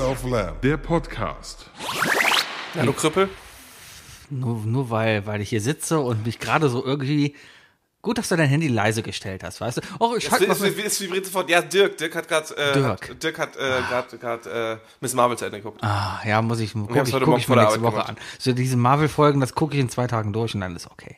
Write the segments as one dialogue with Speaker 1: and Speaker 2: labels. Speaker 1: of Lamb.
Speaker 2: Der Podcast.
Speaker 3: Hallo Krüppel.
Speaker 4: Nur, nur weil, weil ich hier sitze und mich gerade so irgendwie. Gut, dass du dein Handy leise gestellt hast, weißt du? Oh, ich
Speaker 3: Das
Speaker 4: schalte
Speaker 3: ist,
Speaker 4: was.
Speaker 3: das ist vibriert sofort. Ja, Dirk. Dirk hat gerade äh,
Speaker 4: Dirk.
Speaker 3: hat- Dirk hat äh, gerade gerade äh, Miss Marvel zu Ende geguckt.
Speaker 4: Ah, ja, muss ich, guck
Speaker 3: hab's
Speaker 4: ich,
Speaker 3: heute
Speaker 4: guck
Speaker 3: Morgen
Speaker 4: ich
Speaker 3: vor
Speaker 4: mir
Speaker 3: der
Speaker 4: nächste
Speaker 3: Arbeit
Speaker 4: Woche an.
Speaker 3: gemacht.
Speaker 4: So diese Marvel-Folgen, das gucke ich in zwei Tagen durch und dann ist okay.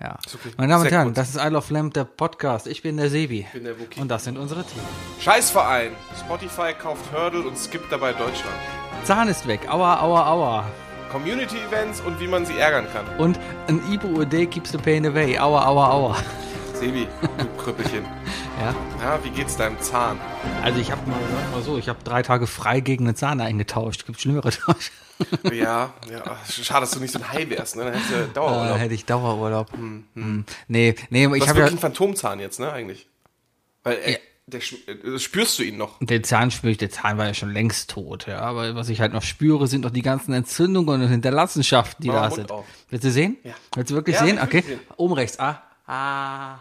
Speaker 4: Ja.
Speaker 3: okay.
Speaker 4: Meine Damen und
Speaker 3: Sehr
Speaker 4: Herren,
Speaker 3: gut.
Speaker 4: das ist Isle of Lamb, der Podcast. Ich bin der Sebi. Ich
Speaker 3: bin der Wookie.
Speaker 4: Und das sind unsere Themen.
Speaker 3: Scheißverein. Spotify kauft Hurdle und skippt dabei Deutschland.
Speaker 4: Zahn ist weg. Aua, aua, aua.
Speaker 3: Community Events und wie man sie ärgern kann.
Speaker 4: Und an Ibu a day keeps the pain away. Aua, aua, aua.
Speaker 3: Sebi, du Krüppelchen.
Speaker 4: Ja.
Speaker 3: Ja, wie geht's deinem Zahn?
Speaker 4: Also ich habe mal, sag mal so, ich habe drei Tage frei gegen einen Zahn eingetauscht. Gibt schlimmere Tausch.
Speaker 3: Ja, ja. Schade, dass du nicht so ein Hai wärst, ne? Dann hättest du
Speaker 4: Äh,
Speaker 3: Dauerurlaub.
Speaker 4: hätte ich Dauerurlaub. Hm. Nee, nee,
Speaker 3: du
Speaker 4: ich
Speaker 3: hast
Speaker 4: habe
Speaker 3: wirklich
Speaker 4: ja
Speaker 3: einen Phantomzahn jetzt, ne, eigentlich. Weil, äh, der, schm- äh, spürst du ihn noch?
Speaker 4: den Zahn spüre ich, der Zahn war ja schon längst tot, ja. Aber was ich halt noch spüre, sind noch die ganzen Entzündungen und Hinterlassenschaften, die
Speaker 3: Mach mal
Speaker 4: da
Speaker 3: Mund
Speaker 4: sind.
Speaker 3: auf.
Speaker 4: Willst du sehen?
Speaker 3: Ja.
Speaker 4: Willst du wirklich
Speaker 3: Ja,
Speaker 4: sehen?
Speaker 3: ich will
Speaker 4: Okay.
Speaker 3: sehen.
Speaker 4: Oben rechts. Ah. Ah.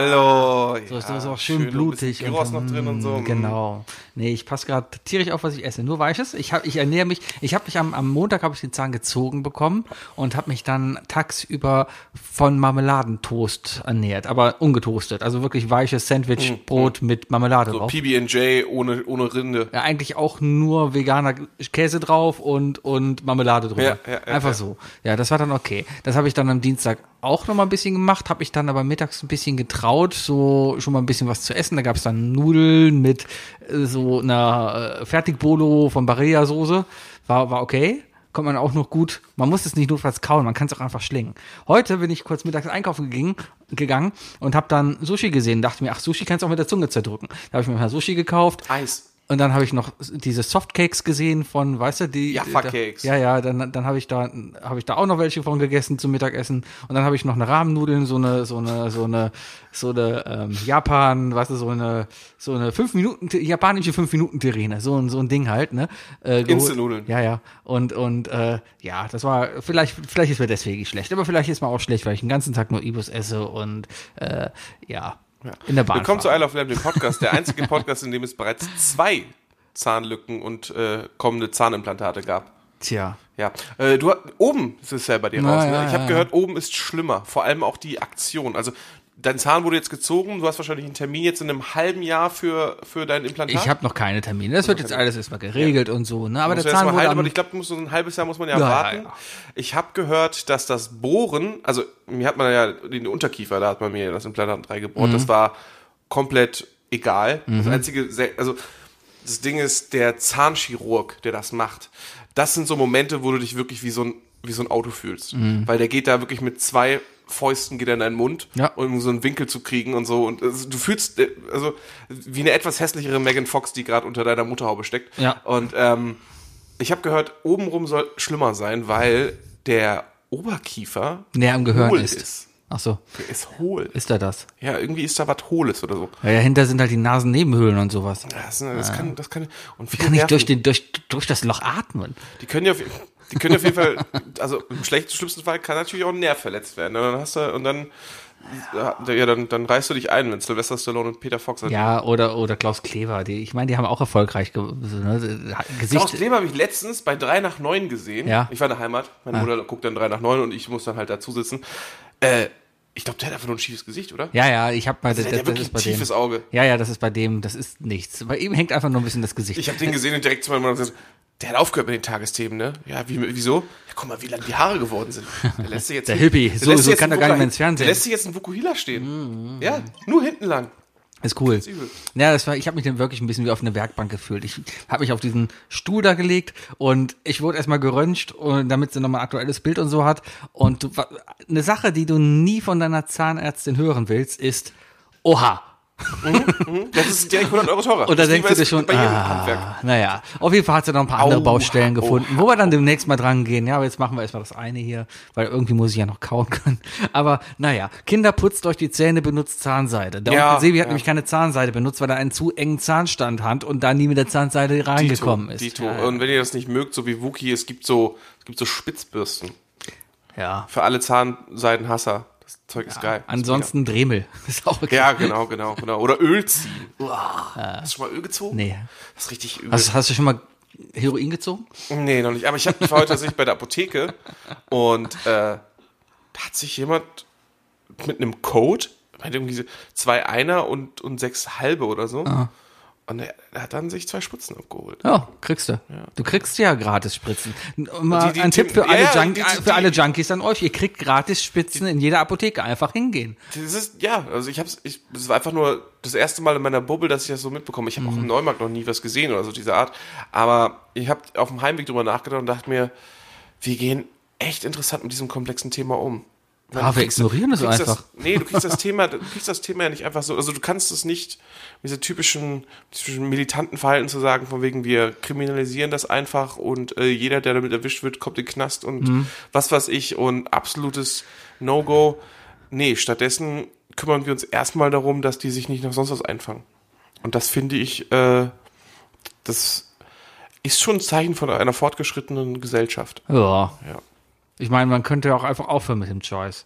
Speaker 3: Jawollo.
Speaker 4: So ist das auch schön, blutig.
Speaker 3: Und Gyros noch
Speaker 4: mm,
Speaker 3: drin und so. mm.
Speaker 4: Genau. Nee, ich passe gerade tierisch auf, was ich esse. Nur weiches. Ich, hab, ich ernähre mich. Ich habe mich am, am Montag habe ich den Zahn gezogen bekommen und habe mich dann tagsüber von Marmeladentoast ernährt, aber ungetoastet. Also wirklich weiches Sandwichbrot mit Marmelade
Speaker 3: Mhm. So
Speaker 4: drauf.
Speaker 3: PB&J ohne, ohne Rinde.
Speaker 4: Ja, eigentlich auch nur veganer Käse drauf und, und Marmelade drüber.
Speaker 3: Ja, ja, ja,
Speaker 4: Einfach
Speaker 3: ja.
Speaker 4: so. Ja, das war dann okay. Das habe ich dann am Dienstag auch noch mal ein bisschen gemacht, habe ich dann aber mittags ein bisschen getraut, so schon mal ein bisschen was zu essen. Da gab es dann Nudeln mit äh, so einer äh, Fertigbolo von Barilla-Soße. War, war okay. Kommt man auch noch gut. Man muss es nicht notfalls kauen, man kann es auch einfach schlingen. Heute bin ich kurz mittags einkaufen gegangen, gegangen und habe dann Sushi gesehen. Dachte mir, ach, Sushi kannst du auch mit der Zunge zerdrücken. Da habe ich mir mal Sushi gekauft.
Speaker 3: Eis.
Speaker 4: Und dann habe ich noch diese Softcakes gesehen von, weißt du, die.
Speaker 3: Jaffa Cakes.
Speaker 4: Da, ja, ja, dann, dann habe ich da, habe ich da auch noch welche von gegessen zum Mittagessen. Und dann habe ich noch eine Rahmennudeln, so eine, so eine, so eine, so eine ähm, Japan, weißt du, so eine, so eine fünf Minuten, japanische fünf Minuten Terrine, so ein, so ein Ding halt, ne? Äh, geholt.
Speaker 3: Instant-Nudeln.
Speaker 4: Ja, ja. Und, und, äh, ja, das war, vielleicht, vielleicht ist mir deswegen schlecht, aber vielleicht ist mir auch schlecht, weil ich den ganzen Tag nur Ibus esse und, äh, ja, in der Bahn.
Speaker 3: Willkommen zu
Speaker 4: fahre.
Speaker 3: Isle of Lamb, dem Podcast. Der einzige Podcast, in dem es bereits zwei Zahnlücken und äh, kommende Zahnimplantate gab.
Speaker 4: Tja.
Speaker 3: Ja, äh, du hat- oben ist es ja bei dir
Speaker 4: Na,
Speaker 3: raus. Ne?
Speaker 4: ja,
Speaker 3: ich
Speaker 4: ja,
Speaker 3: habe
Speaker 4: ja.
Speaker 3: gehört, oben ist schlimmer. Vor allem auch die Aktion. Also dein Zahn wurde jetzt gezogen. Du hast wahrscheinlich einen Termin jetzt in einem halben Jahr für für dein Implantat.
Speaker 4: Ich habe noch keine Termine. Das wird jetzt alles erstmal geregelt und so. Ne? Aber
Speaker 3: Muss
Speaker 4: der
Speaker 3: erst
Speaker 4: Zahn
Speaker 3: mal
Speaker 4: wurde
Speaker 3: heilen,
Speaker 4: am,
Speaker 3: aber ich glaube, du musst so ein halbes Jahr muss man ja,
Speaker 4: Ja,
Speaker 3: warten.
Speaker 4: ja, ja.
Speaker 3: Ich habe gehört, dass das Bohren, also mir hat man ja den Unterkiefer, da hat man mir das Implantat reingebohrt,
Speaker 4: Mhm.
Speaker 3: das war komplett egal. Das einzige, sehr- also das Ding ist, der Zahnchirurg, der das macht, das sind so Momente, wo du dich wirklich wie so ein, wie so ein Auto fühlst.
Speaker 4: Mhm.
Speaker 3: Weil der geht da wirklich mit zwei Fäusten geht er in deinen Mund,
Speaker 4: Ja.
Speaker 3: um so einen Winkel zu kriegen und so. Und also, du fühlst, äh, also wie eine etwas hässlichere Megan Fox, die gerade unter deiner Mutterhaube steckt.
Speaker 4: Ja.
Speaker 3: Und ähm, ich habe gehört, obenrum soll schlimmer sein, weil der Oberkiefer
Speaker 4: näher am Gehirn
Speaker 3: hohl
Speaker 4: ist.
Speaker 3: ist.
Speaker 4: Ach so,
Speaker 3: Der ist hohl.
Speaker 4: ist er das?
Speaker 3: Ja, irgendwie ist da was Hohles oder so.
Speaker 4: Ja, dahinter sind halt die Nasennebenhöhlen und sowas.
Speaker 3: Das, ne, das kann, das kann, und viele
Speaker 4: Ah. Kann ich
Speaker 3: Nerven-
Speaker 4: durch, den, durch, durch das Loch atmen?
Speaker 3: Die können ja auf, die können ja auf jeden Fall, also im schlecht, schlimmsten Fall kann natürlich auch ein Nerv verletzt werden. Und dann hast du, und dann, ja, dann, dann reißt du dich ein, wenn Sylvester Stallone und Peter Fox sind.
Speaker 4: Ja, oder, oder Klaus Kleber. Die, ich meine, die haben auch erfolgreich ge so, ne, hat- Gesicht.
Speaker 3: Klaus Kleber habe ich letztens bei 3 nach 9 gesehen.
Speaker 4: Ja. Ah.
Speaker 3: Ich war in der Heimat. Meine Mutter guckt dann 3 nach 9 und ich muss dann halt dazu sitzen. Äh, ich glaube, der hat einfach nur ein schiefes Gesicht, oder?
Speaker 4: ja, ja, ich habe mal. Das,
Speaker 3: der hat ja
Speaker 4: das, das
Speaker 3: wirklich
Speaker 4: ist
Speaker 3: ein
Speaker 4: bei dem.
Speaker 3: tiefes Auge.
Speaker 4: Ja, ja, das ist bei dem. Das ist nichts. Bei ihm hängt einfach nur ein bisschen das Gesicht.
Speaker 3: Ich habe den gesehen und direkt zu meinem Mann gesagt, der hat aufgehört mit den Tagesthemen, ne? Ja, wie, wieso? Ja, guck mal, wie lang die Haare geworden sind. Der lässt sich jetzt
Speaker 4: Der Hippie,
Speaker 3: lässt
Speaker 4: so- so
Speaker 3: sich jetzt
Speaker 4: kann
Speaker 3: einen
Speaker 4: er gar nicht
Speaker 3: Vukuhila-
Speaker 4: mehr ins Fernsehen. Mhm,
Speaker 3: Der lässt sich jetzt ein Vukuhila stehen. Ja, nur hinten lang.
Speaker 4: Ist cool.
Speaker 3: übel.
Speaker 4: Ja, das war, ich habe mich dann wirklich ein bisschen wie auf eine Werkbank gefühlt. Ich habe mich auf diesen Stuhl da gelegt und ich wurde erstmal geröntgt, und damit sie nochmal ein aktuelles Bild und so hat. Und du, wa- eine Sache, die du nie von deiner Zahnärztin hören willst, ist, oha.
Speaker 3: Das ist direkt 100 Euro teurer.
Speaker 4: Und da
Speaker 3: Das
Speaker 4: denkst du
Speaker 3: ist
Speaker 4: dir schon,
Speaker 3: bei jedem Handwerk.
Speaker 4: ah, naja. Auf jeden Fall hat sie noch ein paar andere
Speaker 3: Au,
Speaker 4: Baustellen
Speaker 3: au,
Speaker 4: gefunden, wo wir dann demnächst mal dran gehen. Ja, aber jetzt machen wir erstmal das eine hier, weil irgendwie muss ich ja noch kauen können. Aber naja, Kinder putzt euch die Zähne, benutzt Zahnseide. Der
Speaker 3: Ja,
Speaker 4: Onkel Sebi hat
Speaker 3: ja.
Speaker 4: nämlich keine Zahnseide benutzt, weil er einen zu engen Zahnstand hat und da nie mit der Zahnseide reingekommen ist.
Speaker 3: Dito.
Speaker 4: Ja,
Speaker 3: Und wenn ihr das nicht mögt, so wie Wookie, es gibt so, es gibt so Spitzbürsten.
Speaker 4: ja.
Speaker 3: Für alle Zahnseidenhasser. Das Zeug ist geil.
Speaker 4: Ansonsten Dremel. Ist auch okay.
Speaker 3: Ja, genau, genau, genau. Oder Öl ziehen. Hast du schon mal Öl gezogen?
Speaker 4: Nee. Also-
Speaker 3: Das ist richtig übel.
Speaker 4: Hast, hast du schon mal Heroin gezogen?
Speaker 3: Nee, noch nicht. Aber ich, hab, ich war heute tatsächlich bei der Apotheke und äh, da hat sich jemand mit einem Code, mit irgendwie so zwei Einer und, und sechs halbe oder so.
Speaker 4: Ah.
Speaker 3: Und er, er hat dann sich zwei Spritzen abgeholt.
Speaker 4: Ja, kriegst du. Du kriegst ja gratis Spritzen. Mal
Speaker 3: Die- die
Speaker 4: ein Tipp
Speaker 3: Tim-
Speaker 4: für alle,
Speaker 3: ja, ja,
Speaker 4: Junk
Speaker 3: die- die-
Speaker 4: für alle Junkies an euch. Ihr kriegt gratis Spritzen in jeder Apotheke. Einfach hingehen.
Speaker 3: Das ist, ja, also ich hab's, ich, das war einfach nur das erste Mal in meiner Bubble, dass ich das so mitbekomme. Ich habe auch im Neumarkt noch nie was gesehen oder so dieser Art. Aber ich habe auf dem Heimweg drüber nachgedacht und dachte mir, wir gehen echt interessant mit diesem komplexen Thema um. Ich meine,
Speaker 4: Ah,
Speaker 3: du
Speaker 4: wir
Speaker 3: kriegst-
Speaker 4: ignorieren das
Speaker 3: du kriegst
Speaker 4: einfach.
Speaker 3: Das, nee, du kriegst das Thema, du kriegst das Thema ja nicht einfach so. Also du kannst es nicht mit dieser typischen, typischen militanten Verhalten zu sagen, von wegen wir kriminalisieren das einfach und äh, jeder, der damit erwischt wird, kommt in den Knast und
Speaker 4: Mhm.
Speaker 3: was weiß ich und absolutes No-Go. Nee, stattdessen kümmern wir uns erstmal darum, dass die sich nicht noch sonst was einfangen. Und das finde ich, äh, das ist schon ein Zeichen von einer fortgeschrittenen Gesellschaft.
Speaker 4: Ja.
Speaker 3: Ja.
Speaker 4: Ich meine, man könnte ja auch einfach aufhören mit dem Choice.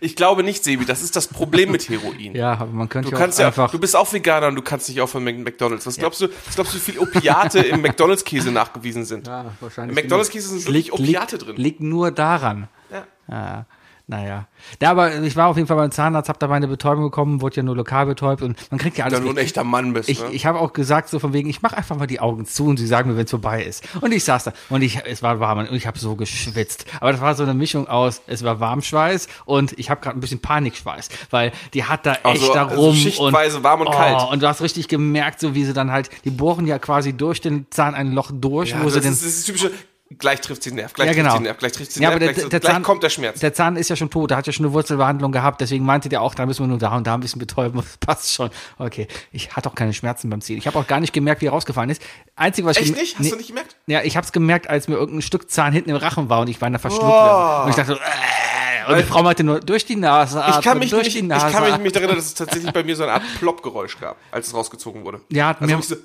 Speaker 3: Ich glaube nicht, Sebi, das ist das Problem mit Heroin.
Speaker 4: Ja, aber man könnte
Speaker 3: Du
Speaker 4: ja
Speaker 3: kannst
Speaker 4: auch
Speaker 3: ja,
Speaker 4: einfach.
Speaker 3: du bist auch Veganer und du kannst nicht aufhören mit McDonalds. Was glaubst du, was glaubst du, wie viel Opiate im McDonalds-Käse nachgewiesen sind?
Speaker 4: ja,
Speaker 3: Im
Speaker 4: wahrscheinlich.
Speaker 3: McDonalds-Käse sind wirklich Opiate
Speaker 4: liegt,
Speaker 3: drin.
Speaker 4: Liegt nur daran.
Speaker 3: Ja.
Speaker 4: Ja, naja. Ja, aber ich war auf jeden Fall beim Zahnarzt, hab da meine Betäubung bekommen, wurde ja nur lokal betäubt und man kriegt ja alles.
Speaker 3: Wenn du ein
Speaker 4: mit.
Speaker 3: echter Mann bist,
Speaker 4: Ich,
Speaker 3: ne?
Speaker 4: ich habe auch gesagt, so von wegen, ich mache einfach mal die Augen zu und sie sagen mir, wenn es vorbei ist. Und ich saß da und ich, es war warm und ich habe so geschwitzt. Aber das war so eine Mischung aus, es war Warmschweiß und ich habe gerade ein bisschen Panikschweiß, weil die hat da echt
Speaker 3: Also,
Speaker 4: da
Speaker 3: also
Speaker 4: rum. oh,
Speaker 3: schichtweise warm und kalt.
Speaker 4: Und du hast richtig gemerkt, so wie sie dann halt, die bohren ja quasi durch den Zahn ein Loch durch,
Speaker 3: ja,
Speaker 4: wo
Speaker 3: das,
Speaker 4: sie
Speaker 3: ist,
Speaker 4: den
Speaker 3: das ist das typische, gleich trifft sie den Nerv, gleich
Speaker 4: ja,
Speaker 3: trifft
Speaker 4: genau.
Speaker 3: sie den Nerv, gleich trifft sie den
Speaker 4: ja,
Speaker 3: Nerv,
Speaker 4: aber
Speaker 3: gleich,
Speaker 4: der,
Speaker 3: trifft-
Speaker 4: der,
Speaker 3: gleich
Speaker 4: Zahn,
Speaker 3: kommt der Schmerz.
Speaker 4: Der Zahn ist ja schon tot, der hat ja schon eine Wurzelbehandlung gehabt, deswegen meinte der auch, da müssen wir nur da und da ein bisschen betäuben, das passt schon. Okay, ich hatte auch keine Schmerzen beim Ziehen. Ich habe auch gar nicht gemerkt, wie er rausgefallen ist. Einzig, was ich
Speaker 3: Echt
Speaker 4: gem-
Speaker 3: nicht? Hast
Speaker 4: Nee.
Speaker 3: du nicht gemerkt?
Speaker 4: Ja, ich hab's gemerkt, als mir irgendein Stück Zahn hinten im Rachen war und ich war in der Verschluckung.
Speaker 3: Boah.
Speaker 4: Und ich dachte, so, äh, und die Frau meinte nur durch die Nase.
Speaker 3: Ich kann
Speaker 4: atmen,
Speaker 3: mich
Speaker 4: durch
Speaker 3: nicht,
Speaker 4: die
Speaker 3: ich
Speaker 4: Nase.
Speaker 3: kann mich
Speaker 4: atmen.
Speaker 3: nicht erinnern, dass es tatsächlich bei mir so eine Art Plopp-Geräusch gab, als es rausgezogen wurde.
Speaker 4: Ja, hat,
Speaker 3: also
Speaker 4: mehr,
Speaker 3: ich so,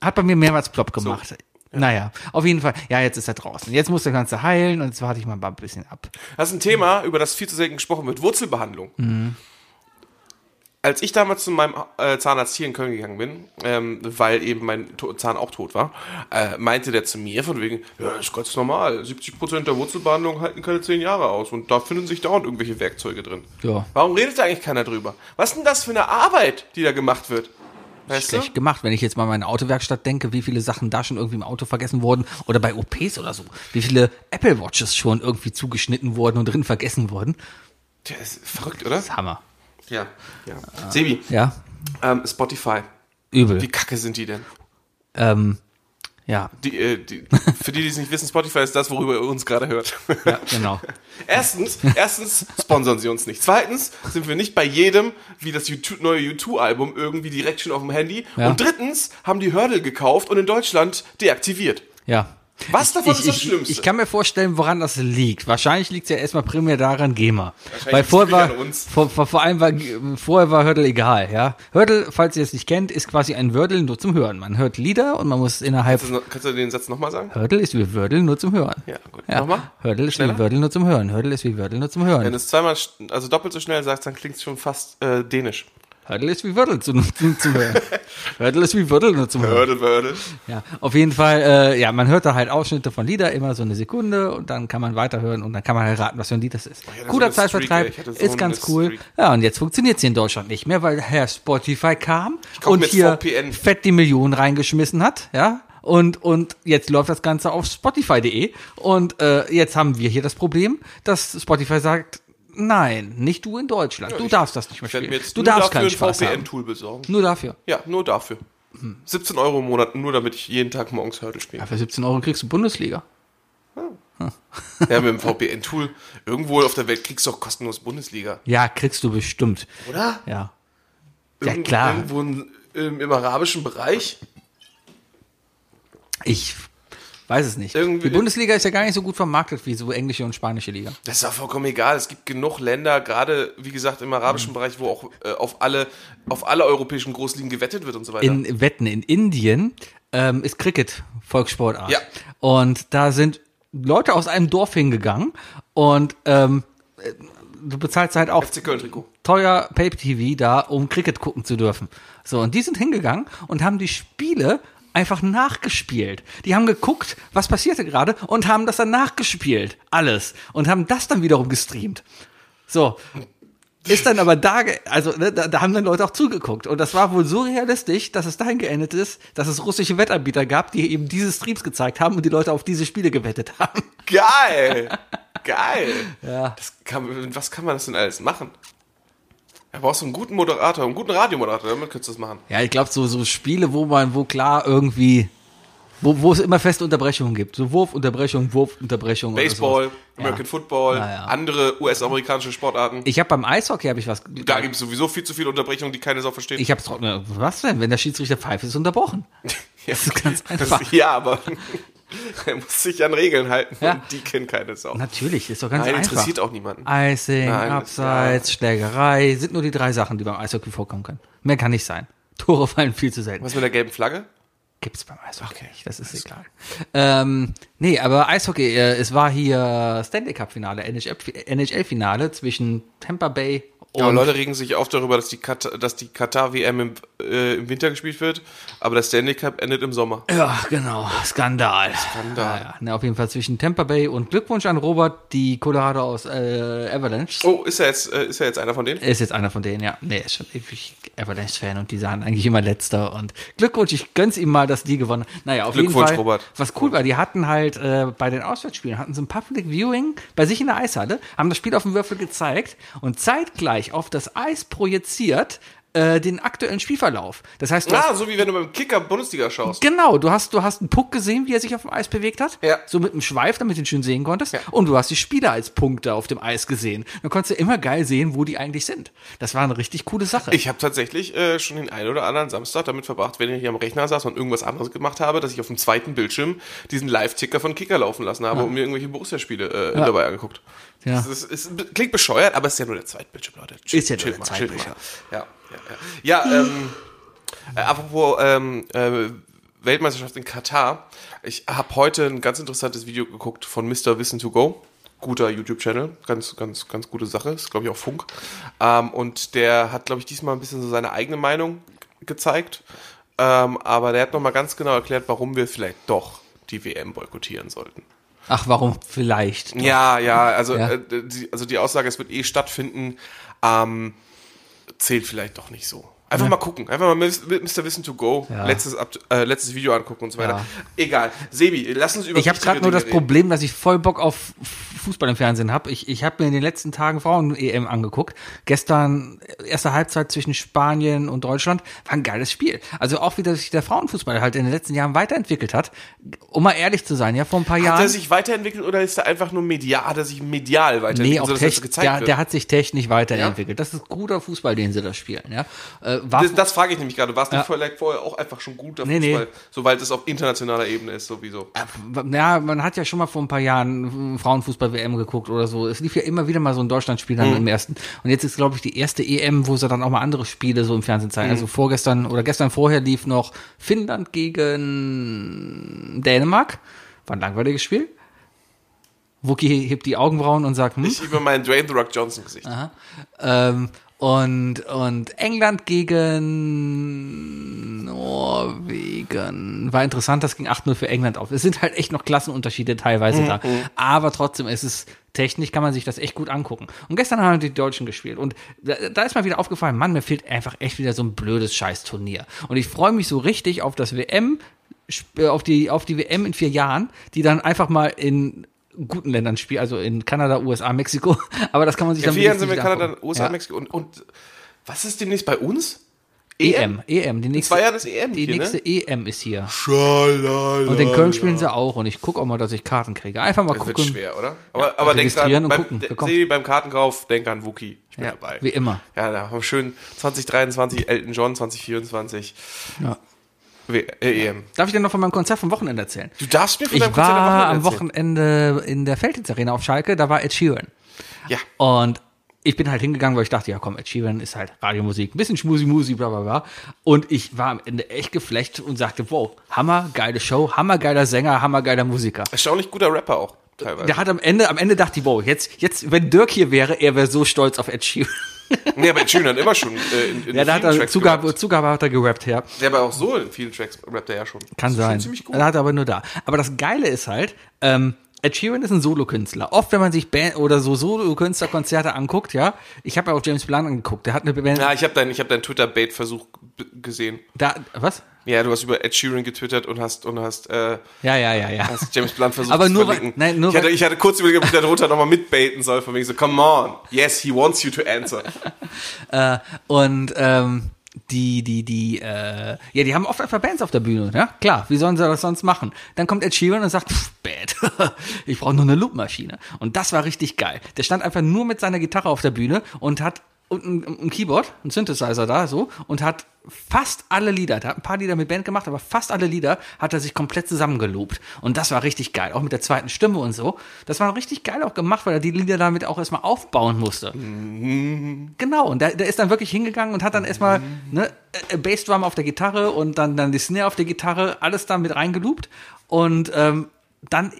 Speaker 4: hat bei mir mehrmals plopp gemacht. Naja, auf jeden Fall. Ja, jetzt ist er draußen. Jetzt muss der Ganze heilen und jetzt warte ich mal ein bisschen ab.
Speaker 3: Das ist ein Thema, über das viel zu selten gesprochen wird. Wurzelbehandlung. Als ich damals zu meinem äh, Zahnarzt hier in Köln gegangen bin, ähm, weil eben mein to Zahn auch tot war, äh, meinte der zu mir von wegen, ja, das ist ganz normal, 70% der Wurzelbehandlung halten keine 10 Jahre aus und da finden sich dauernd irgendwelche Werkzeuge drin.
Speaker 4: Ja.
Speaker 3: Warum redet da eigentlich keiner drüber? Was ist denn das für eine Arbeit, die da gemacht wird? Weißt
Speaker 4: schlecht gemacht, wenn ich jetzt mal an meine Autowerkstatt denke, wie viele Sachen da schon irgendwie im Auto vergessen wurden oder bei OPs oder so, wie viele Apple Watches schon irgendwie zugeschnitten wurden und drin vergessen wurden.
Speaker 3: du? Der ist verrückt, oder?
Speaker 4: Hammer.
Speaker 3: Ja. ja. Sebi,
Speaker 4: Ja,
Speaker 3: ähm, Spotify, wie
Speaker 4: übel.
Speaker 3: kacke sind die denn?
Speaker 4: Ähm, ja,
Speaker 3: Die, äh, die, für die, die es nicht wissen, Spotify ist das, worüber ihr uns gerade hört.
Speaker 4: ja, genau.
Speaker 3: erstens, erstens sponsern sie uns nicht. Zweitens sind wir nicht bei jedem, wie das YouTube, neue U2-Album, irgendwie direkt schon auf dem Handy.
Speaker 4: Ja.
Speaker 3: Und drittens haben die Hurdle gekauft und in Deutschland deaktiviert.
Speaker 4: Ja.
Speaker 3: Was davon ist das
Speaker 4: ich,
Speaker 3: Schlimmste?
Speaker 4: Ich kann mir vorstellen, woran das liegt. Wahrscheinlich liegt es ja erstmal primär daran, GEMA. Weil
Speaker 3: liegt's
Speaker 4: vorher war,
Speaker 3: wirklich an uns.
Speaker 4: vor, vor, vor allem war, vorher war Hörtel egal, ja. Hörtel, falls ihr es nicht kennt, ist quasi ein Wörtel nur zum Hören. Man hört Lieder und man muss innerhalb
Speaker 3: Kannst du- kannst du den Satz nochmal sagen?
Speaker 4: Hördel ist wie Wördel nur zum Hören.
Speaker 3: Ja, gut. Nochmal?
Speaker 4: Hördel ist
Speaker 3: Schneller?
Speaker 4: wie Wördel nur zum Hören. Hördel ist wie Wördel nur zum
Speaker 3: Wenn
Speaker 4: Hören.
Speaker 3: du es zweimal, sch- also doppelt so schnell sagst, dann klingt es schon fast äh, dänisch.
Speaker 4: Hördel ist wie Wördel zum, zum, zum Hören. Hördel ist wie Wördel nur zum Hören.
Speaker 3: Hurdle, Hurdle.
Speaker 4: Ja, auf jeden Fall, äh, ja, man hört da halt Ausschnitte von Lieder, immer so eine Sekunde und dann kann man weiterhören und dann kann man halt raten, was für ein Lied das ist.
Speaker 3: hatte so
Speaker 4: Cooler
Speaker 3: eine Streak,
Speaker 4: Zeitvertreib,
Speaker 3: ey. Ich hatte so
Speaker 4: ist ganz
Speaker 3: eine
Speaker 4: cool.
Speaker 3: Streak.
Speaker 4: Ja, und jetzt funktioniert's hier in Deutschland nicht mehr, weil Herr Spotify kam
Speaker 3: komm
Speaker 4: und
Speaker 3: mit
Speaker 4: hier
Speaker 3: VPN.
Speaker 4: fett die Millionen reingeschmissen hat, ja. Und, und jetzt läuft das Ganze auf Spotify.de und äh, jetzt haben wir hier das Problem, dass Spotify sagt, nein, nicht du in Deutschland, du darfst das nicht mehr
Speaker 3: Ich werde
Speaker 4: spielen.
Speaker 3: mir jetzt
Speaker 4: Du
Speaker 3: nur
Speaker 4: darfst
Speaker 3: dafür
Speaker 4: keinen
Speaker 3: ein
Speaker 4: Spaß haben. Hm.
Speaker 3: VPN-Tool besorgen.
Speaker 4: Nur dafür.
Speaker 3: Ja, nur dafür. 17 Euro im Monat, nur damit ich jeden Tag morgens Hurdle spiele.
Speaker 4: Ja, für 17 Euro kriegst du Bundesliga.
Speaker 3: Ja, mit dem VPN-Tool. Irgendwo auf der Welt kriegst du auch kostenlos Bundesliga,
Speaker 4: Ja, kriegst du bestimmt.
Speaker 3: oder?
Speaker 4: Ja. Ja, klar.
Speaker 3: Irgendwo in, im, im arabischen Bereich.
Speaker 4: Ich weiß es nicht.
Speaker 3: Irgendwie-
Speaker 4: die Bundesliga ist ja gar nicht so gut vermarktet wie so englische und spanische Liga.
Speaker 3: Das ist auch vollkommen egal. Es gibt genug Länder, gerade wie gesagt im arabischen
Speaker 4: Mhm.
Speaker 3: Bereich, wo auch äh, auf alle auf alle europäischen Großligen gewettet wird und so weiter.
Speaker 4: In Wetten in Indien ähm, ist Cricket Volkssportart.
Speaker 3: Ja.
Speaker 4: Und da sind Leute aus einem Dorf hingegangen und ähm, äh, du bezahlst halt auch
Speaker 3: FC Köln Trikot.
Speaker 4: teuer Pay-TV da, um Cricket gucken zu dürfen. So, und die sind hingegangen und haben die Spiele einfach nachgespielt. Die haben geguckt, was passierte gerade und haben das dann nachgespielt. Alles. Und haben das dann wiederum gestreamt. So. Ist dann aber da, ge- also ne, da, da haben dann Leute auch zugeguckt. Und das war wohl so realistisch, dass es dahin geendet ist, dass es russische Wettanbieter gab, die eben diese Streams gezeigt haben und die Leute auf diese Spiele gewettet haben.
Speaker 3: Geil! Geil! Das kann, mit was kann man das denn alles machen? Da brauchst du einen guten Moderator, einen guten Radiomoderator, damit könntest du das machen.
Speaker 4: Ja, ich glaube, so, so Spiele, wo man, wo klar irgendwie, wo, wo es immer feste Unterbrechungen gibt. So Wurfunterbrechung, Wurfunterbrechung. oder sowas.
Speaker 3: Baseball, American Football,
Speaker 4: Ja, ja.
Speaker 3: andere US-amerikanische Sportarten.
Speaker 4: Ich habe beim Eishockey habe ich was.
Speaker 3: Da gibt es sowieso viel zu viele Unterbrechungen, die keiner so versteht.
Speaker 4: Ich hab's trotzdem. Was denn? Wenn der Schiedsrichter pfeift, ist es unterbrochen.
Speaker 3: ja,
Speaker 4: Das ist ganz
Speaker 3: das-
Speaker 4: einfach.
Speaker 3: ja, aber er muss sich an Regeln halten
Speaker 4: Ja.
Speaker 3: und die kennen keine Sau.
Speaker 4: Natürlich, ist doch ganz
Speaker 3: Nein,
Speaker 4: einfach.
Speaker 3: interessiert auch niemanden.
Speaker 4: Icing,
Speaker 3: Nein,
Speaker 4: Abseits, Schlägerei, sind nur die drei Sachen, die beim Eishockey vorkommen können. Mehr kann nicht sein. Tore fallen viel zu selten.
Speaker 3: Was mit der gelben Flagge?
Speaker 4: Gibt's beim Eishockey nicht, das ist egal. Ähm, nee, aber Eishockey, äh, es war hier Stanley Cup Finale, NHL-Finale zwischen Tampa Bay und...
Speaker 3: Aber Leute regen sich auf darüber, dass die, Kat dass die Katar-WM im, äh, im Winter gespielt wird, aber das Stanley Cup endet im Sommer.
Speaker 4: Ja, genau, Skandal.
Speaker 3: Skandal.
Speaker 4: Ja, ja. Na, auf jeden Fall zwischen Tampa Bay und Glückwunsch an Robert, die Colorado aus äh, Avalanche.
Speaker 3: Oh, ist er jetzt, äh, ist er jetzt einer von denen?
Speaker 4: Er Ist jetzt einer von denen, ja. Nee, er ist schon ewig Avalanche-Fan und die sahen eigentlich immer letzter. Und Glückwunsch, ich gönn's ihm mal, dass die gewonnen haben. Naja, auf jeden
Speaker 3: Glückwunsch,
Speaker 4: Fall.
Speaker 3: Robert.
Speaker 4: Was cool war, die hatten halt äh, bei den Auswärtsspielen, hatten so ein Public Viewing bei sich in der Eishalle, haben das Spiel auf dem Würfel gezeigt und zeitgleich auf das Eis projiziert äh, den aktuellen Spielverlauf. Das heißt, du hast
Speaker 3: Ah, so wie wenn du beim Kicker Bundesliga schaust.
Speaker 4: Genau, du hast, du hast einen Puck gesehen, wie er sich auf dem Eis bewegt hat.
Speaker 3: Ja.
Speaker 4: So mit einem Schweif, damit du ihn schön sehen konntest. Und du hast die Spieler als Punkte auf dem Eis gesehen. Dann konntest du immer geil sehen, wo die eigentlich sind. Das war eine richtig coole Sache.
Speaker 3: Ich habe tatsächlich äh, schon den einen oder anderen Samstag damit verbracht, wenn ich hier am Rechner saß und irgendwas anderes gemacht habe, dass ich auf dem zweiten Bildschirm diesen Live-Ticker von Kicker laufen lassen habe und mir irgendwelche Borussia-Spiele äh, dabei angeguckt.
Speaker 4: Ja.
Speaker 3: Das ist, ist, klingt bescheuert, aber es ist ja nur der Zweitbildschirm, Leute. Chill-
Speaker 4: Ist ja nur
Speaker 3: chill
Speaker 4: der
Speaker 3: mal,
Speaker 4: Zweitbildschirm.
Speaker 3: chill mal. Ja, ja, ja. ja ähm, äh, apropos ähm, äh, Weltmeisterschaft in Katar. Ich habe heute ein ganz interessantes Video geguckt von Mr. Wissen to Go. Guter YouTube-Channel, ganz, ganz, ganz gute Sache. Ist, glaube ich, auch Funk. Ähm, und der hat, glaube ich, diesmal ein bisschen so seine eigene Meinung gezeigt. Ähm, aber der hat nochmal ganz genau erklärt, warum wir vielleicht doch die WM boykottieren sollten.
Speaker 4: Ach, warum vielleicht?
Speaker 3: Ja, ja, also,
Speaker 4: Ja.
Speaker 3: Äh, die, also die Aussage, es wird eh stattfinden, ähm, zählt vielleicht doch nicht so. Einfach mal gucken, einfach mal Mis- Mr. Wissen to go,
Speaker 4: Ja.
Speaker 3: letztes, Ab- äh, letztes Video angucken und so weiter.
Speaker 4: Ja.
Speaker 3: Egal, Sebi, lass uns über
Speaker 4: Ich habe
Speaker 3: wichtige
Speaker 4: gerade nur
Speaker 3: Dinge
Speaker 4: das
Speaker 3: reden.
Speaker 4: Problem, dass ich voll Bock auf Fußball im Fernsehen habe. Ich, ich habe mir in den letzten Tagen Frauen-EM angeguckt. Gestern äh, erste Halbzeit zwischen Spanien und Deutschland war ein geiles Spiel. Also auch wie sich der Frauenfußball halt in den letzten Jahren weiterentwickelt hat. Um mal ehrlich zu sein, ja, vor ein paar
Speaker 3: Hat
Speaker 4: Jahren.
Speaker 3: er sich weiterentwickelt oder ist er einfach nur medial, hat er sich medial weiterentwickelt,
Speaker 4: Nee, auch
Speaker 3: sodass
Speaker 4: Tech,
Speaker 3: das gezeigt
Speaker 4: der,
Speaker 3: wird?
Speaker 4: der hat sich technisch weiterentwickelt. Das ist guter Fußball, den sie da spielen. Ja? Äh, war,
Speaker 3: das, das frage ich nämlich gerade, war es
Speaker 4: Ja.
Speaker 3: nicht vielleicht vorher auch einfach schon guter
Speaker 4: Nee, nee.
Speaker 3: Fußball, soweit es auf internationaler Ebene ist sowieso.
Speaker 4: ja, man hat ja schon mal vor ein paar Jahren Frauenfußball-WM geguckt oder so. Es lief ja immer wieder mal so ein Deutschlandspiel
Speaker 3: Mhm.
Speaker 4: dann im ersten. Und jetzt ist, glaube ich, die erste EM, wo sie dann auch mal andere Spiele so im Fernsehen zeigen.
Speaker 3: Mhm.
Speaker 4: Also vorgestern oder gestern vorher lief noch Finnland gegen Dänemark. War ein langweiliges Spiel. Wookie hebt die Augenbrauen und sagt, hm?
Speaker 3: Ich über meinen Dwayne The Rock Johnson Gesicht.
Speaker 4: Ähm, und, und England gegen Norwegen. War interessant, das ging 8-0 für England auf. Es sind halt echt noch Klassenunterschiede
Speaker 3: Mhm,
Speaker 4: teilweise da. Aber trotzdem, es ist technisch, kann man sich das echt gut angucken. Und gestern haben die Deutschen gespielt. Und da, da ist mal wieder aufgefallen, Mann, mir fehlt einfach echt wieder so ein blödes Scheißturnier. Und ich freue mich so richtig auf das WM, sp- äh, auf die, auf die WM in vier Jahren, die dann einfach mal in guten Ländern spielt, also in Kanada, USA, Mexiko. Aber das kann man sich
Speaker 3: In
Speaker 4: dann
Speaker 3: vier Jahren
Speaker 4: wenigstens
Speaker 3: sind wir in
Speaker 4: wieder
Speaker 3: Kanada,
Speaker 4: angucken.
Speaker 3: USA,
Speaker 4: Ja.
Speaker 3: Mexiko und, und was ist demnächst bei uns? E
Speaker 4: EM, EM, die nächste,
Speaker 3: zwei Jahren ist EM
Speaker 4: E die
Speaker 3: hier,
Speaker 4: nächste
Speaker 3: ne?
Speaker 4: EM ist hier.
Speaker 3: Schalala.
Speaker 4: Und in Köln spielen sie auch und ich gucke auch mal, dass ich Karten kriege. Einfach mal
Speaker 3: Das wird
Speaker 4: gucken. also
Speaker 3: schwer, oder? Aber, aber denk dran,
Speaker 4: registrieren und
Speaker 3: beim,
Speaker 4: gucken.
Speaker 3: de-
Speaker 4: Willkommen.
Speaker 3: Sebi, beim Kartenkauf, denk an Wookie. Ich bin
Speaker 4: Ja,
Speaker 3: dabei.
Speaker 4: wie immer.
Speaker 3: Ja, da haben wir schön 2023 Elton John, 2024
Speaker 4: Ja.
Speaker 3: W äh, EM.
Speaker 4: Darf ich dir noch von meinem Konzert vom Wochenende erzählen?
Speaker 3: Du darfst mir von
Speaker 4: Ich
Speaker 3: deinem Konzert
Speaker 4: war am
Speaker 3: Wochenende
Speaker 4: Wochenende in der Feldhitz Arena auf Schalke, da war Ed Sheeran.
Speaker 3: erzählen. Ja.
Speaker 4: Und ich bin halt hingegangen, weil ich dachte, ja komm, Ed Sheeran ist halt Radiomusik, ein bisschen Schmusi-Musi, bla bla bla. Und ich war am Ende echt geflecht und sagte, wow, hammer, geile Show, hammergeiler Sänger, hammergeiler Musiker.
Speaker 3: Erstaunlich guter Rapper auch, teilweise.
Speaker 4: Der hat am Ende, am Ende dachte ich, wow, jetzt, jetzt, wenn Dirk hier wäre, er wäre so stolz auf Ed Sheeran.
Speaker 3: Nee, aber Ed Sheeran hat immer schon äh, in, in
Speaker 4: Ja, da hat er
Speaker 3: Tracks
Speaker 4: Zugabe,
Speaker 3: gerappt.
Speaker 4: Zugabe hat er gerappt, ja.
Speaker 3: Der aber auch so in vielen Tracks rappt er ja schon. Das
Speaker 4: Kann
Speaker 3: ist
Speaker 4: sein.
Speaker 3: Schon ziemlich gut.
Speaker 4: Er hat aber nur da. Aber das Geile ist halt, ähm, Ed Sheeran ist ein Solokünstler. Oft, wenn man sich Band oder so Solokünstlerkonzerte anguckt, ja, ich habe ja auch James Blunt angeguckt, der hat eine Band,
Speaker 3: Ja, ich habe deinen ich hab deinen Twitter-Bait-Versuch b- gesehen.
Speaker 4: da, was?
Speaker 3: Ja, du hast über Ed Sheeran getwittert und hast und hast, äh,
Speaker 4: Ja, ja, ja, ja.
Speaker 3: hast James Blunt versucht
Speaker 4: Aber nur
Speaker 3: zu
Speaker 4: weil-
Speaker 3: verlinken.
Speaker 4: nein, nur
Speaker 3: ich, hatte,
Speaker 4: weil-
Speaker 3: ich hatte kurz überlegt, ob ich da drunter nochmal mitbaiten soll, von wegen so, come on, yes, he wants you to answer.
Speaker 4: Und ähm, die, die, die, äh, ja, die haben oft einfach Bands auf der Bühne, ja? Klar, wie sollen sie das sonst machen? Dann kommt Ed Sheeran und sagt, pff, bad, ich brauche noch eine Loopmaschine. Und das war richtig geil. Der stand einfach nur mit seiner Gitarre auf der Bühne und hat und ein, ein Keyboard, ein Synthesizer da so und hat fast alle Lieder, der hat ein paar Lieder mit Band gemacht, aber fast alle Lieder hat er sich komplett zusammengelobt. Und das war richtig geil, auch mit der zweiten Stimme und so. Das war richtig geil auch gemacht, weil er die Lieder damit auch erstmal aufbauen musste. Genau, und der, der ist dann wirklich hingegangen und hat dann erstmal
Speaker 3: Mhm.
Speaker 4: ne, äh, Bassdrum auf der Gitarre und dann, dann die Snare auf der Gitarre, alles dann mit reingeloopt und ähm, dann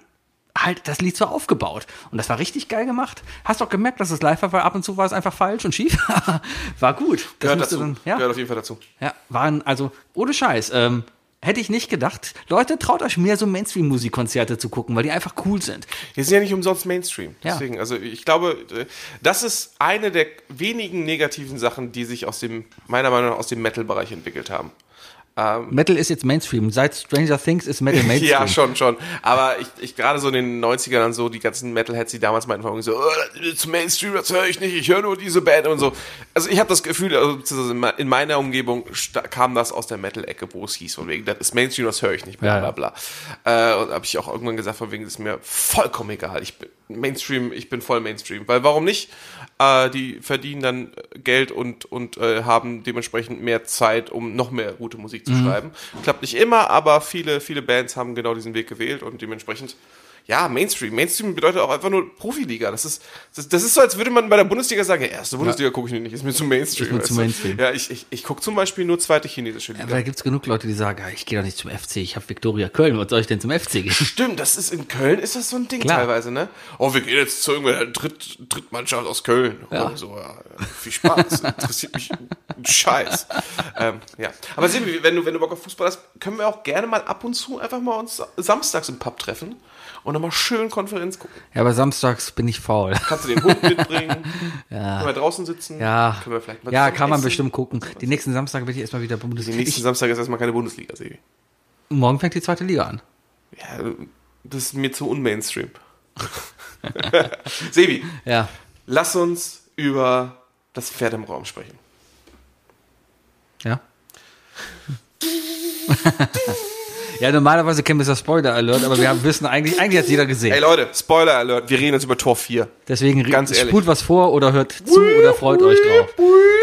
Speaker 4: halt das Lied so aufgebaut. Und das war richtig geil gemacht. Hast auch gemerkt, dass es live war, weil ab und zu war es einfach falsch und schief. war gut. Das
Speaker 3: Gehört
Speaker 4: musste
Speaker 3: dazu.
Speaker 4: Dann, ja,
Speaker 3: Gehört auf jeden Fall dazu.
Speaker 4: ja, waren, also, ohne Scheiß, ähm, hätte ich nicht gedacht. Leute, traut euch mehr so Mainstream-Musikkonzerte zu gucken, weil die einfach cool sind.
Speaker 3: Wir sind ja nicht umsonst Mainstream.
Speaker 4: Ja.
Speaker 3: Deswegen, also ich glaube, äh, das ist eine der wenigen negativen Sachen, die sich aus dem, meiner Meinung nach, aus dem Metal-Bereich entwickelt haben.
Speaker 4: Metal ist jetzt Mainstream. Seit Stranger Things ist Metal Mainstream.
Speaker 3: Ja, schon, schon. Aber ich, ich gerade so in den 90ern dann so, die ganzen Metalheads, die damals meinten, irgendwie so, oh, das ist Mainstream, das höre ich nicht, ich höre nur diese Band und so. Also ich habe das Gefühl, also, beziehungsweise in me- in meiner Umgebung sta- kam das aus der Metal-Ecke, wo es hieß, von wegen, das ist Mainstream, das höre ich nicht, bla
Speaker 4: Ja, ja.
Speaker 3: bla bla. Äh, und habe ich auch irgendwann gesagt, von wegen, das ist mir vollkommen egal. Ich bin Mainstream, ich bin voll Mainstream. Weil warum nicht? Äh, die verdienen dann Geld und, und äh, haben dementsprechend mehr Zeit, um noch mehr gute Musik zu schreiben. Klappt nicht immer, aber viele, viele Bands haben genau diesen Weg gewählt und dementsprechend. Ja, Mainstream. Mainstream bedeutet auch einfach nur Profiliga. Das ist, das, das ist so, als würde man bei der Bundesliga sagen, ja, erste Bundesliga gucke ich nicht, ist mir zu Mainstream.
Speaker 4: Ist mir zu
Speaker 3: weißt du?
Speaker 4: Mainstream.
Speaker 3: Ja, ich, ich, ich gucke zum Beispiel nur zweite chinesische Liga.
Speaker 4: Aber da gibt's genug Leute, die sagen, "Ah, ich gehe doch nicht zum FC, ich habe Viktoria Köln, was soll ich denn zum FC gehen?
Speaker 3: Stimmt, das ist in Köln ist das so ein Ding
Speaker 4: Klar.
Speaker 3: teilweise, ne? Oh, wir gehen jetzt zu irgendeiner Dritt, Drittmannschaft aus Köln. Ja. Oder so, ja, viel Spaß. Interessiert mich ein Scheiß. ähm, ja. Aber Sebi, wenn du, wenn du Bock auf Fußball hast, können wir auch gerne mal ab und zu einfach mal uns samstags im Pub treffen und nochmal schön Konferenz gucken.
Speaker 4: Ja, aber samstags bin ich faul.
Speaker 3: Kannst du den Hund mitbringen? Können wir draußen sitzen?
Speaker 4: Ja,
Speaker 3: Können wir vielleicht mal
Speaker 4: ja
Speaker 3: zusammen
Speaker 4: kann man
Speaker 3: essen?
Speaker 4: bestimmt gucken. Den nächsten Samstag bin ich erstmal wieder
Speaker 3: Den
Speaker 4: Bundesliga.
Speaker 3: nächsten
Speaker 4: Ich,
Speaker 3: Samstag ist erstmal keine Bundesliga, Sebi.
Speaker 4: morgen fängt die zweite Liga an.
Speaker 3: Ja, das ist mir zu unmainstream. Sebi,
Speaker 4: Ja.
Speaker 3: Lass uns über das Pferd im Raum sprechen.
Speaker 4: Ja. ja, normalerweise kennen wir das Spoiler Alert, aber wir haben, wissen eigentlich, eigentlich hat jeder
Speaker 3: Ey
Speaker 4: gesehen.
Speaker 3: Leute, Spoiler Alert, wir reden jetzt über Tor 4.
Speaker 4: Deswegen
Speaker 3: ganz ehrlich.
Speaker 4: spult was vor oder hört zu oder freut euch drauf.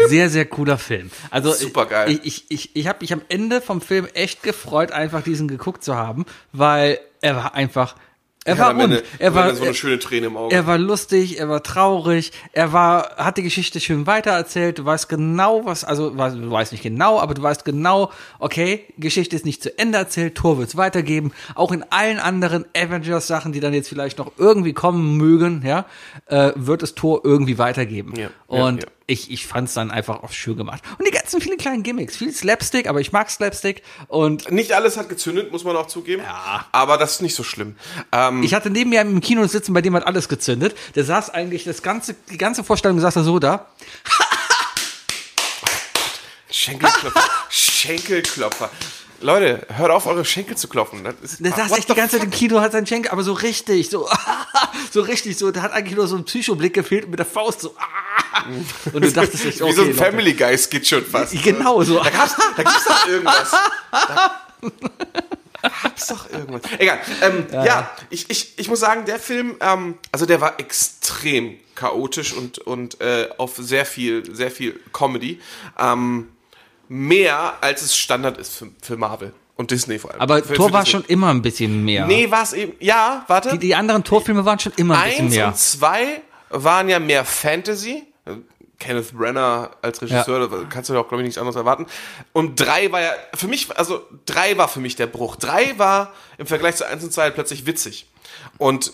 Speaker 4: Sehr, sehr cooler Film. Also
Speaker 3: Supergeil.
Speaker 4: Ich, ich, ich, ich habe mich am Ende vom Film echt gefreut, einfach diesen geguckt zu haben, weil er war einfach. Er war
Speaker 3: am Ende-
Speaker 4: rund. Er
Speaker 3: am
Speaker 4: war,
Speaker 3: Ende so eine schöne Träne im Auge.
Speaker 4: Er war lustig, er war traurig, er war, hat die Geschichte schön weitererzählt, du weißt genau, was, also weißt- du weißt nicht genau, aber du weißt genau, okay, Geschichte ist nicht zu Ende erzählt, Thor wird's weitergeben, auch in allen anderen Avengers-Sachen, die dann jetzt vielleicht noch irgendwie kommen mögen, ja, äh, wird es Thor irgendwie weitergeben.
Speaker 3: Ja, ja,
Speaker 4: Und
Speaker 3: ja.
Speaker 4: ich, ich fand's dann einfach auch schön gemacht. Und die ganzen vielen kleinen Gimmicks, viel Slapstick, aber ich mag Slapstick und
Speaker 3: Nicht alles hat gezündet, muss man auch zugeben. Ja. Aber das ist nicht so schlimm. Ähm,
Speaker 4: Ich hatte neben mir im Kino sitzen, bei dem hat alles gezündet. Der saß eigentlich, das ganze, die ganze Vorstellung saß er so da.
Speaker 3: Schenkelklopfer. Schenkelklopfer. Leute, hört auf, eure Schenkel zu klopfen. Das ist,
Speaker 4: Der saß
Speaker 3: Ah, What
Speaker 4: echt die
Speaker 3: the
Speaker 4: ganze
Speaker 3: fuck?
Speaker 4: Zeit im Kino, hat seinen Schenkel, aber so richtig, so, so richtig, so, da hat eigentlich nur so ein Psychoblick gefehlt und mit der Faust so, ah. und du dachtest echt, okay,
Speaker 3: Wie so ein
Speaker 4: Leute.
Speaker 3: Family Guy Skit schon fast.
Speaker 4: Genau so.
Speaker 3: Da gab's, da gab's doch irgendwas. Da gab's doch irgendwas. Egal. Ähm, ja, ich, ich, ich muss sagen, der Film, ähm, also der war extrem chaotisch und, und äh, auf sehr viel, sehr viel Comedy. Ähm, mehr als es Standard ist für, für Marvel und Disney vor allem.
Speaker 4: Aber
Speaker 3: für,
Speaker 4: Tor
Speaker 3: für
Speaker 4: war
Speaker 3: Disney.
Speaker 4: schon immer ein bisschen mehr.
Speaker 3: Nee, war es eben. Ja, warte.
Speaker 4: Die, die anderen Torfilme waren schon immer ein bisschen
Speaker 3: Eins
Speaker 4: mehr.
Speaker 3: und zwei waren ja mehr Fantasy. Kenneth Brenner als Regisseur, da kannst du ja auch, glaube ich, nichts anderes erwarten. Und drei war ja, für mich, also drei war für mich der Bruch. Drei war im Vergleich zu eins und zwei plötzlich witzig. Und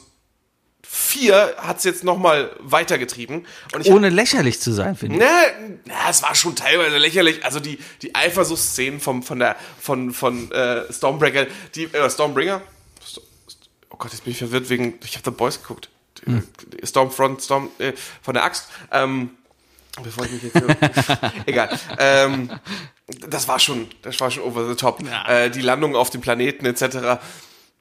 Speaker 3: 4 hat es jetzt nochmal weitergetrieben. Und ich
Speaker 4: Ohne lächerlich zu sein, finde ich.
Speaker 3: Ne, na, es war schon teilweise lächerlich. Also die, die Eifersuchtsszenen vom, von der, von, von äh, Stormbreaker, die, äh, Stormbringer. Sto- St- Oh Gott, jetzt bin ich verwirrt wegen, ich habe The Boys geguckt. Die- die Stormfront, Storm, äh, von der Axt. Ähm, bevor ich mich jetzt, egal. Ähm, das war schon, das war schon over the top. Äh, die Landung auf dem Planeten etc.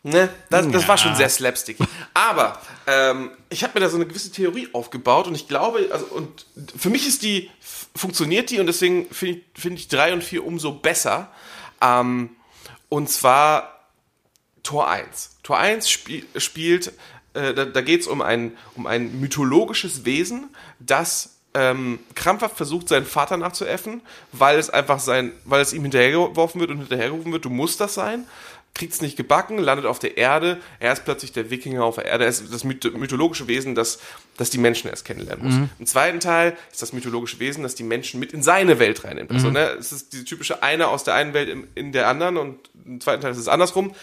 Speaker 3: Ne, das, das war schon sehr slapstick. Aber ähm, ich habe mir da so eine gewisse Theorie aufgebaut und ich glaube, also und für mich ist die f- funktioniert die und deswegen finde ich, find ich drei und vier umso besser. Ähm, und zwar Tor 1. Tor 1 spiel, spielt, äh, da, da geht es um ein, um ein mythologisches Wesen, das ähm, krampfhaft versucht, seinen Vater nachzuäffen, weil es einfach sein, weil es ihm hinterhergeworfen wird und hinterhergerufen wird, du musst das sein, kriegt es nicht gebacken, landet auf der Erde, er ist plötzlich der Wikinger auf der Erde, er ist das myth- mythologische Wesen, das, das die Menschen erst kennenlernen muss. Im zweiten Teil ist das mythologische Wesen, das die Menschen mit in seine Welt reinnimmt. Also, ne, es ist die typische eine aus der einen Welt in, in der anderen und im zweiten Teil ist es andersrum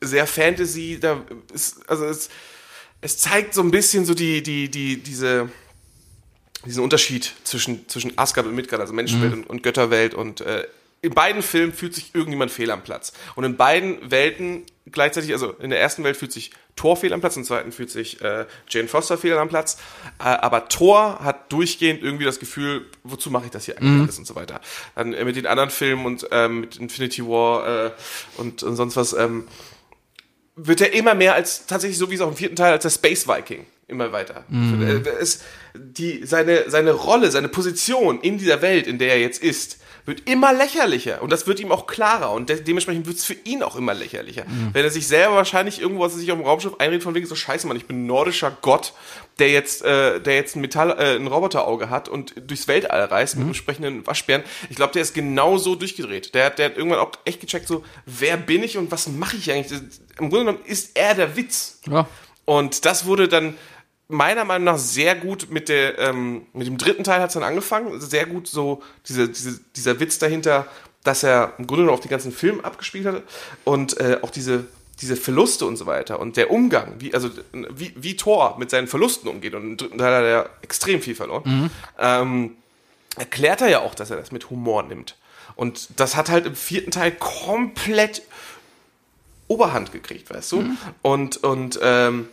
Speaker 3: sehr Fantasy, da ist, also es, es zeigt so ein bisschen so die, die, die, diese, diesen Unterschied zwischen, zwischen Asgard und Midgard, also Menschenwelt und, und Götterwelt und äh, in beiden Filmen fühlt sich irgendjemand fehl am Platz. Und in beiden Welten gleichzeitig, also in der ersten Welt fühlt sich Thor fehl am Platz, im zweiten fühlt sich äh, Jane Foster fehl am Platz. Äh, aber Thor hat durchgehend irgendwie das Gefühl, wozu mache ich das hier eigentlich alles und so weiter. Dann äh, mit den anderen Filmen und ähm, mit Infinity War äh, und, und sonst was. Ähm, wird er immer mehr als tatsächlich so wie es auch im vierten Teil als der Space Viking immer weiter. Äh, Es, die, seine, seine Rolle, seine Position in dieser Welt, in der er jetzt ist, wird immer lächerlicher und das wird ihm auch klarer und de dementsprechend wird es für ihn auch immer lächerlicher. Wenn er sich selber wahrscheinlich irgendwo, was er sich auf dem Raumschiff einredet, von wegen so scheiße, Mann, ich bin ein nordischer Gott, der jetzt, äh, der jetzt ein Metall, äh, ein Roboterauge hat und durchs Weltall reist mit entsprechenden Waschbären. Ich glaube, der ist genauso durchgedreht. Der, hat- der hat irgendwann auch echt gecheckt, so, wer bin ich und was mache ich eigentlich? Das- Im Grunde genommen ist er der Witz.
Speaker 4: Ja.
Speaker 3: Und das wurde dann meiner Meinung nach sehr gut mit der, ähm, mit dem dritten Teil hat es dann angefangen, sehr gut so diese, diese, dieser Witz dahinter, dass er im Grunde genommen auf den ganzen Film abgespielt hat und äh, auch diese, diese Verluste und so weiter und der Umgang, wie, also wie, wie Thor mit seinen Verlusten umgeht und im dritten Teil hat er extrem viel verloren, ähm, erklärt er ja auch, dass er das mit Humor nimmt. Und das hat halt im vierten Teil komplett Oberhand gekriegt, weißt du?
Speaker 4: Mhm.
Speaker 3: Und, und ähm,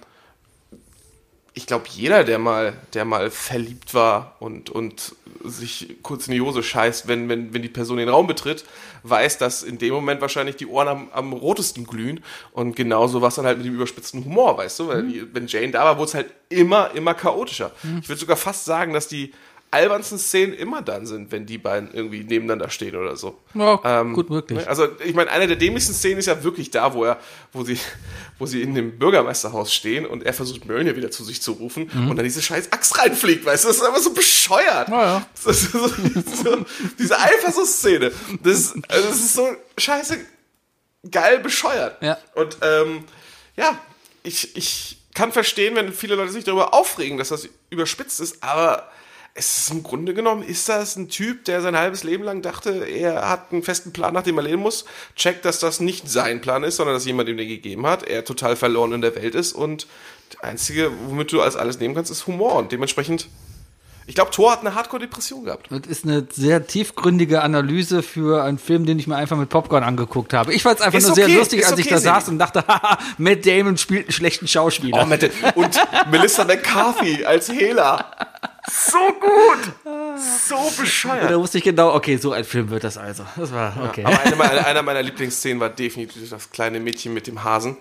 Speaker 3: ich glaube, jeder, der mal, der mal verliebt war und, und sich kurz in die Hose scheißt, wenn, wenn, wenn die Person den Raum betritt, weiß, dass in dem Moment wahrscheinlich die Ohren am, am rotesten glühen. Und genauso war es dann halt mit dem überspitzten Humor, weißt du?
Speaker 4: Mhm.
Speaker 3: Weil, die- Wenn Jane da war, wurde es halt immer, immer chaotischer. Ich würde sogar fast sagen, dass die albernsten Szenen immer dann sind, wenn die beiden irgendwie nebeneinander stehen oder so.
Speaker 4: Ja, gut möglich.
Speaker 3: ne? Also, ich meine, eine der dämlichsten Szenen ist ja wirklich da, wo er, wo sie, wo sie in dem Bürgermeisterhaus stehen und er versucht, Mjölnir wieder zu sich zu rufen und dann diese scheiß Axt reinfliegt, weißt du? Das ist einfach so bescheuert.
Speaker 4: Mhm. Ja, ja.
Speaker 3: Das ist so, so, diese Eifersuchtsszene. Das, ist- also das ist so scheiße geil bescheuert.
Speaker 4: Ja.
Speaker 3: Und ähm, ja, ich, ich kann verstehen, wenn viele Leute sich darüber aufregen, dass das überspitzt ist, aber es ist im Grunde genommen, ist das ein Typ, der sein halbes Leben lang dachte, er hat einen festen Plan, nach dem er leben muss, checkt, dass das nicht sein Plan ist, sondern dass jemand ihm den gegeben hat, er total verloren in der Welt ist und das Einzige, womit du als alles nehmen kannst, ist Humor und dementsprechend, ich glaube, Thor hat eine Hardcore-Depression gehabt.
Speaker 4: Das ist eine sehr tiefgründige Analyse für einen Film, den ich mir einfach mit Popcorn angeguckt habe. Ich fand es einfach
Speaker 3: Ist
Speaker 4: nur
Speaker 3: okay,
Speaker 4: sehr lustig,
Speaker 3: ist
Speaker 4: als ich
Speaker 3: okay,
Speaker 4: da
Speaker 3: Sebi.
Speaker 4: saß und dachte, haha, Matt Damon spielt einen schlechten Schauspieler.
Speaker 3: Oh, Mette. Und Melissa McCarthy als Hela. Ah. So gut. So bescheuert.
Speaker 4: Da wusste ich genau, okay, so ein Film wird das also. Das war okay.
Speaker 3: Aber eine meiner, einer meiner Lieblingsszenen war definitiv das kleine Mädchen mit dem Hasen.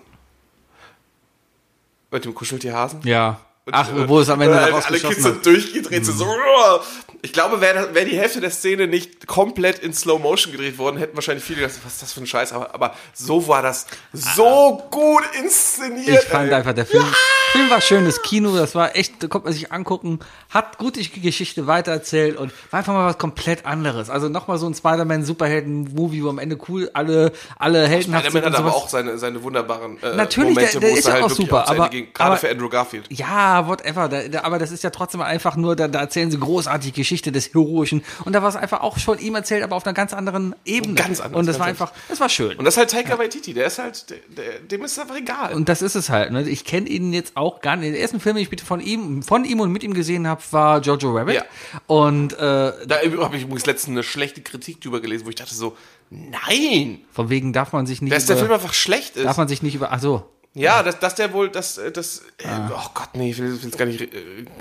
Speaker 3: Mit dem Kuscheltierhasen.
Speaker 4: ja.
Speaker 3: Und,
Speaker 4: Ach,
Speaker 3: äh,
Speaker 4: wo es am Ende
Speaker 3: und
Speaker 4: da
Speaker 3: alle, alle Kids
Speaker 4: rausgeschossen hat. Mhm.
Speaker 3: sind durchgedreht, sind so. "Uah!" Ich glaube, wäre wär die Hälfte der Szene nicht komplett in Slow Motion gedreht worden, hätten wahrscheinlich viele gedacht, was ist das für ein Scheiß? Aber, aber so war das
Speaker 4: Ah.
Speaker 3: so gut inszeniert.
Speaker 4: Ich fand
Speaker 3: ey.
Speaker 4: einfach, der Film, Film war schönes Kino, das war echt, da konnte man sich angucken, hat gute Geschichte weitererzählt und war einfach mal was komplett anderes. Also nochmal so ein Spider-Man-Superhelden-Movie, wo am Ende cool alle, alle Helden
Speaker 3: Ja, der Mann hat
Speaker 4: und
Speaker 3: aber
Speaker 4: sowas.
Speaker 3: auch seine, seine wunderbaren äh,
Speaker 4: Natürlich, der-
Speaker 3: Momente,
Speaker 4: der
Speaker 3: wo es
Speaker 4: ist ja
Speaker 3: halt
Speaker 4: auch
Speaker 3: wirklich
Speaker 4: super,
Speaker 3: aufs Ende
Speaker 4: aber-
Speaker 3: ging. Gerade
Speaker 4: aber-
Speaker 3: für Andrew Garfield.
Speaker 4: Ja, whatever. Da, da, aber das ist ja trotzdem einfach nur, da, da erzählen sie großartig Geschichte des Heroischen. Und da war es einfach auch schon ihm erzählt, aber auf einer ganz anderen Ebene.
Speaker 3: Ganz anders,
Speaker 4: Und das
Speaker 3: ganz
Speaker 4: war
Speaker 3: anders.
Speaker 4: einfach, es war schön.
Speaker 3: Und das ist halt Taika Waititi, der ist halt, der, der, dem ist es einfach egal.
Speaker 4: Und das ist es halt. Ne? Ich kenne ihn jetzt auch gar nicht. Den ersten Film, den ich bitte von ihm, von ihm und mit ihm gesehen habe, war Jojo Rabbit.
Speaker 3: Ja.
Speaker 4: Und äh,
Speaker 3: Da habe ich übrigens letztens eine schlechte Kritik drüber gelesen, wo ich dachte so, nein,
Speaker 4: von wegen darf man sich nicht
Speaker 3: dass der Film einfach schlecht ist.
Speaker 4: darf man sich nicht über. Ach so.
Speaker 3: Ja, dass, dass der wohl, dass, äh, das, äh,
Speaker 4: Ah.
Speaker 3: oh Gott, nee, ich will jetzt gar nicht, äh,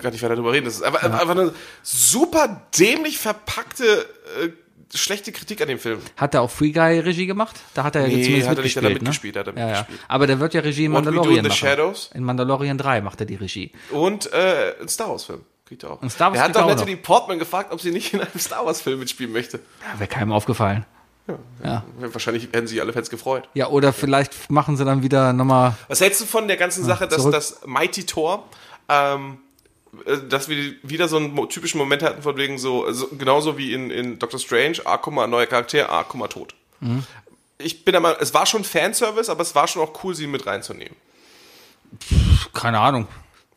Speaker 3: gar nicht weiter drüber reden. Das ist einfach, einfach eine super dämlich verpackte, äh, schlechte Kritik an dem Film.
Speaker 4: Hat er auch Free Guy Regie gemacht? Da hat er ja
Speaker 3: Nee,
Speaker 4: zumindest
Speaker 3: hat er nicht, hat
Speaker 4: mitgespielt.
Speaker 3: er
Speaker 4: ne?
Speaker 3: mitgespielt, hat er
Speaker 4: ja, ja.
Speaker 3: mitgespielt.
Speaker 4: Aber der wird ja Regie in
Speaker 3: What We Do in
Speaker 4: Mandalorian
Speaker 3: the
Speaker 4: machen.
Speaker 3: Shadows?
Speaker 4: In Mandalorian 3 macht er die Regie.
Speaker 3: Und äh, ein Star Wars-Film. Kriegt er auch. Ein
Speaker 4: Star Wars
Speaker 3: er hat
Speaker 4: kriegt er
Speaker 3: doch
Speaker 4: auch noch.
Speaker 3: Natalie Portman gefragt, ob sie nicht in einem Star Wars-Film mitspielen möchte.
Speaker 4: Ja, Wäre keinem aufgefallen.
Speaker 3: Wahrscheinlich hätten sich alle Fans gefreut.
Speaker 4: Ja, oder vielleicht machen sie dann wieder nochmal.
Speaker 3: Was hältst du von der ganzen Sache, dass
Speaker 4: zurück.
Speaker 3: das Mighty Thor, ähm, äh, dass wir wieder so einen mo- typischen Moment hatten, von wegen so, so genauso wie in, in Doctor Strange, ah, guck mal, neuer Charakter, ah, guck mal, tot.
Speaker 4: Mhm.
Speaker 3: Ich bin aber, es war schon Fanservice, aber es war schon auch cool, sie mit reinzunehmen.
Speaker 4: Keine Ahnung.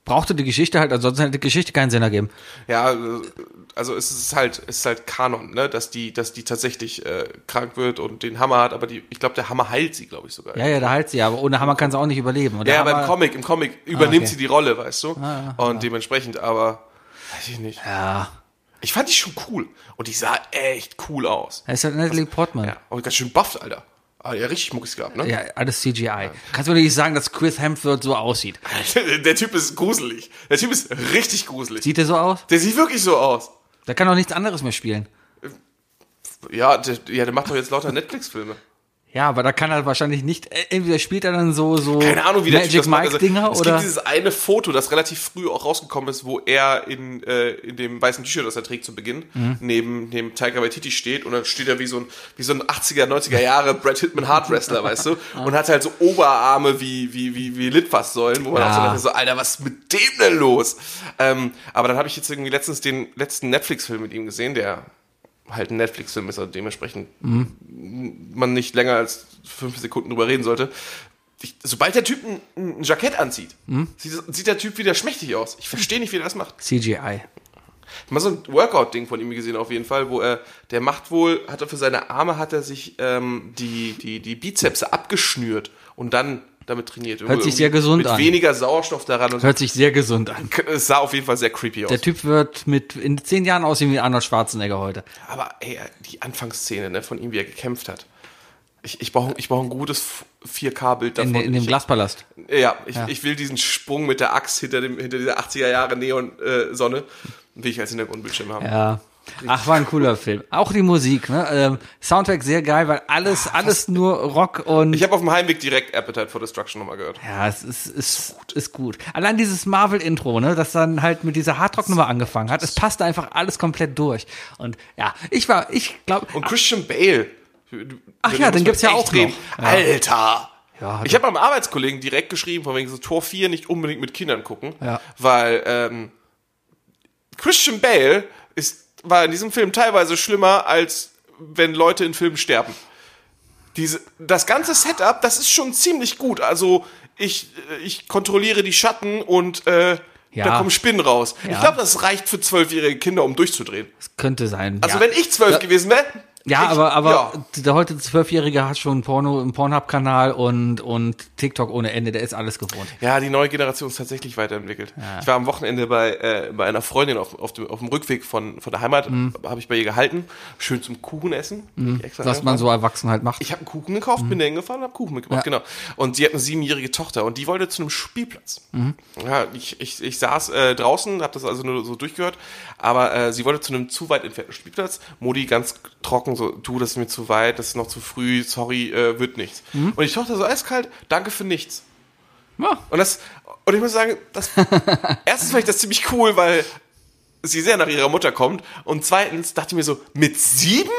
Speaker 4: Brauchte die Geschichte halt, ansonsten hätte die Geschichte keinen Sinn ergeben.
Speaker 3: Ja, äh, also es ist halt, es ist halt Kanon, ne, dass die, dass die tatsächlich äh, krank wird und den Hammer hat, aber die, ich glaube, der Hammer heilt sie, glaube ich sogar.
Speaker 4: Ja, ja, da halt sie, aber ohne Hammer kann sie auch nicht überleben. Und der
Speaker 3: Ja, aber im
Speaker 4: Hammer- Ah,
Speaker 3: Comic, im Comic übernimmt
Speaker 4: okay. Ah,
Speaker 3: sie die Rolle, weißt du? und dementsprechend, aber weiß ich nicht.
Speaker 4: Ja,
Speaker 3: Ich fand die schon cool. Und die sah echt cool aus.
Speaker 4: das ist halt Natalie Portman.
Speaker 3: Ja. Aber ganz schön bufft, Alter. Aber ja, richtig Mucks gehabt, ne?
Speaker 4: Ja, alles CGI. Kannst du mir nicht sagen, dass Chris Hemsworth so aussieht?
Speaker 3: Der Typ ist gruselig. Der Typ ist richtig gruselig.
Speaker 4: Sieht er so aus?
Speaker 3: Der sieht wirklich so aus.
Speaker 4: Der kann doch nichts anderes mehr spielen.
Speaker 3: Ja, der, ja, der macht doch jetzt lauter Netflix-Filme.
Speaker 4: Ja, aber da kann er wahrscheinlich nicht. äh, Entweder spielt er dann so so
Speaker 3: Keine Ahnung, wie der Typ
Speaker 4: Magic
Speaker 3: das macht. Also,
Speaker 4: Mike Dinger
Speaker 3: es
Speaker 4: oder
Speaker 3: gibt dieses eine Foto, das relativ früh auch rausgekommen ist, wo er in, äh, in dem weißen T-Shirt, das er trägt zu Beginn,
Speaker 4: Mhm.
Speaker 3: neben, neben Taika Waititi steht und dann steht er wie so ein, wie so ein 80er, 90er Jahre Brad Hitman Hard Wrestler, weißt du? Und hat halt so Oberarme wie, wie, wie, wie Litfaßsäulen, wo man auch so
Speaker 4: Ja.
Speaker 3: dachte, so, Alter, was ist mit dem denn los? Ähm, aber dann habe ich jetzt irgendwie letztens den letzten Netflix-Film mit ihm gesehen, der halt ein Netflix-Film ist, also dementsprechend
Speaker 4: Mhm.
Speaker 3: man nicht länger als fünf Sekunden drüber reden sollte. Ich, sobald der Typ ein, ein Jackett anzieht,
Speaker 4: Hm?
Speaker 3: sieht, das- sieht der Typ wieder schmächtig aus. Ich verstehe nicht, wie der das macht.
Speaker 4: CGI.
Speaker 3: Ich habe mal so ein Workout-Ding von ihm gesehen, auf jeden Fall, wo er, der macht wohl, hat er für seine Arme, hat er sich ähm, die, die, die Bizeps abgeschnürt und dann damit trainiert. Hört
Speaker 4: sich sehr gesund
Speaker 3: mit
Speaker 4: an.
Speaker 3: weniger Sauerstoff daran. Und
Speaker 4: Hört sich sehr gesund an.
Speaker 3: es sah auf jeden Fall sehr creepy aus.
Speaker 4: Der Typ wird mit in zehn Jahren aussehen wie Arnold Schwarzenegger heute.
Speaker 3: Aber ey, die Anfangsszene ne, von ihm, wie er gekämpft hat. Ich, ich brauche ich brauch ein gutes 4K-Bild davon.
Speaker 4: In, in dem
Speaker 3: ich,
Speaker 4: Glaspalast.
Speaker 3: Ja, ich, ich will diesen Sprung mit der Axt hinter, dem, hinter dieser 80er Jahre Neon-Sonne, will ich als Hintergrundbildschirm haben.
Speaker 4: Ja. Ach, war ein cooler Film. Auch die Musik, ne? Ähm, Soundtrack sehr geil, weil alles, alles nur Rock und
Speaker 3: Ah, Ich habe auf dem Heimweg direkt Appetite for Destruction nochmal gehört.
Speaker 4: Ja, es ist, ist, ist gut. Allein dieses Marvel-Intro, ne, das dann halt mit dieser Hardrock-Nummer angefangen hat, es passte einfach alles komplett durch. Und ja, ich war, ich glaube,
Speaker 3: Und Christian Bale.
Speaker 4: Ach ja, den gibt's ja auch noch. Ja.
Speaker 3: Alter!
Speaker 4: Ja,
Speaker 3: ich habe meinem Arbeitskollegen direkt geschrieben, von wegen so Tor 4 nicht unbedingt mit Kindern gucken,
Speaker 4: Ja.
Speaker 3: weil ähm, Christian Bale ist, war in diesem Film teilweise schlimmer, als wenn Leute in Filmen sterben. Diese, das ganze Setup, das ist schon ziemlich gut. Also ich, ich kontrolliere die Schatten und äh,
Speaker 4: Ja.
Speaker 3: da kommen Spinnen raus. Ich
Speaker 4: Ja.
Speaker 3: glaube, das reicht für zwölfjährige Kinder, um durchzudrehen.
Speaker 4: es ah, könnte sein.
Speaker 3: Also
Speaker 4: ja.
Speaker 3: wenn ich zwölf gewesen wäre.
Speaker 4: ja,
Speaker 3: ich,
Speaker 4: aber, aber
Speaker 3: ja.
Speaker 4: der heute Zwölfjährige hat schon einen Porno, einen Pornhub-Kanal und, und TikTok ohne Ende, der ist alles gewohnt.
Speaker 3: Ja, die neue Generation ist tatsächlich weiterentwickelt. Ich war am Wochenende bei, äh, bei einer Freundin auf, auf, dem, auf dem Rückweg von, von der Heimat, habe ich bei ihr gehalten, schön zum Kuchen essen. bin ich extra
Speaker 4: Was man
Speaker 3: hingefahren.
Speaker 4: so erwachsen halt macht.
Speaker 3: ich habe einen Kuchen gekauft, bin da hingefahren, habe Kuchen mitgebracht, genau. Und sie hat eine siebenjährige Tochter und die wollte zu einem Spielplatz. Ja, ich, ich, ich saß äh, draußen, habe das also nur so durchgehört, aber äh, sie wollte zu einem zu weit entfernten Spielplatz. Modi ganz trocken so, du, das ist mir zu weit, das ist noch zu früh, sorry, äh, wird nichts. Und die Tochter so eiskalt, danke für nichts.
Speaker 4: Ja.
Speaker 3: Und das, und ich muss sagen, das, erstens fand ich das ziemlich cool, weil sie sehr nach ihrer Mutter kommt. Und zweitens dachte ich mir so, mit sieben?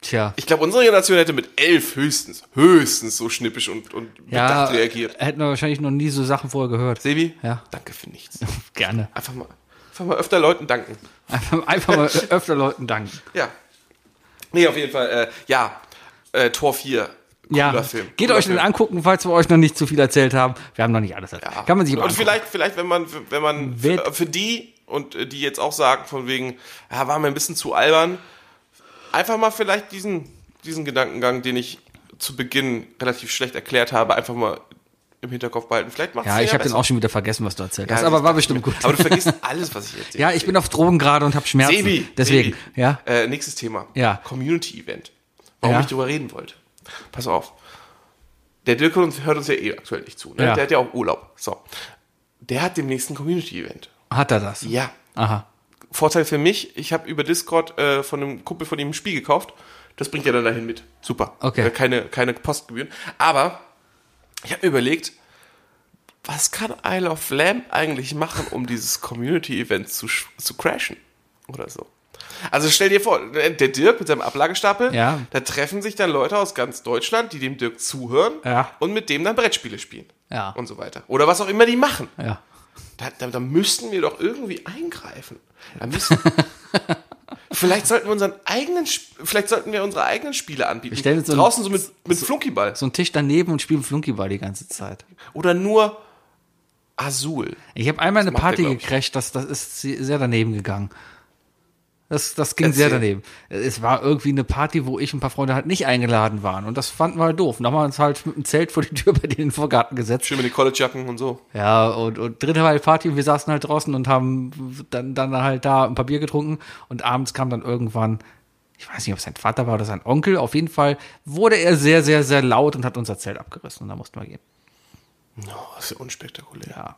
Speaker 4: Tja.
Speaker 3: Ich glaube, unsere Generation hätte mit elf höchstens, höchstens so schnippisch und, und
Speaker 4: ja,
Speaker 3: bedacht reagiert.
Speaker 4: hätten wir wahrscheinlich noch nie so Sachen vorher gehört.
Speaker 3: Sebi?
Speaker 4: Ja.
Speaker 3: Danke für nichts.
Speaker 4: Gerne.
Speaker 3: Einfach mal, einfach mal öfter Leuten danken.
Speaker 4: Einfach, einfach mal öfter Leuten danken.
Speaker 3: Ja. Nee, auf jeden Fall, äh, ja. Äh, Tor 4. Cooler
Speaker 4: Ja,
Speaker 3: Film.
Speaker 4: geht
Speaker 3: Cooler
Speaker 4: euch den
Speaker 3: Film.
Speaker 4: angucken, falls wir euch noch nicht zu viel erzählt haben. Wir haben noch nicht alles erzählt.
Speaker 3: Ja.
Speaker 4: Kann man sich
Speaker 3: Und
Speaker 4: aber angucken.
Speaker 3: vielleicht, vielleicht, wenn man, wenn man
Speaker 4: Wird-
Speaker 3: für, für die und äh, die jetzt auch sagen, von wegen, ja, war mir ein bisschen zu albern, einfach mal vielleicht diesen, diesen Gedankengang, den ich zu Beginn relativ schlecht erklärt habe, einfach mal im Hinterkopf behalten. Vielleicht macht's
Speaker 4: Ja, ich habe
Speaker 3: besser.
Speaker 4: den auch schon wieder vergessen, was du erzählt
Speaker 3: Ja,
Speaker 4: hast,
Speaker 3: das
Speaker 4: aber war
Speaker 3: dachte ich
Speaker 4: bestimmt
Speaker 3: mir.
Speaker 4: gut.
Speaker 3: Aber du vergisst alles, was ich erzähle.
Speaker 4: ja, ich bin auf Drogen gerade und habe Schmerzen.
Speaker 3: Sebi,
Speaker 4: Deswegen,
Speaker 3: Sebi.
Speaker 4: ja.
Speaker 3: Äh, nächstes Thema.
Speaker 4: Ja.
Speaker 3: Community Event. Warum
Speaker 4: Ja.
Speaker 3: ich drüber reden wollte. Pass auf. Der Dirk hört uns, hört uns ja eh aktuell nicht zu. Ne?
Speaker 4: Ja.
Speaker 3: Der hat ja auch Urlaub. So. Der hat demnächst ein Community Event.
Speaker 4: Hat er das?
Speaker 3: Ja.
Speaker 4: Aha.
Speaker 3: Vorteil für mich, ich habe über Discord äh, von einem Kumpel von ihm ein Spiel gekauft. Das bringt er dann dahin mit. Super.
Speaker 4: Okay.
Speaker 3: Äh, keine, keine Postgebühren. Aber ich habe mir überlegt, was kann Isle of Lamb eigentlich machen, um dieses Community-Event zu, sch- zu crashen? Oder so. Also stell dir vor, der Dirk mit seinem Ablagestapel,
Speaker 4: Ja.
Speaker 3: da treffen sich dann Leute aus ganz Deutschland, die dem Dirk zuhören
Speaker 4: Ja.
Speaker 3: und mit dem dann Brettspiele spielen.
Speaker 4: Ja.
Speaker 3: Und so weiter. Oder was auch immer die machen.
Speaker 4: Ja.
Speaker 3: Da, da, da müssten wir doch irgendwie eingreifen. Da müssen, vielleicht sollten wir unseren eigenen, Sp- vielleicht sollten wir unsere eigenen Spiele anbieten.
Speaker 4: Wir stellen jetzt so einen-
Speaker 3: draußen so mit, mit Flunkyball
Speaker 4: So ein Tisch daneben und spielen Flunkyball die ganze Zeit.
Speaker 3: oder nur Azul.
Speaker 4: Ich habe einmal eine
Speaker 3: macht der,
Speaker 4: Party
Speaker 3: glaub ich.
Speaker 4: gecrasht, das, das ist se- sehr daneben gegangen. Das, das ging
Speaker 3: Erzähl.
Speaker 4: sehr daneben. Es war irgendwie eine Party, wo ich und ein paar Freunde halt nicht eingeladen waren. Und das fanden wir halt doof. Und dann haben wir uns halt mit dem Zelt vor die Tür bei denen in den Vorgarten gesetzt.
Speaker 3: Schön mit den Collegejacken und so.
Speaker 4: Ja, und, und dritte war halt Party und wir saßen halt draußen und haben dann, dann halt da ein paar Bier getrunken. Und abends kam dann irgendwann, ich weiß nicht, ob es sein Vater war oder sein Onkel, auf jeden Fall wurde er sehr, sehr, sehr laut und hat unser Zelt abgerissen. Und da mussten wir gehen.
Speaker 3: No, ist ja unspektakulär.
Speaker 4: Ja,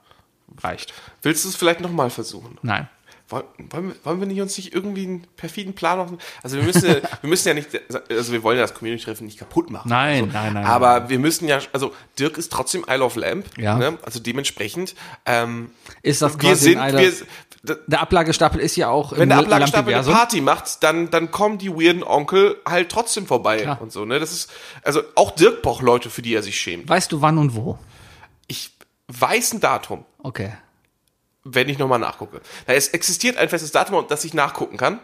Speaker 4: reicht.
Speaker 3: Willst du es vielleicht nochmal versuchen?
Speaker 4: Nein.
Speaker 3: Wollen, wollen, wir, wollen wir nicht uns nicht irgendwie einen perfiden Plan machen? Also wir müssen, ja- wir müssen ja nicht, also wir wollen ja das Community-Treffen nicht kaputt machen. Also,
Speaker 4: Nein, nein, nein.
Speaker 3: Aber wir müssen ja, also Dirk ist trotzdem Isle of Lamp,
Speaker 4: Ja.
Speaker 3: ne? also dementsprechend, ähm,
Speaker 4: Ist das
Speaker 3: wir
Speaker 4: quasi
Speaker 3: sind,
Speaker 4: ein
Speaker 3: wir, d-
Speaker 4: Der Ablagestapel ist ja auch
Speaker 3: wenn der
Speaker 4: La-
Speaker 3: Ablagestapel eine
Speaker 4: Lampiversum.
Speaker 3: Party macht, dann, dann kommen die weirden Onkel halt trotzdem vorbei
Speaker 4: Klar.
Speaker 3: und so, ne, das ist, also auch Dirk braucht Leute, für die er sich schämt.
Speaker 4: Weißt du wann und wo?
Speaker 3: Ich weiß ein Datum,
Speaker 4: Okay.
Speaker 3: wenn ich nochmal nachgucke. Na, es existiert ein festes Datum, das ich nachgucken kann.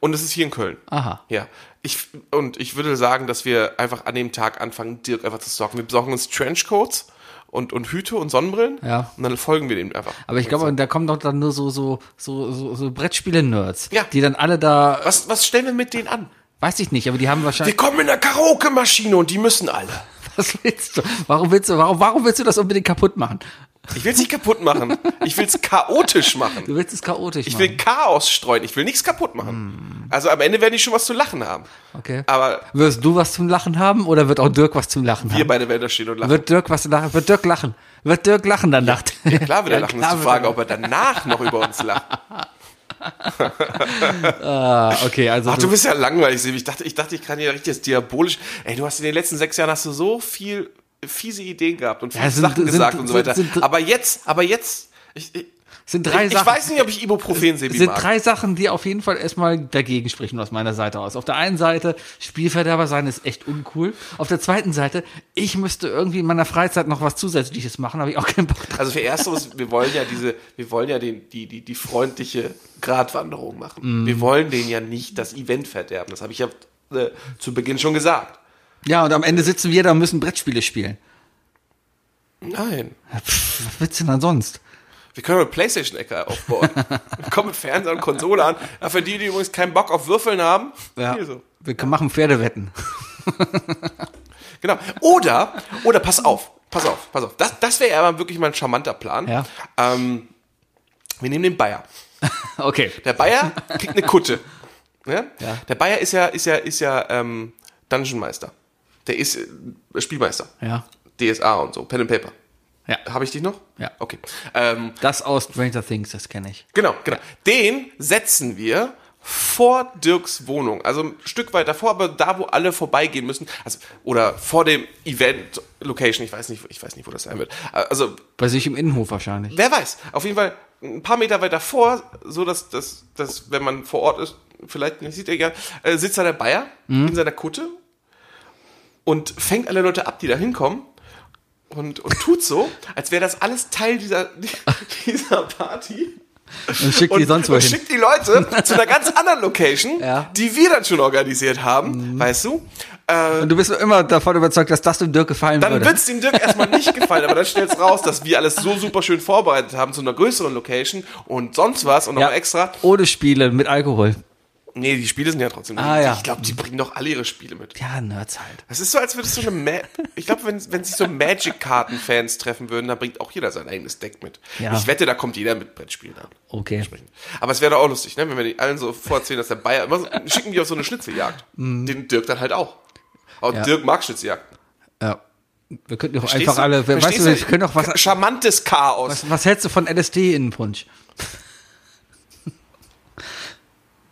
Speaker 3: Und es ist hier in Köln.
Speaker 4: Aha.
Speaker 3: Ja. Ich, und ich würde sagen, dass wir einfach an dem Tag anfangen, Dirk einfach zu stalken. Wir besorgen uns Trenchcoats und, und Hüte und Sonnenbrillen.
Speaker 4: Ja.
Speaker 3: Und dann folgen wir dem einfach.
Speaker 4: Aber ich glaube, da kommen doch dann nur so so so so, so Brettspiele-Nerds,
Speaker 3: Ja.
Speaker 4: die dann alle da,
Speaker 3: Was, was stellen wir mit denen an?
Speaker 4: weiß ich nicht, aber die haben
Speaker 3: Wir
Speaker 4: wahrscheinlich.
Speaker 3: kommen in der Karaoke-Maschine und die müssen alle.
Speaker 4: Was willst du? Warum willst du? Warum, warum willst du das unbedingt kaputt machen?
Speaker 3: Ich will's nicht kaputt machen. Ich will's chaotisch machen.
Speaker 4: Du willst es chaotisch
Speaker 3: Ich
Speaker 4: machen.
Speaker 3: will Chaos streuen. Ich will nichts kaputt
Speaker 4: Hm.
Speaker 3: machen. Also am Ende werden die schon was zu lachen haben.
Speaker 4: okay.
Speaker 3: Aber
Speaker 4: Wirst du was zum Lachen haben oder wird auch Dirk was zum Lachen
Speaker 3: wir
Speaker 4: haben?
Speaker 3: beide werden da stehen und lachen.
Speaker 4: Wird Dirk was lachen? Wird Dirk lachen? Wird Dirk lachen dann lacht?
Speaker 3: Klar wird er lachen.
Speaker 4: klar
Speaker 3: ist die
Speaker 4: wird er
Speaker 3: Frage, ob er danach noch über uns lacht.
Speaker 4: Ah, okay, also
Speaker 3: Ach,
Speaker 4: du,
Speaker 3: du bist ja langweilig, Sebi. Ich dachte, ich dachte, ich kann dir richtig das diabolisch. Ey, du hast in den letzten sechs Jahren hast du so viel fiese Ideen gehabt und viele
Speaker 4: Ja, sind-
Speaker 3: Sachen
Speaker 4: sind-
Speaker 3: gesagt und so
Speaker 4: sind-
Speaker 3: weiter.
Speaker 4: sind-
Speaker 3: aber jetzt, aber jetzt, ich, ich,
Speaker 4: sind drei
Speaker 3: ich, ich
Speaker 4: Sachen.
Speaker 3: weiß nicht, ob ich Ibuprofen, Sebi,
Speaker 4: sind
Speaker 3: mag.
Speaker 4: drei Sachen, die auf jeden Fall erstmal dagegen sprechen aus meiner Seite aus. Auf der einen Seite, Spielverderber sein ist echt uncool. Auf der zweiten Seite, ich müsste irgendwie in meiner Freizeit noch was Zusätzliches machen, habe ich auch keinen Bock drauf.
Speaker 3: Also für ersteres, wir wollen ja diese, wir wollen ja den, die, die, die freundliche Gratwanderung machen. Wir wollen denen ja nicht das Event verderben. Das habe ich ja äh, zu Beginn schon gesagt.
Speaker 4: Ja, und am Ende sitzen wir da und müssen Brettspiele spielen.
Speaker 3: Nein.
Speaker 4: Ja, Pff, was willst du denn dann sonst?
Speaker 3: Wir können eine Playstation-Ecke aufbauen. Wir kommen mit Fernseher und Konsole an. Ja, für die, die übrigens keinen Bock auf Würfeln haben. Hier so.
Speaker 4: Wir können machen Pferdewetten.
Speaker 3: Genau. Oder, oder pass auf, pass auf, pass auf. Das, das wäre ja aber wirklich mal ein charmanter Plan.
Speaker 4: Ja.
Speaker 3: Ähm, wir nehmen den Bayer.
Speaker 4: Okay.
Speaker 3: Der Bayer kriegt eine Kutte. Ja?
Speaker 4: Ja.
Speaker 3: Der Bayer ist ja, ist ja, ist ja ähm, Dungeonmeister. Der ist äh, Spielmeister.
Speaker 4: Ja.
Speaker 3: DSA und so, Pen and Paper.
Speaker 4: Ja.
Speaker 3: Habe ich dich noch?
Speaker 4: Ja.
Speaker 3: Okay. Ähm,
Speaker 4: Das aus Stranger Things, das kenne ich.
Speaker 3: Genau, genau. Den setzen wir vor Dirks Wohnung, also ein Stück weit davor, aber da, wo alle vorbeigehen müssen, also, oder vor dem Event-Location, ich weiß nicht, ich weiß nicht, wo das sein wird. Also,
Speaker 4: Bei sich im Innenhof wahrscheinlich.
Speaker 3: wer weiß, auf jeden Fall ein paar Meter weiter vor, so dass, dass, dass wenn man vor Ort ist, vielleicht nicht sieht, egal, äh, sitzt da der Bayer
Speaker 4: Mhm.
Speaker 3: in seiner Kutte und fängt alle Leute ab, die da hinkommen und, und tut so, als wäre das alles Teil dieser, dieser Party
Speaker 4: Und schickt die sonst
Speaker 3: und
Speaker 4: wohin.
Speaker 3: schickt die Leute zu einer ganz anderen Location,
Speaker 4: Ja. Mhm.
Speaker 3: die wir dann schon organisiert haben, weißt du? Äh,
Speaker 4: Und du bist immer davon überzeugt, dass das dem Dirk gefallen
Speaker 3: dann
Speaker 4: würde.
Speaker 3: wird's dem Dirk erstmal nicht gefallen, aber dann stellt's raus, dass wir alles so super schön vorbereitet haben zu einer größeren Location und sonst was und noch
Speaker 4: ja.
Speaker 3: extra.
Speaker 4: Ohne Spiele, mit Alkohol.
Speaker 3: Nee, die Spiele sind ja trotzdem.
Speaker 4: Ah, ja.
Speaker 3: Ich glaube, die bringen doch alle ihre Spiele mit.
Speaker 4: Ja, Nerds halt.
Speaker 3: Das ist so, als würdest du eine Ma Ich glaube, wenn, wenn sich so Magic-Karten-Fans treffen würden, dann bringt auch jeder sein eigenes Deck mit.
Speaker 4: Ja.
Speaker 3: Ich wette, da kommt jeder mit Brettspielen an.
Speaker 4: Okay.
Speaker 3: Aber es wäre doch auch lustig, ne? wenn wir den allen so vorerzählen, dass der Bayer immer so, schicken die auf so eine Schnitzeljagd. Den Dirk dann halt auch. Aber
Speaker 4: Mhm. Ja.
Speaker 3: Dirk mag Schnitzeljagden.
Speaker 4: Ja. Wir könnten doch
Speaker 3: Verstehst
Speaker 4: einfach
Speaker 3: du?
Speaker 4: alle, wir, weißt
Speaker 3: Verstehst
Speaker 4: du, wir können doch was,
Speaker 3: Charmantes Chaos.
Speaker 4: was, was hältst du von LSD in Punsch?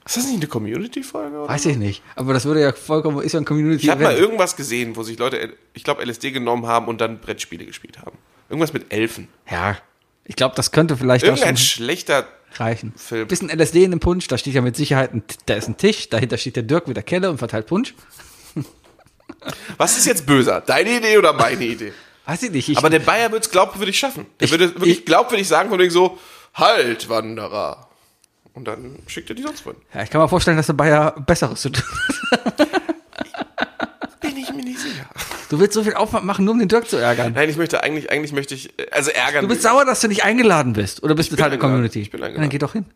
Speaker 3: Ist das nicht eine Community-Folge? oder?
Speaker 4: Weiß ich nicht. Aber das würde ja vollkommen, ist ja ein Community
Speaker 3: Ich habe mal
Speaker 4: Event.
Speaker 3: irgendwas gesehen, wo sich Leute, ich glaube, LSD genommen haben und dann Brettspiele gespielt haben. Irgendwas mit Elfen.
Speaker 4: Ja. Ich glaube, das könnte vielleicht auch schon
Speaker 3: Irgendein schlechter
Speaker 4: reichen.
Speaker 3: Film.
Speaker 4: Bisschen LSD in dem Punsch, da steht ja mit Sicherheit, ein, da ist ein Tisch, dahinter steht der Dirk mit der Kelle und verteilt Punsch.
Speaker 3: Was ist jetzt böser? Deine Idee oder meine Idee?
Speaker 4: Weiß ich nicht. Ich,
Speaker 3: Aber der Bayer wird es glaubwürdig schaffen. Der
Speaker 4: Ich-
Speaker 3: würde wirklich
Speaker 4: ich-
Speaker 3: glaubwürdig sagen von wegen so, halt, Wanderer. Und dann schickt er die sonst wohin.
Speaker 4: ja, ich kann mir vorstellen, dass der Bayer Besseres zu tun hat.
Speaker 3: Bin ich mir nicht sicher.
Speaker 4: Du willst so viel Aufwand machen, nur um den Dirk zu ärgern.
Speaker 3: Nein, ich möchte eigentlich, eigentlich möchte ich, äh, also ärgern.
Speaker 4: Du bist sauer, dass du nicht eingeladen bist. Oder bist du
Speaker 3: bin
Speaker 4: Teil der
Speaker 3: eingeladen.
Speaker 4: Community?
Speaker 3: Ich bin
Speaker 4: Ja, Dann
Speaker 3: eingeladen.
Speaker 4: geh doch hin.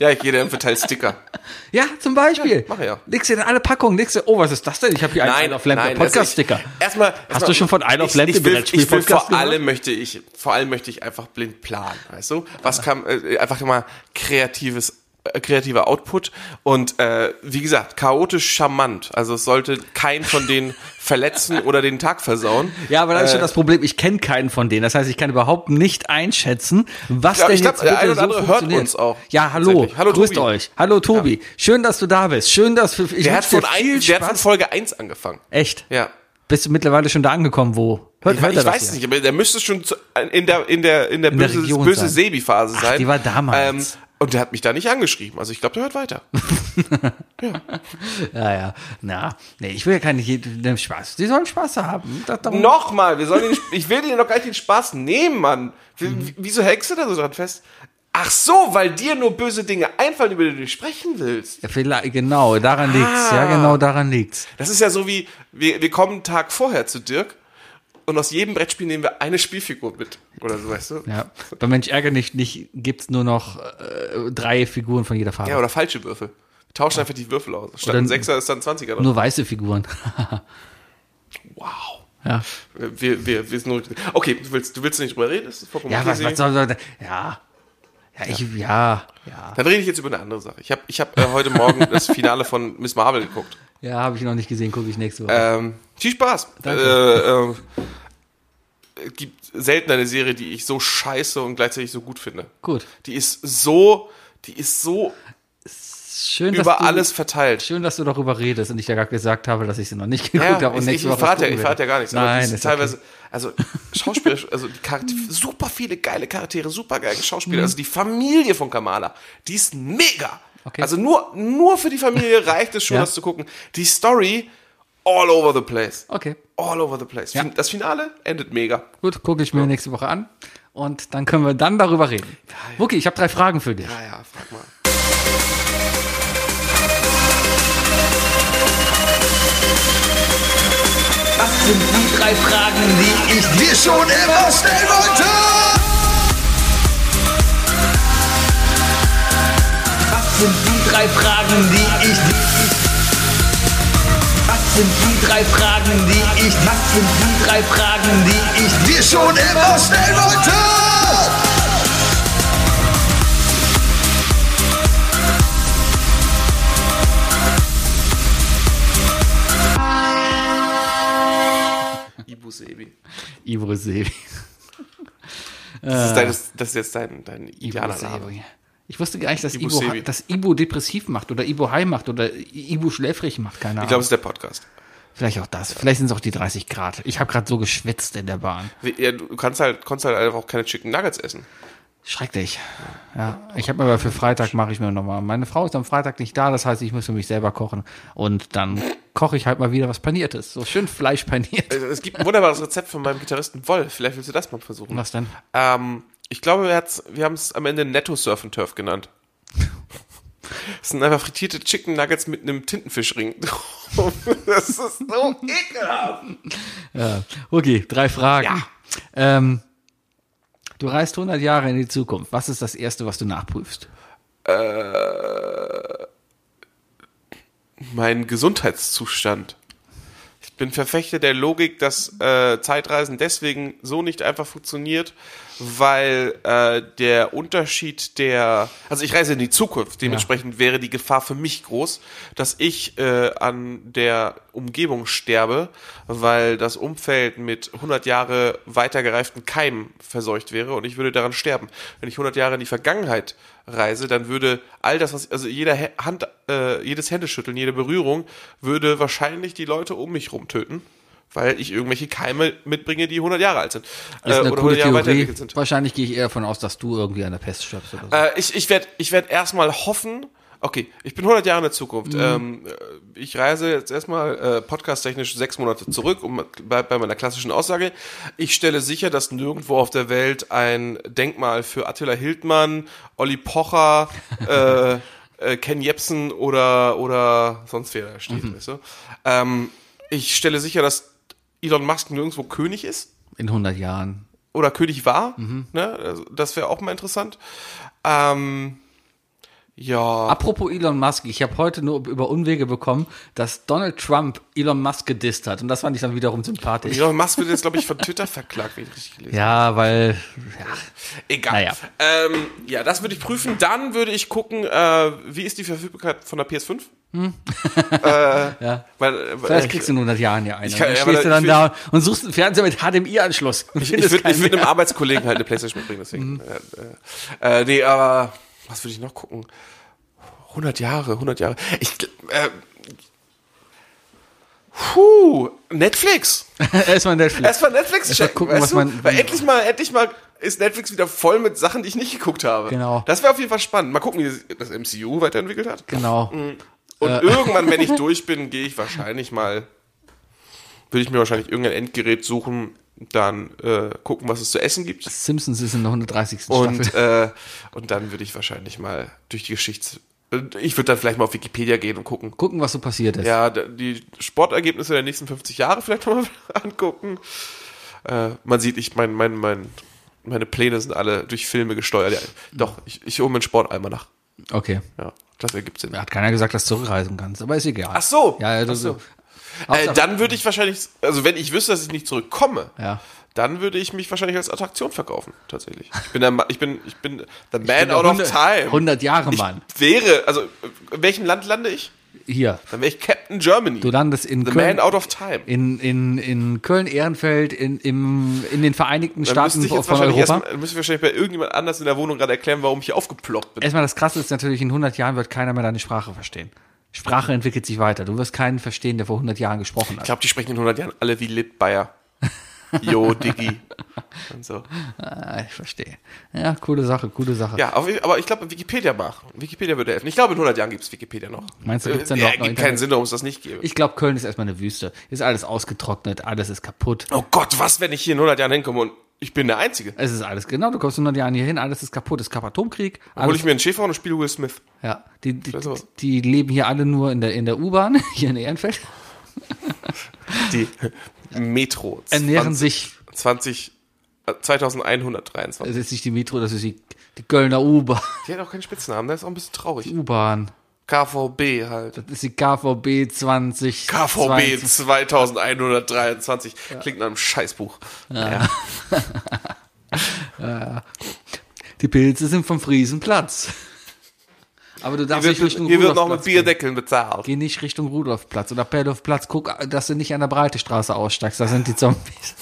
Speaker 3: ja, ich gehe dann verteile Sticker.
Speaker 4: Ja, zum Beispiel.
Speaker 3: mach ja.
Speaker 4: Legst dir dann alle Packungen, legst dir, oh, was ist das denn? Ich habe hier einen Isle of Lamp, der Podcast-Sticker.
Speaker 3: also ich- Erstmal, erstmal,
Speaker 4: du schon von Isle of
Speaker 3: ich-
Speaker 4: Lamp
Speaker 3: ich
Speaker 4: den
Speaker 3: will- Ich will
Speaker 4: Brettspiel-Podcast
Speaker 3: vor
Speaker 4: gehört?
Speaker 3: allem möchte ich, vor allem möchte ich einfach blind planen, weißt du? Was kam, äh, einfach mal kreatives, äh, kreativer Output und äh, wie gesagt, chaotisch charmant. Also es sollte kein von denen verletzen oder den Tag versauen.
Speaker 4: Ja, aber da
Speaker 3: Äh.
Speaker 4: ist schon das Problem, ich kenne keinen von denen. Das heißt, ich kann überhaupt nicht einschätzen, was
Speaker 3: Ja,
Speaker 4: denn
Speaker 3: ich glaub,
Speaker 4: jetzt
Speaker 3: der
Speaker 4: bitte
Speaker 3: eine oder
Speaker 4: so
Speaker 3: andere hört
Speaker 4: funktioniert.
Speaker 3: uns auch.
Speaker 4: Ja, hallo.
Speaker 3: Tatsächlich. Hallo,
Speaker 4: Grüßt
Speaker 3: Tobi.
Speaker 4: euch. Hallo Tobi. Schön, dass du da bist. Schön, dass du ich
Speaker 3: Der hat,
Speaker 4: wünsche dir
Speaker 3: von ein,
Speaker 4: viel
Speaker 3: der hat von
Speaker 4: Spaß.
Speaker 3: Folge 1 angefangen.
Speaker 4: Echt?
Speaker 3: Ja.
Speaker 4: Bist du mittlerweile schon da angekommen, wo? Hört,
Speaker 3: Ich, we-
Speaker 4: hört er
Speaker 3: ich
Speaker 4: das
Speaker 3: weiß es
Speaker 4: hier?
Speaker 3: nicht, aber der müsste schon zu, äh, in der, in der, in der
Speaker 4: der
Speaker 3: böse,
Speaker 4: Region
Speaker 3: böse
Speaker 4: sein.
Speaker 3: Sebi-Phase sein.
Speaker 4: die war damals.
Speaker 3: Ähm, und der hat mich da nicht angeschrieben. Also ich glaube, der hört weiter.
Speaker 4: Ja, ja. Na, nee, ich will ja keine jedem Spaß. Die sollen Spaß haben. Das, darum-
Speaker 3: Nochmal, wir sollen den, ich will dir doch gar nicht den Spaß nehmen, Mann. W-
Speaker 4: Mhm.
Speaker 3: w- Wieso hängst du da so dran fest? Ach so, weil dir nur böse Dinge einfallen, über die du nicht sprechen willst.
Speaker 4: Ja, vielleicht, genau, daran liegt's. Ja,
Speaker 3: Ah.
Speaker 4: genau, daran liegt's.
Speaker 3: Das ist ja so wie, wir, wir kommen einen Tag vorher zu Dirk und aus jedem Brettspiel nehmen wir eine Spielfigur mit. Oder so, weißt du?
Speaker 4: Ja. Bei Mensch ärger nicht, nicht gibt's nur noch äh, drei Figuren von jeder Farbe.
Speaker 3: Ja, oder falsche Würfel. Wir tauschen einfach die Würfel aus. Statt
Speaker 4: Oder-
Speaker 3: ein Sechser ist dann ein Zwanziger.
Speaker 4: Nur weiße Figuren.
Speaker 3: Wow.
Speaker 4: ja.
Speaker 3: Wir, wir, wir sind nur, okay, du willst, du willst nicht drüber reden? Das ist vollkommen
Speaker 4: Ja,
Speaker 3: okay,
Speaker 4: was,
Speaker 3: Sebi.
Speaker 4: was soll, soll ja. Ja, ich, ja, ja.
Speaker 3: Dann rede ich jetzt über eine andere Sache. Ich habe ich hab, äh, heute Morgen das Finale von Miss Marvel geguckt.
Speaker 4: Ja, habe ich noch nicht gesehen, gucke ich nächste Woche.
Speaker 3: Ähm, viel Spaß.
Speaker 4: Danke.
Speaker 3: Äh, äh, es gibt selten eine Serie, die ich so scheiße und gleichzeitig so gut finde.
Speaker 4: Gut.
Speaker 3: Die ist so, die ist so
Speaker 4: Schön, dass
Speaker 3: über
Speaker 4: du,
Speaker 3: alles verteilt.
Speaker 4: Schön, dass du darüber redest und ich ja gerade gesagt habe, dass ich sie noch nicht geguckt
Speaker 3: Ja,
Speaker 4: habe und
Speaker 3: ich, ich,
Speaker 4: nächste Woche.
Speaker 3: verrate ja,
Speaker 4: gucken
Speaker 3: ich
Speaker 4: werde.
Speaker 3: verrate ja gar nichts. aber
Speaker 4: Nein,
Speaker 3: es
Speaker 4: ist
Speaker 3: ist teilweise, also Schauspieler, also die Charakter, super viele geile Charaktere, super geile
Speaker 4: Mhm.
Speaker 3: Schauspieler. Also die Familie von Kamala, die ist mega.
Speaker 4: Okay.
Speaker 3: Also nur, nur für die Familie reicht es schon,
Speaker 4: Ja.
Speaker 3: das zu gucken. Die Story, all over the place.
Speaker 4: Okay. okay.
Speaker 3: All over the place. Fin- Das Finale endet mega.
Speaker 4: Gut, gucke ich mir nächste Woche an und dann können wir dann darüber reden. Wookie, ich habe drei Fragen für dich.
Speaker 3: Ah ja, frag mal.
Speaker 1: Das sind die drei Fragen, die ich dir schon immer stellen wollte. Was sind die drei Fragen, die ich dir... Was sind die drei Fragen, die ich... Was sind die drei Fragen, die ich dir schon immer stellen wollte?
Speaker 3: Ibu Sebi.
Speaker 4: Ivo Sebi.
Speaker 3: Das ist, dein, das ist jetzt dein, dein idealer Name.
Speaker 4: Ich wusste gar nicht, dass
Speaker 3: Ibo
Speaker 4: Ibo,
Speaker 3: Sebi.
Speaker 4: dass Ibo depressiv macht oder Ibo high macht oder Ibo schläfrig macht, keine Ahnung.
Speaker 3: Ich glaube, es ist der Podcast.
Speaker 4: Vielleicht auch das. Vielleicht sind es auch die 30 Grad. Ich habe gerade so geschwitzt in der Bahn.
Speaker 3: Wie- Ja, du kannst halt, konntest halt einfach auch keine Chicken Nuggets essen.
Speaker 4: Schrecklich. Ja, ich habe mir aber für Freitag mache ich mir nochmal. Meine Frau ist am Freitag nicht da, das heißt, ich muss für mich selber kochen. Und dann koche ich halt mal wieder was Paniertes. So schön Fleisch paniert.
Speaker 3: Also, Es gibt ein wunderbares Rezept von meinem Gitarristen Wolf. Vielleicht willst du das mal versuchen.
Speaker 4: Was denn?
Speaker 3: Ähm, ich glaube, er hat's, wir haben es am Ende Netto Surf and Turf genannt. Das sind einfach frittierte Chicken Nuggets mit einem Tintenfischring. drauf. Das ist so ekelhaft.
Speaker 4: Okay, drei Fragen.
Speaker 3: Ja.
Speaker 4: Ähm, Du reist 100 Jahre in die Zukunft. Was ist das Erste, was du nachprüfst?
Speaker 3: Mein Gesundheitszustand. Ich bin Verfechter der Logik, dass äh, Zeitreisen deswegen so nicht einfach funktioniert, weil äh, der Unterschied der. Also ich reise in die Zukunft, dementsprechend wäre die Gefahr für mich groß, dass ich äh, an der Umgebung sterbe, weil das Umfeld mit 100 Jahre weitergereiften Keimen verseucht wäre und ich würde daran sterben. Wenn ich 100 Jahre in die Vergangenheit reise, dann würde all das, was, also jeder Hä- Hand, äh, jedes Händeschütteln, jede Berührung würde wahrscheinlich die Leute um mich rum töten, weil ich irgendwelche Keime mitbringe, die 100 Jahre alt sind. äh,
Speaker 4: Das ist eine coole Theorie.
Speaker 3: weiterentwickelt sind.
Speaker 4: Wahrscheinlich gehe ich eher davon aus, dass du irgendwie an der Pest stirbst oder so.
Speaker 3: Äh, ich ich werde ich werd erstmal hoffen, okay, ich bin 100 Jahre in der Zukunft. Ähm, äh, ich reise jetzt erstmal äh, podcasttechnisch sechs Monate zurück, um bei, bei meiner klassischen Aussage. Ich stelle sicher, dass nirgendwo auf der Welt ein Denkmal für Attila Hildmann, Olli Pocher, äh, äh, Ken Jebsen oder, oder sonst wer da steht. Weißt du? ähm, ich stelle sicher, dass Elon Musk nirgendwo König ist
Speaker 4: In 100 Jahren.
Speaker 3: oder König war.
Speaker 4: Mhm.
Speaker 3: Ne? Also, Das wäre auch mal interessant. Ähm, ja,
Speaker 4: Apropos Elon Musk, ich habe heute nur über Unwege bekommen, dass Donald Trump Elon Musk gedisst hat. Und das fand ich dann wiederum sympathisch.
Speaker 3: Elon Musk wird jetzt, glaube ich, von Twitter verklagt, wenn ich richtig gelesen
Speaker 4: Ja, weil. Ja.
Speaker 3: habe. Egal.
Speaker 4: Naja.
Speaker 3: Ähm, ja, das würde ich prüfen. Dann würde ich gucken, äh, wie ist die Verfügbarkeit von der PS5? äh, ja. Weil, äh,
Speaker 4: Hm. Vielleicht
Speaker 3: ich-
Speaker 4: kriegst du in 100 Jahren ja eine.
Speaker 3: kann-
Speaker 4: dann
Speaker 3: ja,
Speaker 4: stehst
Speaker 3: aber
Speaker 4: du dann
Speaker 3: ich
Speaker 4: da und suchst einen Fernseher mit HDMI-Anschluss.
Speaker 3: ich würde ich würd einem Arbeitskollegen halt eine Playstation mitbringen, deswegen. Äh, äh, nee, aber was würde ich noch gucken? 100 Jahre, 100 Jahre. Ich, gl- äh, puh, Netflix.
Speaker 4: Erstmal Netflix.
Speaker 3: Erstmal Netflix
Speaker 4: Hm. Erst mal
Speaker 3: checken,
Speaker 4: gucken,
Speaker 3: weißt
Speaker 4: was
Speaker 3: du?
Speaker 4: man-
Speaker 3: Weil endlich mal, endlich mal ist Netflix wieder voll mit Sachen, die ich nicht geguckt habe.
Speaker 4: Genau.
Speaker 3: Das wäre auf jeden Fall spannend. Mal gucken, wie das MCU weiterentwickelt hat.
Speaker 4: Genau.
Speaker 3: Mm. Und irgendwann, wenn ich durch bin, gehe ich wahrscheinlich mal, würde ich mir wahrscheinlich irgendein Endgerät suchen, dann äh, gucken, was es zu essen gibt.
Speaker 4: Simpsons ist in der 130. Staffel.
Speaker 3: Und, äh, und dann würde ich wahrscheinlich mal durch die Geschichts... äh, Ich würde dann vielleicht mal auf Wikipedia gehen und gucken,
Speaker 4: Gucken, was so passiert ist.
Speaker 3: ja, d- die Sportergebnisse der nächsten 50 Jahre vielleicht nochmal angucken. Äh, man sieht, ich mein, mein, mein, meine Pläne sind alle durch Filme gesteuert. Ja, doch, ich, ich hole mir einen Sport einmal nach.
Speaker 4: Okay.
Speaker 3: Ja, das ergibt Sinn.
Speaker 4: Hat keiner gesagt, dass du zurückreisen kannst, aber ist egal.
Speaker 3: Ach so.
Speaker 4: Ja, ja,
Speaker 3: Ach
Speaker 4: das
Speaker 3: so. Äh,
Speaker 4: Hauptsache-
Speaker 3: dann würde ich wahrscheinlich, also wenn ich wüsste, dass ich nicht zurückkomme,
Speaker 4: Ja.
Speaker 3: dann würde ich mich wahrscheinlich als Attraktion verkaufen, tatsächlich. Ich bin, der, Ma- ich bin, ich bin the man
Speaker 4: der
Speaker 3: out
Speaker 4: 100
Speaker 3: of time.
Speaker 4: 100 Jahre, Mann.
Speaker 3: Ich wäre, also in welchem Land lande ich?
Speaker 4: Hier.
Speaker 3: Dann wäre ich Captain Germany.
Speaker 4: Du landest in
Speaker 3: the
Speaker 4: Köln.
Speaker 3: man out of time.
Speaker 4: in, in, in Köln-Ehrenfeld, in, im, in den Vereinigten Staaten
Speaker 3: müsste ich jetzt
Speaker 4: von
Speaker 3: wahrscheinlich
Speaker 4: Europa.
Speaker 3: Erst, dann müsste ich wahrscheinlich bei irgendjemand anders in der Wohnung gerade erklären, warum ich hier aufgeploppt bin.
Speaker 4: Erstmal das Krasse ist natürlich, in 100 Jahren wird keiner mehr deine Sprache verstehen. Sprache entwickelt sich weiter. Du wirst keinen verstehen, der vor 100 Jahren gesprochen
Speaker 3: Ich
Speaker 4: hat.
Speaker 3: glaube, die sprechen in 100 Jahren alle wie Lit Bayer. Jo, Diggi. Und so.
Speaker 4: Ah, ich verstehe. Ja, coole Sache, coole Sache.
Speaker 3: Ja, aber aber ich glaube, Wikipedia macht. Wikipedia würde helfen. Ich glaube, in 100 Jahren gibt es Wikipedia noch.
Speaker 4: Meinst du, gibt's
Speaker 3: äh,
Speaker 4: denn überhaupt
Speaker 3: ja,
Speaker 4: noch
Speaker 3: gibt keinen
Speaker 4: Internet?
Speaker 3: Sinn, warum es das nicht gäbe.
Speaker 4: Ich glaube, Köln ist erstmal eine Wüste. Ist alles ausgetrocknet, alles ist kaputt.
Speaker 3: oh Gott, was, wenn ich hier in 100 Jahren hinkomme und ich bin der Einzige?
Speaker 4: Es ist alles, genau, du kommst in 100 Jahren hier hin, alles ist kaputt. Es gab Atomkrieg,
Speaker 3: Hol
Speaker 4: alles
Speaker 3: ich mir einen Schäfer und spiele Will Smith.
Speaker 4: Ja, die, die,
Speaker 3: Vielleicht aber-
Speaker 4: die leben hier alle nur in der, in der U-Bahn, hier in Ehrenfeld,
Speaker 3: Die Metro.
Speaker 4: ernähren
Speaker 3: 20
Speaker 4: sich,
Speaker 3: 20, äh, 2123.
Speaker 4: das ist nicht die Metro, das ist die, die Kölner U-Bahn.
Speaker 3: Die hat auch keinen Spitznamen, das ist auch ein bisschen traurig.
Speaker 4: U-Bahn.
Speaker 3: KVB halt.
Speaker 4: Das ist die KVB 20.
Speaker 3: KVB
Speaker 4: 20.
Speaker 3: 2123. Klingt nach einem Scheißbuch. Naja.
Speaker 4: Die Pilze sind vom Friesenplatz. Aber du darfst
Speaker 3: Hier
Speaker 4: nicht
Speaker 3: wird,
Speaker 4: Richtung
Speaker 3: hier wird noch mit
Speaker 4: Rudolfplatz gehen.
Speaker 3: Bierdeckeln bezahlt.
Speaker 4: Geh nicht Richtung Rudolfplatz oder Perdorfplatz. Guck, dass du nicht an der breite Straße aussteigst. Da sind die Zombies.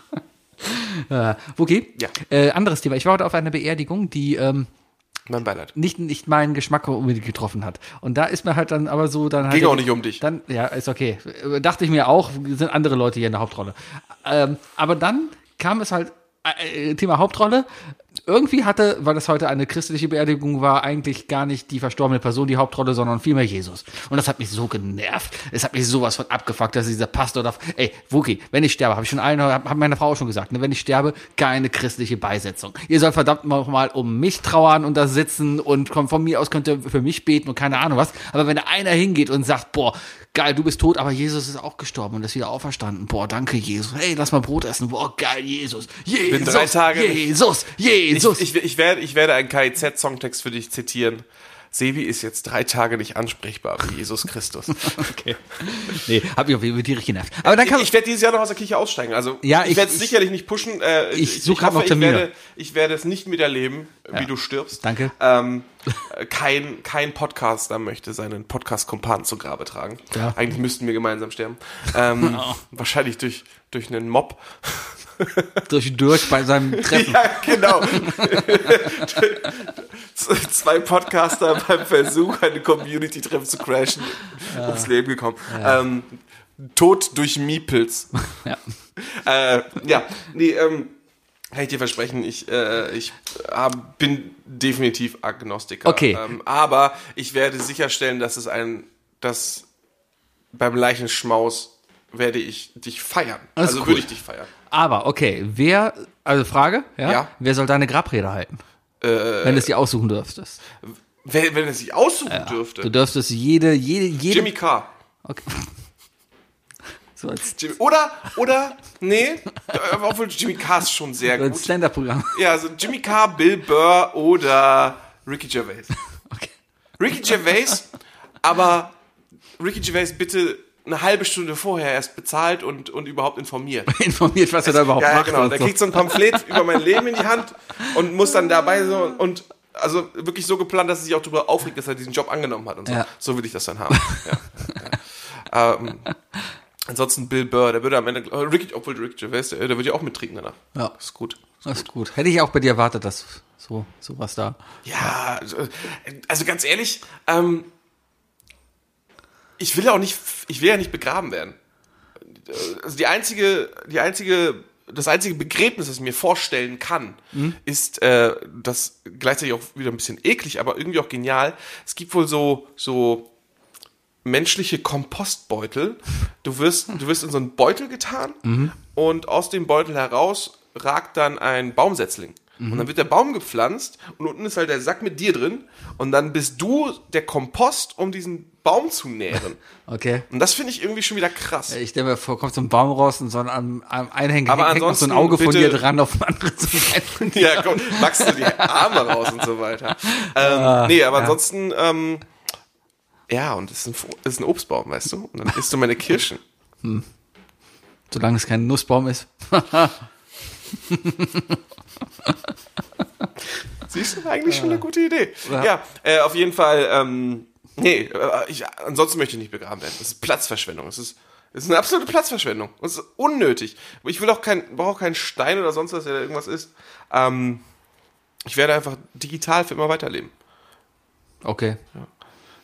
Speaker 4: äh, okay.
Speaker 3: Ja.
Speaker 4: Äh, anderes Thema. Ich war heute auf einer Beerdigung, die ähm,
Speaker 3: Mein Beileid.
Speaker 4: nicht, nicht meinen Geschmack unbedingt getroffen hat. Und da ist mir halt dann aber so dann halt.
Speaker 3: Ging auch nicht um dich.
Speaker 4: Dann, ja, ist okay. Äh, Dachte ich mir auch, sind andere Leute hier in der äh, Hauptrolle. Ähm, aber dann kam es halt, äh, Thema Hauptrolle, irgendwie hatte, weil das heute eine christliche Beerdigung war, eigentlich gar nicht die verstorbene Person die Hauptrolle, sondern vielmehr Jesus. Und das hat mich so genervt. Es hat mich sowas von abgefuckt, dass dieser Pastor da, ey, Wookie, wenn ich sterbe, habe ich schon allen, hat meine Frau auch schon gesagt, ne, wenn ich sterbe, keine christliche Beisetzung. Ihr sollt verdammt nochmal um mich trauern und da sitzen und kommt von mir aus könnt ihr für mich beten und keine Ahnung was. Aber wenn da einer hingeht und sagt, boah, geil, du bist tot, aber Jesus ist auch gestorben und ist wieder auferstanden. Boah, danke, Jesus. Hey, lass mal Brot essen. Boah, geil, Jesus. Jesus.
Speaker 3: bin drei Tage-
Speaker 4: Jesus,
Speaker 3: Ich,
Speaker 4: Jesus.
Speaker 3: ich, ich, werde, ich werde einen KIZ-Songtext für dich zitieren. Sebi ist jetzt drei Tage nicht ansprechbar wie Jesus Christus.
Speaker 4: okay. Nee, hab mich auf jeden Fall tierisch genervt. Aber dann
Speaker 3: Ich,
Speaker 4: kam
Speaker 3: ich werde dieses Jahr noch aus der Kirche aussteigen. Also
Speaker 4: Ja,
Speaker 3: ich,
Speaker 4: ich-
Speaker 3: werde es
Speaker 4: ich-
Speaker 3: sicherlich nicht pushen. Äh,
Speaker 4: Ich suche grad
Speaker 3: hoffe,
Speaker 4: noch Termine.
Speaker 3: Ich werde, ich werde es nicht miterleben, wie du stirbst.
Speaker 4: Danke.
Speaker 3: Ähm, äh, kein, kein Podcaster möchte seinen Podcast-Kumpan zu Grabe tragen.
Speaker 4: Ja. Oh.
Speaker 3: Eigentlich müssten wir gemeinsam sterben. Ähm, Wahrscheinlich durch, durch einen Mob.
Speaker 4: durch durch bei seinem Treffen.
Speaker 3: Ja, genau. Z- Zwei Podcaster beim Versuch, eine Community-Treffen zu crashen, ums Leben gekommen. Ähm, Tod durch Miepels.
Speaker 4: Ja.
Speaker 3: äh, ja, nee, ähm, kann ich dir versprechen, ich, äh, ich hab, bin definitiv Agnostiker.
Speaker 4: Okay.
Speaker 3: Ähm, aber ich werde sicherstellen, dass es ein, dass beim Leichenschmaus werde ich dich feiern.
Speaker 4: Das ist
Speaker 3: also
Speaker 4: cool.
Speaker 3: würde ich dich feiern.
Speaker 4: Aber okay, wer, also Frage, ja,
Speaker 3: Ja. Äh,
Speaker 4: wer soll deine Grabrede halten? wenn du es dir aussuchen dürftest.
Speaker 3: Wenn, wenn es sich aussuchen dürfte.
Speaker 4: Du dürftest jede, jede, jede.
Speaker 3: Jimmy Carr.
Speaker 4: Okay. so als,
Speaker 3: Jimmy, oder, oder, nee, äh, obwohl Jimmy Carr ist schon sehr
Speaker 4: als
Speaker 3: gut.
Speaker 4: Stand-Up-Programm.
Speaker 3: Ja, also Jimmy Carr, Bill Burr oder Ricky Gervais.
Speaker 4: Okay.
Speaker 3: Ricky Gervais, aber Ricky Gervais bitte eine halbe Stunde vorher erst bezahlt und, und überhaupt informiert.
Speaker 4: Informiert, was er da überhaupt
Speaker 3: Ja, ja
Speaker 4: macht.
Speaker 3: genau.
Speaker 4: und
Speaker 3: Der
Speaker 4: so.
Speaker 3: kriegt so ein Pamphlet über mein Leben in die Hand und muss dann dabei so und also wirklich so geplant, dass er sich auch darüber aufregt, dass er diesen Job angenommen hat und so.
Speaker 4: Ja.
Speaker 3: So will ich das dann haben. Ja, ja, ja. Ähm, ansonsten Bill Burr, der würde am Ende, äh, Ricky, obwohl Rick Gervais, der, der würde ja auch mittrinken danach.
Speaker 4: Ja.
Speaker 3: Ist gut.
Speaker 4: Das ist gut. Hätte ich auch bei dir erwartet, dass so, sowas da.
Speaker 3: Ja, also, äh, also ganz ehrlich, ähm, ich will ja auch nicht, ich will ja nicht begraben werden. Äh, Also die einzige, die einzige, das einzige Begräbnis, das ich mir vorstellen kann, ist äh, das gleichzeitig auch wieder ein bisschen eklig, aber irgendwie auch genial. Es gibt wohl so so menschliche Kompostbeutel. Du wirst, du wirst in so einen Beutel getan und aus dem Beutel heraus ragt dann ein Baumsetzling. Und dann wird der Baum gepflanzt und unten ist halt der Sack mit dir drin und dann bist du der Kompost, um diesen Baum zu nähren.
Speaker 4: Okay.
Speaker 3: Und das finde ich irgendwie schon wieder krass.
Speaker 4: Ich stelle mir vor, kommt so ein Baum raus und so ein- am, am Einhängen
Speaker 3: Aber
Speaker 4: hängt noch so ein
Speaker 3: ansonsten
Speaker 4: Auge von
Speaker 3: bitte-
Speaker 4: dir dran auf ein anderes.
Speaker 3: Ja, komm, wachsen dir die Arme raus und so weiter. Ähm, nee, aber ansonsten, ähm, ja, und es ist ein, Fro- es ist ein Obstbaum, weißt du? Und dann isst du meine Kirschen.
Speaker 4: Solange es kein Nussbaum ist.
Speaker 3: Siehst du, eigentlich schon eine gute Idee. Ja, äh, auf jeden Fall, ähm, nee, äh, ich, ansonsten möchte ich nicht begraben werden. Das ist Platzverschwendung. Es ist, es ist eine absolute Platzverschwendung. Es ist unnötig. Ich will auch kein, brauche auch keinen Stein oder sonst was, der da irgendwas ist. Ähm, ich werde einfach digital für immer weiterleben.
Speaker 4: Okay.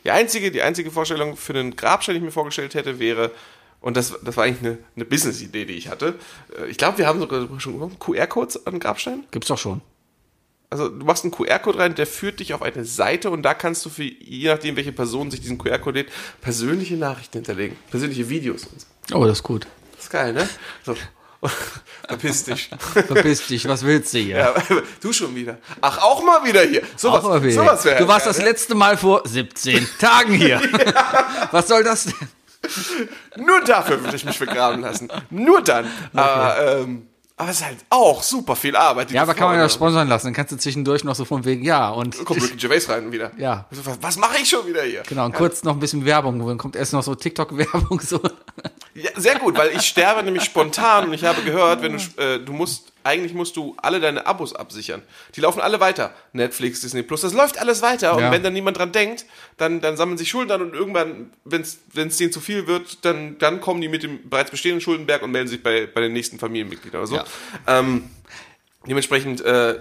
Speaker 3: Die einzige, die einzige Vorstellung für einen Grabstein, die ich mir vorgestellt hätte, wäre, und das, das war eigentlich eine, eine Business-Idee, die ich hatte. Äh, Ich glaube, wir haben sogar schon QR-Codes an Grabsteinen.
Speaker 4: Gibt's doch schon.
Speaker 3: Also du machst einen QR-Code rein, der führt dich auf eine Seite und da kannst du für, je nachdem, welche Person sich diesen QR-Code lädt, persönliche Nachrichten hinterlegen. Persönliche Videos und so.
Speaker 4: Oh, das ist gut.
Speaker 3: Das ist geil, ne? So. Verpiss dich.
Speaker 4: Verpiss dich, was willst du hier?
Speaker 3: Ja, du schon wieder. Ach, auch mal wieder hier. Sowas,
Speaker 4: Auch mal wieder.
Speaker 3: sowas wäre
Speaker 4: du warst
Speaker 3: geil, ne?
Speaker 4: das letzte Mal vor 17 Tagen hier. Was soll das denn?
Speaker 3: ne? Nur dafür würde ich mich begraben lassen. Nur dann. Aber, ähm, aber es ist halt auch super viel Arbeit. die
Speaker 4: Ja,
Speaker 3: die
Speaker 4: aber kann man
Speaker 3: Frau
Speaker 4: ja
Speaker 3: da-
Speaker 4: sponsern lassen. Dann kannst du zwischendurch noch so von wegen, ja, und
Speaker 3: Kommt Ricky Gervais rein wieder.
Speaker 4: Ja.
Speaker 3: Also, was was mache ich schon wieder hier?
Speaker 4: genau, und kurz noch ein bisschen Werbung. Dann kommt erst noch so TikTok-Werbung. So.
Speaker 3: Ja, sehr gut, weil ich sterbe nämlich spontan und ich habe gehört, wenn du äh, du musst eigentlich musst du alle deine Abos absichern. Die laufen alle weiter. Netflix, Disney Plus, das läuft alles weiter und
Speaker 4: Ja.
Speaker 3: wenn dann niemand dran denkt, dann dann sammeln sich Schulden an und irgendwann wenn es denen zu viel wird, dann dann kommen die mit dem bereits bestehenden Schuldenberg und melden sich bei bei den nächsten Familienmitgliedern oder so.
Speaker 4: Ja.
Speaker 3: Ähm, dementsprechend äh,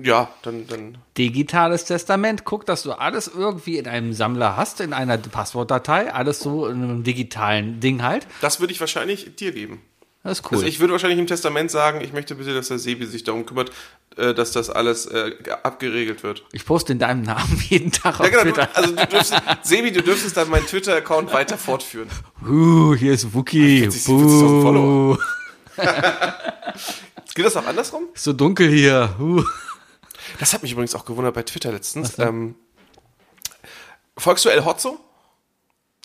Speaker 3: ja, dann dann
Speaker 4: Digitales Testament. Guck, dass du alles irgendwie in einem Sammler hast, in einer Passwortdatei. Alles so in einem digitalen Ding halt.
Speaker 3: das würde ich wahrscheinlich dir geben.
Speaker 4: Das ist cool.
Speaker 3: Also ich würde wahrscheinlich im Testament sagen, ich möchte bitte, dass der Sebi sich darum kümmert, äh, dass das alles äh, abgeregelt wird.
Speaker 4: ich poste in deinem Namen jeden Tag auf
Speaker 3: Ja, genau.
Speaker 4: Twitter.
Speaker 3: Du, also du dürfst, Sebi, du dürftest dann meinen Twitter-Account weiter fortführen.
Speaker 4: Uh, hier ist Wookie.
Speaker 3: 40, 40.000
Speaker 4: Buh.
Speaker 3: Follower. Geht das auch andersrum?
Speaker 4: Ist so dunkel hier. Uh.
Speaker 3: Das hat mich übrigens auch gewundert bei Twitter letztens. Ähm, folgst du El Hotzo?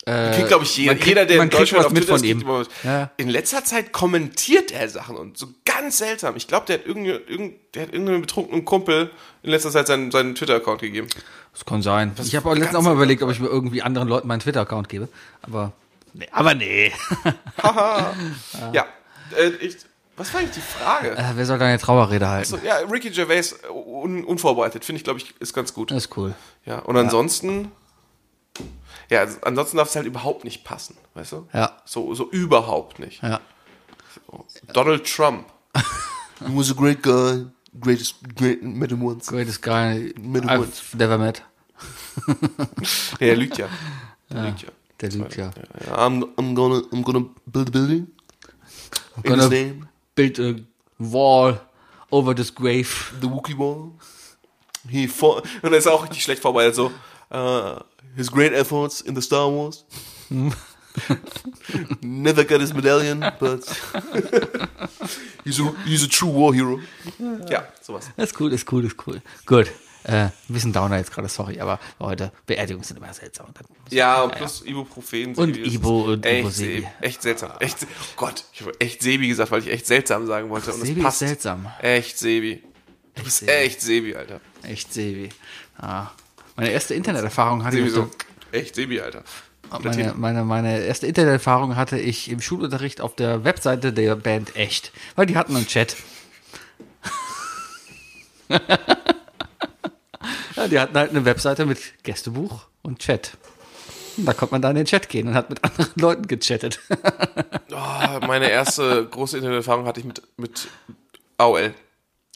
Speaker 3: Kriegt, glaube ich, jeder,
Speaker 4: Äh, man kriegt-
Speaker 3: jeder der
Speaker 4: man
Speaker 3: in
Speaker 4: kriegt
Speaker 3: Deutschland
Speaker 4: was
Speaker 3: auf
Speaker 4: mit
Speaker 3: Twitter
Speaker 4: von
Speaker 3: ist, kriegt
Speaker 4: ihm.
Speaker 3: immer was.
Speaker 4: Ja.
Speaker 3: In letzter Zeit kommentiert er Sachen und so ganz seltsam. Ich glaube, der, hat irgende- irgend- der hat irgendeinem betrunkenen Kumpel in letzter Zeit seinen, seinen Twitter-Account gegeben.
Speaker 4: Das kann sein. ich habe auch letztens auch mal überlegt, ob ich mir irgendwie anderen Leuten meinen Twitter-Account gebe. Aber. Nee, aber nee.
Speaker 3: Haha. ja. Äh, ich, was war eigentlich die Frage?
Speaker 4: Äh, wer soll deine Trauerrede halten?
Speaker 3: So, ja, Ricky Gervais äh, un, unvorbereitet, finde ich, glaube ich, ist ganz gut.
Speaker 4: Das ist cool.
Speaker 3: Ja, und ansonsten. Ja, also ansonsten darf es halt überhaupt nicht passen, weißt du?
Speaker 4: Ja.
Speaker 3: So, so überhaupt nicht.
Speaker 4: Ja.
Speaker 3: Donald Trump.
Speaker 2: He was a great guy, greatest great met him once.
Speaker 4: Greatest guy
Speaker 2: Mit
Speaker 4: I've never met.
Speaker 3: Nee, der lügt ja. Der lügt ja. um,
Speaker 4: Der lügt ja. ja.
Speaker 2: I'm I'm gonna I'm gonna build a building in his
Speaker 4: Gonna
Speaker 2: name,
Speaker 4: build a wall over this grave.
Speaker 2: the Wookiee Wall.
Speaker 3: He vor und er ist auch richtig schlecht vorbereitet, so. äh,
Speaker 2: Uh, his great efforts in the Star Wars. Never got his medallion, but he's a he's a true war hero.
Speaker 3: Ja, sowas.
Speaker 4: Das ist cool, das ist cool, das ist cool. Gut. Äh, ein bisschen Downer jetzt gerade, sorry, aber heute Beerdigungen sind immer seltsam. Und dann
Speaker 3: Ja, und plus Ibuprofen.
Speaker 4: Ah, Und
Speaker 3: Sebi, das
Speaker 4: Ibo
Speaker 3: ist
Speaker 4: und
Speaker 3: echt,
Speaker 4: Ibosebi.
Speaker 3: Sebi, Echt seltsam. Echt, se- oh Gott, ich habe echt Sebi gesagt, weil ich echt seltsam sagen wollte. Und
Speaker 4: Sebi
Speaker 3: es
Speaker 4: ist
Speaker 3: passt.
Speaker 4: seltsam.
Speaker 3: Echt Sebi. Du bist
Speaker 4: Sebi.
Speaker 3: echt Sebi, Alter.
Speaker 4: Echt Sebi. Ah. Meine erste Interneterfahrung hatte
Speaker 3: Sebi
Speaker 4: ich
Speaker 3: so. Echt Sebi, Alter. Und der
Speaker 4: meine,
Speaker 3: Titel.
Speaker 4: meine, meine erste Interneterfahrung hatte ich im Schulunterricht auf der Webseite der Band Echt. Weil die hatten einen Chat. ja, die hatten halt eine Webseite mit Gästebuch und Chat. Und Da konnte man da in den Chat gehen und hat mit anderen Leuten gechattet.
Speaker 3: Oh, meine erste große Interneterfahrung hatte ich mit, mit AOL.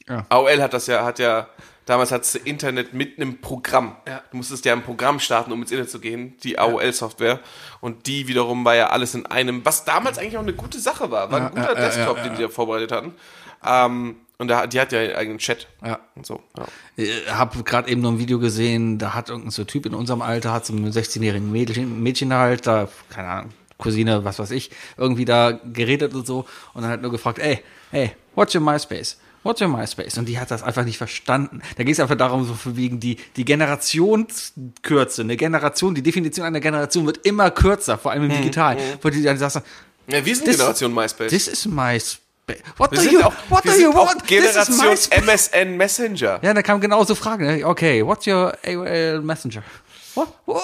Speaker 4: Ja.
Speaker 3: AOL hat das ja, hat ja, damals hat's Internet mit einem Programm. Du musstest ja ein Programm starten, um ins Internet zu gehen, die AOL-Software. Und die wiederum war ja alles in einem, was damals eigentlich auch eine gute Sache war. War ein guter Desktop, den die da vorbereitet hatten. Ähm, und da, die hat ja ihren eigenen Chat.
Speaker 4: Ja.
Speaker 3: Und so. Ja.
Speaker 4: Ich habe gerade Äh, eben noch ein Video gesehen, da hat irgendein so Typ in unserem Alter, hat so ein 16-jährigen Mädchen, Mädchen halt, da, keine Ahnung, Cousine, was weiß ich, irgendwie da geredet und so und dann hat nur gefragt, ey, hey, what's your MySpace? What's your MySpace? Und die hat das einfach nicht verstanden. Da ging es einfach darum, so für wegen die, die Generationskürze, eine Generation, die Definition einer Generation wird immer kürzer, vor allem
Speaker 3: Hm.
Speaker 4: im Digital. Wo die dann sagst,
Speaker 3: ja wir sind
Speaker 4: Das-
Speaker 3: Generation MySpace.
Speaker 4: this is MySpace. What
Speaker 3: wir
Speaker 4: do
Speaker 3: sind
Speaker 4: you,
Speaker 3: auch,
Speaker 4: what
Speaker 3: wir
Speaker 4: do you
Speaker 3: sind auch
Speaker 4: want? This is
Speaker 3: Generation
Speaker 4: MySpace.
Speaker 3: MSN Messenger.
Speaker 4: Ja, da kamen genau so Fragen. ne? Okay, what's your AOL Messenger? What? What?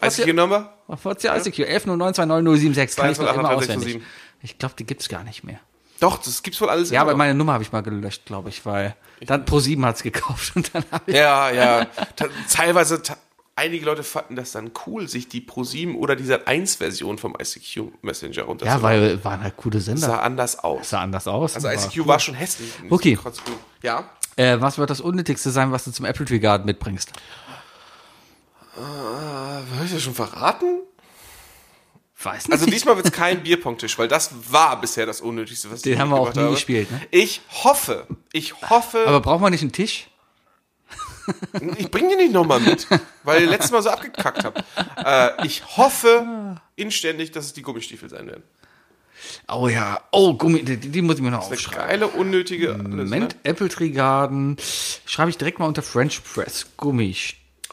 Speaker 4: What's, your,
Speaker 3: ICQ-Number?
Speaker 4: what's your ICQ? 11922076. Kann ich noch immer
Speaker 3: 22,
Speaker 4: auswendig.
Speaker 3: 627.
Speaker 4: Ich glaube, die gibt's gar nicht mehr.
Speaker 3: Doch, das gibt's wohl alles.
Speaker 4: Ja,
Speaker 3: immer
Speaker 4: aber
Speaker 3: noch.
Speaker 4: meine Nummer habe ich mal gelöscht, glaube ich, weil dann Pro7 hat's gekauft und dann habe ich.
Speaker 3: Ja, ja. Ta- Teilweise, ta- einige Leute fanden das dann cool, sich die Pro7 oder die Sat1-Version vom ICQ Messenger runterzuladen.
Speaker 4: Ja, weil waren halt coole Sender.
Speaker 3: sah anders aus.
Speaker 4: Sah anders aus.
Speaker 3: Also
Speaker 4: aber-
Speaker 3: ICQ war schon hässlich.
Speaker 4: Okay.
Speaker 3: Trotz gut. Ja.
Speaker 4: Äh, was wird das Unnötigste sein, was du zum Apple Tree Garden mitbringst?
Speaker 3: Habe ich das schon verraten?
Speaker 4: Weiß nicht.
Speaker 3: Also diesmal wird es kein Bierpunkttisch, weil das war bisher das Unnötigste, was
Speaker 4: Den
Speaker 3: ich
Speaker 4: haben wir auch
Speaker 3: mitgebracht
Speaker 4: nie
Speaker 3: habe.
Speaker 4: gespielt, ne?
Speaker 3: Ich hoffe, ich hoffe,
Speaker 4: aber braucht man nicht einen Tisch?
Speaker 3: ich bringe den nicht nochmal mit, weil ihr letztes Mal so abgekackt habt. Äh, ich hoffe inständig, dass es die Gummistiefel sein werden.
Speaker 4: Oh ja. Oh, Gummi, die, die muss ich mir noch
Speaker 3: Eine
Speaker 4: aufschreiben.
Speaker 3: geile, unnötige... ne?
Speaker 4: Moment, Apple Tree Garden schreibe ich direkt mal unter French Press Gummi.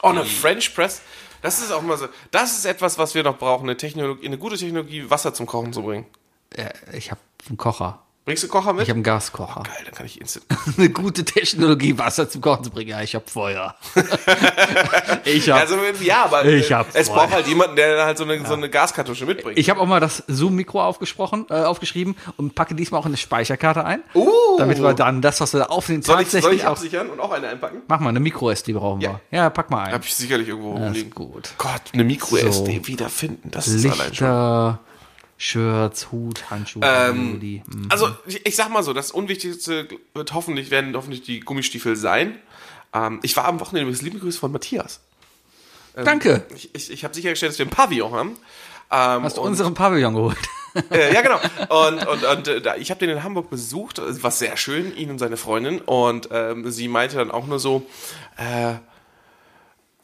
Speaker 3: Oh,
Speaker 4: Mhm.
Speaker 3: eine French Press. Das ist auch mal so. Das ist etwas, was wir noch brauchen. Eine, Technologie, eine gute Technologie, Wasser zum Kochen zu bringen.
Speaker 4: Äh, ich habe einen Kocher.
Speaker 3: Bringst du Kocher mit?
Speaker 4: Ich habe einen Gaskocher.
Speaker 3: Geil, dann kann ich instant.
Speaker 4: Eine gute Technologie, Wasser zum Kochen zu bringen. Ja, ich habe Feuer. ich habe
Speaker 3: Also, ja, aber äh,
Speaker 4: Ich hab's
Speaker 3: es
Speaker 4: voll.
Speaker 3: braucht halt jemanden, der dann halt so eine, so eine Gaskartusche mitbringt.
Speaker 4: ich hab auch mal das Zoom-Mikro aufgesprochen, äh, aufgeschrieben und packe diesmal auch eine Speicherkarte ein,
Speaker 3: Uh.
Speaker 4: damit wir dann das, was wir da aufnehmen,
Speaker 3: soll, ich, soll ich
Speaker 4: auch...
Speaker 3: absichern und auch eine einpacken?
Speaker 4: Mach mal, eine Micro-SD brauchen
Speaker 3: Ja.
Speaker 4: wir. Ja, pack mal ein.
Speaker 3: Hab ich sicherlich irgendwo
Speaker 4: das
Speaker 3: rumliegen.
Speaker 4: ist gut.
Speaker 3: Gott, eine Micro-SD
Speaker 4: So.
Speaker 3: wiederfinden. Das ist allein schon.
Speaker 4: Lichter, Shirts, Hut, Handschuhe,
Speaker 3: Ähm,
Speaker 4: Hoodie. Mhm.
Speaker 3: Also, ich, ich sag mal so, das Unwichtigste wird hoffentlich, werden hoffentlich die Gummistiefel sein. Ähm, ich war am Wochenende übrigens liebe Grüße von Matthias.
Speaker 4: Danke.
Speaker 3: Ich, ich, ich habe sichergestellt, dass wir ein Pavillon haben. Ähm,
Speaker 4: Hast du
Speaker 3: und-
Speaker 4: unseren Pavillon geholt?
Speaker 3: äh, ja, genau. Und, und, und äh, da, ich habe den in Hamburg besucht, äh, was sehr schön, ihn und seine Freundin. Und ähm, sie meinte dann auch nur so, äh,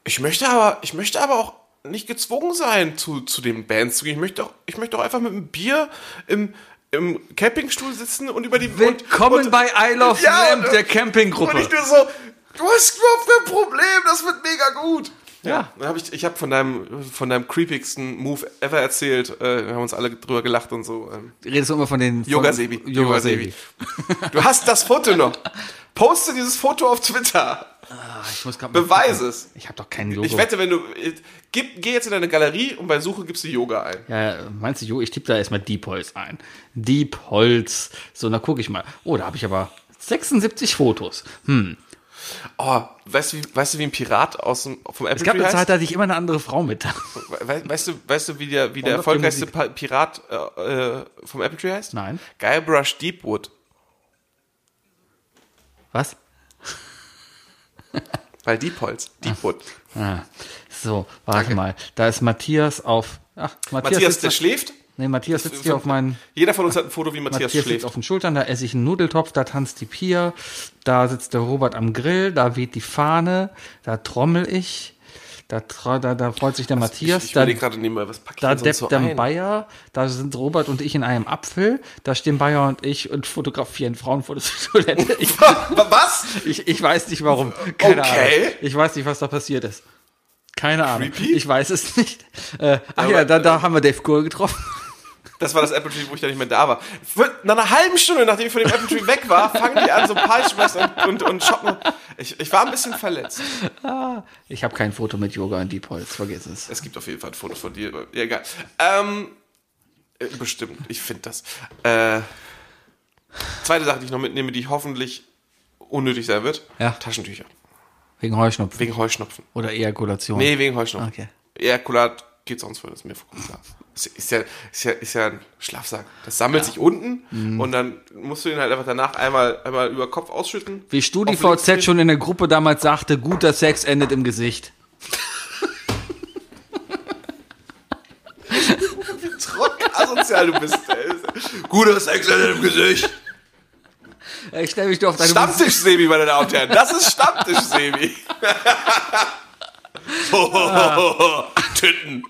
Speaker 3: ich möchte aber, ich möchte aber auch nicht gezwungen sein, zu, zu den Bands zu gehen. Ich möchte auch, ich möchte auch einfach mit einem Bier im, im Campingstuhl sitzen und über die
Speaker 4: Willkommen
Speaker 3: und, und,
Speaker 4: bei I Love
Speaker 3: Ja,
Speaker 4: Lamp,
Speaker 3: und-
Speaker 4: der
Speaker 3: und ich
Speaker 4: Campinggruppe.
Speaker 3: nur so, du hast überhaupt kein Problem, das wird mega gut.
Speaker 4: Ja.
Speaker 3: Dann hab ich ich habe von deinem, von deinem creepigsten Move ever erzählt. Äh, wir haben uns alle drüber gelacht und so. Ähm,
Speaker 4: Redest du immer von den... von-
Speaker 3: Yoga Sebi.
Speaker 4: Yoga Sebi. Ah,
Speaker 3: Du hast das Foto noch. Poste dieses Foto auf Twitter.
Speaker 4: Ich muss grad mal-
Speaker 3: Beweis es.
Speaker 4: Ich habe doch keinen Logo.
Speaker 3: Ich wette, wenn du. äh, Gib, geh jetzt in deine Galerie und bei Suche gibst du Yoga ein.
Speaker 4: Ja, meinst du, jo, ich tippe da erstmal Deep Holz ein. Deep Holz. So, dann gucke ich mal. Oh, da habe ich aber 76 Fotos. Hm.
Speaker 3: Oh, weißt du, wie, weißt du, wie ein Pirat aus dem, vom Apple
Speaker 4: Es gab
Speaker 3: Tree
Speaker 4: eine Zeit,
Speaker 3: heißt?
Speaker 4: da hatte ich immer eine andere Frau mit.
Speaker 3: We- Weißt du, weißt du, wie der, wie der
Speaker 4: Warum läuft die
Speaker 3: erfolgreichste Pa- Pirat äh, äh, vom Apple Tree heißt?
Speaker 4: Nein.
Speaker 3: Guybrush Deepwood.
Speaker 4: Was?
Speaker 3: Bei Deepholz. Deepwood.
Speaker 4: Ah. So, warte mal. Da ist Matthias auf. Ach, Matthias,
Speaker 3: Matthias,
Speaker 4: sitzt,
Speaker 3: der schläft.
Speaker 4: Nee, Matthias sitzt hier auf meinen.
Speaker 3: Jeder von uns hat ein Foto, wie Matthias,
Speaker 4: Matthias,
Speaker 3: schläft.
Speaker 4: sitzt auf den Schultern, da esse ich einen Nudeltopf, da tanzt die Pia, da sitzt der Robert am Grill, da weht die Fahne, da trommel ich, da, tro- da, da freut sich der Matthias,
Speaker 3: Also ich ich
Speaker 4: da
Speaker 3: überlege gerade nebenbei, was packe ich
Speaker 4: Da
Speaker 3: denn sonst
Speaker 4: deppt
Speaker 3: so
Speaker 4: dann
Speaker 3: ein?
Speaker 4: Bayer, da sind Robert und ich in einem Apfel, da stehen Bayer und ich und fotografieren Frauenfotos zur Toilette. Ich,
Speaker 3: was?
Speaker 4: ich, ich weiß nicht warum. Keine
Speaker 3: Okay.
Speaker 4: Ahnung. Ich weiß nicht, was da passiert ist. Keine Ahnung.
Speaker 3: Creepy?
Speaker 4: Ich weiß es nicht. Äh, ach
Speaker 3: Aber,
Speaker 4: ja, da, da haben wir Dave Grohl getroffen.
Speaker 3: Das war das Apple Tree, wo ich da nicht mehr da war. Für, nach einer halben Stunde, nachdem ich von dem Apple Tree weg war, fangen die an, so Palschmeiß und, und, und shoppen. Ich, ich war ein bisschen verletzt.
Speaker 4: Ich habe kein Foto mit Yoga und Deep Holz, vergiss es.
Speaker 3: Es gibt auf jeden Fall ein Foto von dir. aber- Ja, egal. Ähm, äh, bestimmt, ich finde das. Äh, zweite Sache, die ich noch mitnehme, die hoffentlich unnötig sein wird.
Speaker 4: Ja.
Speaker 3: Taschentücher.
Speaker 4: Wegen Heuschnupfen.
Speaker 3: Wegen Heuschnupfen.
Speaker 4: Oder Ejakulation.
Speaker 3: Nee, wegen Heuschnupfen.
Speaker 4: Okay.
Speaker 3: Ejakulat geht sonst wohl, das ist mir vollkommen klar. Ist, ist, ja, ist, ja, ist ja ein Schlafsack. Das sammelt sich unten
Speaker 4: Mhm.
Speaker 3: und dann musst du ihn halt einfach danach einmal, einmal über Kopf ausschütten.
Speaker 4: Wie
Speaker 3: Auf links
Speaker 4: StudiVZ schon in der Gruppe damals sagte, guter Sex endet im Gesicht.
Speaker 3: hin. Trock, asozial du bist. ey. Guter Sex in deinem Gesicht.
Speaker 4: Ich stelle mich nur auf deine
Speaker 3: Stammtisch-Sebi, meine Damen und Herren. Das ist Stammtisch-Sebi. Ho, ho, ho, ho, ho. Titten.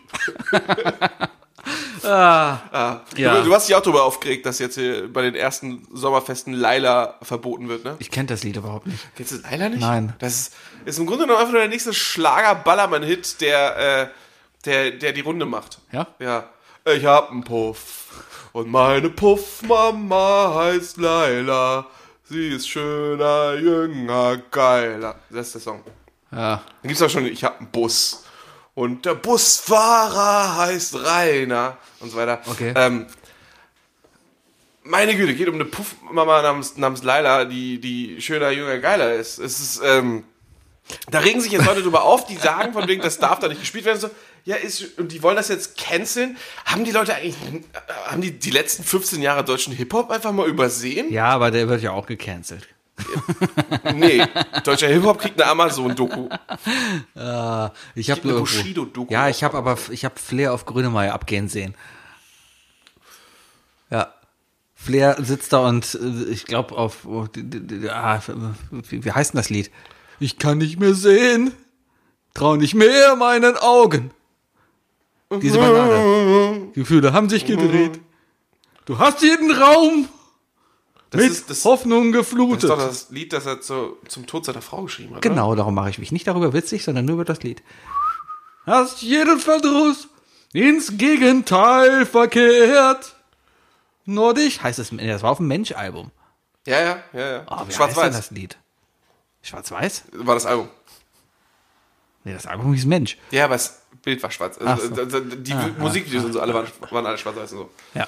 Speaker 4: Ja.
Speaker 3: Du, du hast dich auch darüber aufgeregt, dass jetzt hier bei den ersten Sommerfesten Laila verboten wird, ne?
Speaker 4: Ich kenne das Lied überhaupt nicht.
Speaker 3: Kennst du Laila nicht?
Speaker 4: Nein.
Speaker 3: Das ist, ist im Grunde genommen einfach nur der nächste Schlager-Ballermann-Hit, der, äh, der, der die Runde macht.
Speaker 4: Ja?
Speaker 3: Ja. Ich hab einen Puff und meine Puffmama heißt Laila. Sie ist schöner, jünger, geiler. Das ist der Song.
Speaker 4: Ja.
Speaker 3: Dann gibt's auch schon, ich hab einen Bus. Und der Busfahrer heißt Rainer und so weiter.
Speaker 4: Okay.
Speaker 3: Ähm, meine Güte, geht um eine Puffmama namens, namens Laila, die, die schöner, jünger, geiler ist. Es ist, ähm, da regen sich jetzt Leute drüber auf, die sagen von wegen, das darf da nicht gespielt werden. So, ja, ist, und die wollen das jetzt canceln. Haben die Leute eigentlich, äh, haben die die letzten 15 Jahre deutschen Hip-Hop einfach mal übersehen?
Speaker 4: Ja, aber der wird ja auch gecancelt.
Speaker 3: Nee, deutscher Hip-Hop kriegt eine Amazon-Doku.
Speaker 4: Ich habe
Speaker 3: eine
Speaker 4: nur
Speaker 3: Bushido-Doku
Speaker 4: Ja, ich habe aber ich habe Flair auf Grönemeyer abgehen sehen. Ja. Flair sitzt da und äh, ich glaube auf oh, d- d- d- ah, wie, wie heißt denn das Lied? Ich kann nicht mehr sehen. Trau nicht mehr meinen Augen. Diese Ballade. Gefühle haben sich gedreht. Du hast jeden Raum
Speaker 3: Das
Speaker 4: mit
Speaker 3: ist, das,
Speaker 4: Hoffnung
Speaker 3: Das ist
Speaker 4: geflutet.
Speaker 3: doch das Lied, das er zu, zum Tod seiner Frau geschrieben hat.
Speaker 4: Genau, darum mache ich mich nicht darüber witzig, sondern nur über das Lied. Hast jeden Verdruss ins Gegenteil verkehrt. Nur dich heißt es, nee, das war auf dem Mensch-Album.
Speaker 3: Oder? Ja, ja, ja. ja.
Speaker 4: Ah, wie heißt denn
Speaker 3: Schwarz-Weiß
Speaker 4: das Lied? Schwarz-Weiß?
Speaker 3: war das Album.
Speaker 4: Nee, das Album hieß Mensch.
Speaker 3: Ja, aber das Bild war schwarz.
Speaker 4: Ach
Speaker 3: Also,
Speaker 4: so. Ah,
Speaker 3: äh, Die Musikvideos und so alle waren, waren alle schwarz-weiß und so.
Speaker 4: Ja.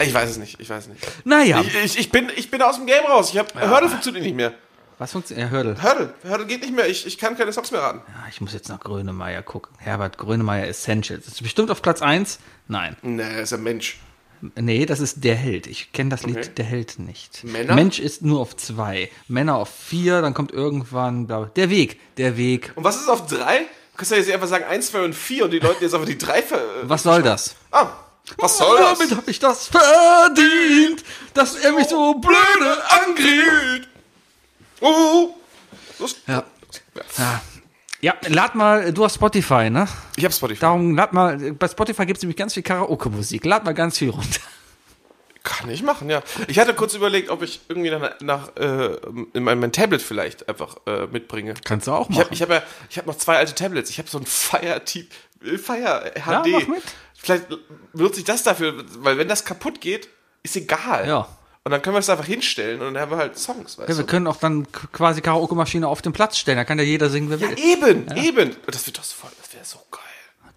Speaker 3: Ich weiß es nicht, ich weiß es nicht.
Speaker 4: Naja,
Speaker 3: Ich, ich, ich, bin, ich bin aus dem Game raus. Ich hab, Hurdle funktioniert nicht mehr.
Speaker 4: was funktioniert? Ja, Hördel.
Speaker 3: Hurdle, Hurdle geht nicht mehr. Ich, ich kann keine Songs mehr raten.
Speaker 4: Ah, Ich muss jetzt nach Grönemeyer gucken. Herbert Grönemeyer Essentials. Ist bestimmt auf Platz 1? Nein.
Speaker 3: Nee, er ist ein Mensch.
Speaker 4: Nee, das ist Der Held. Ich kenne das
Speaker 3: Okay.
Speaker 4: Lied Der Held nicht.
Speaker 3: Männer?
Speaker 4: Mensch ist nur auf zwei. Männer auf vier, dann kommt irgendwann bla, bla. Der Weg. Der Weg.
Speaker 3: Und was ist auf drei? kannst du ja jetzt einfach sagen 1, 2 und 4 und die Leute jetzt einfach die 3 ver...
Speaker 4: Was soll das?
Speaker 3: Ah, was soll das?
Speaker 4: Damit habe ich das verdient, dass er mich so blöde
Speaker 3: Angriff! Oh! Das,
Speaker 4: Ja. Ja. Ja, lad mal, du hast Spotify, ne?
Speaker 3: Ich hab Spotify.
Speaker 4: Darum lad mal, bei Spotify gibt es nämlich ganz viel Karaoke-Musik. Lad mal ganz viel runter.
Speaker 3: Kann ich machen, ja. Ich hatte kurz überlegt, ob ich irgendwie nach, nach äh, in mein, mein Tablet vielleicht einfach äh, mitbringe.
Speaker 4: Kannst du auch
Speaker 3: Ich habe ich hab ja, ich hab noch zwei alte Tablets. Ich habe so ein Fire Typ, Fire HD.
Speaker 4: Ja, mach mit.
Speaker 3: Vielleicht benutze ich das dafür, weil wenn das kaputt geht, ist egal.
Speaker 4: Ja.
Speaker 3: Und dann können wir es einfach hinstellen und dann haben wir halt Songs, weißt
Speaker 4: ja, wir
Speaker 3: du?
Speaker 4: können auch dann k- quasi Karaoke-Maschine auf den Platz stellen. Da kann ja jeder singen, wer
Speaker 3: Ja, eh.
Speaker 4: will.
Speaker 3: eben, eben. Das wird doch so voll, das wäre so geil.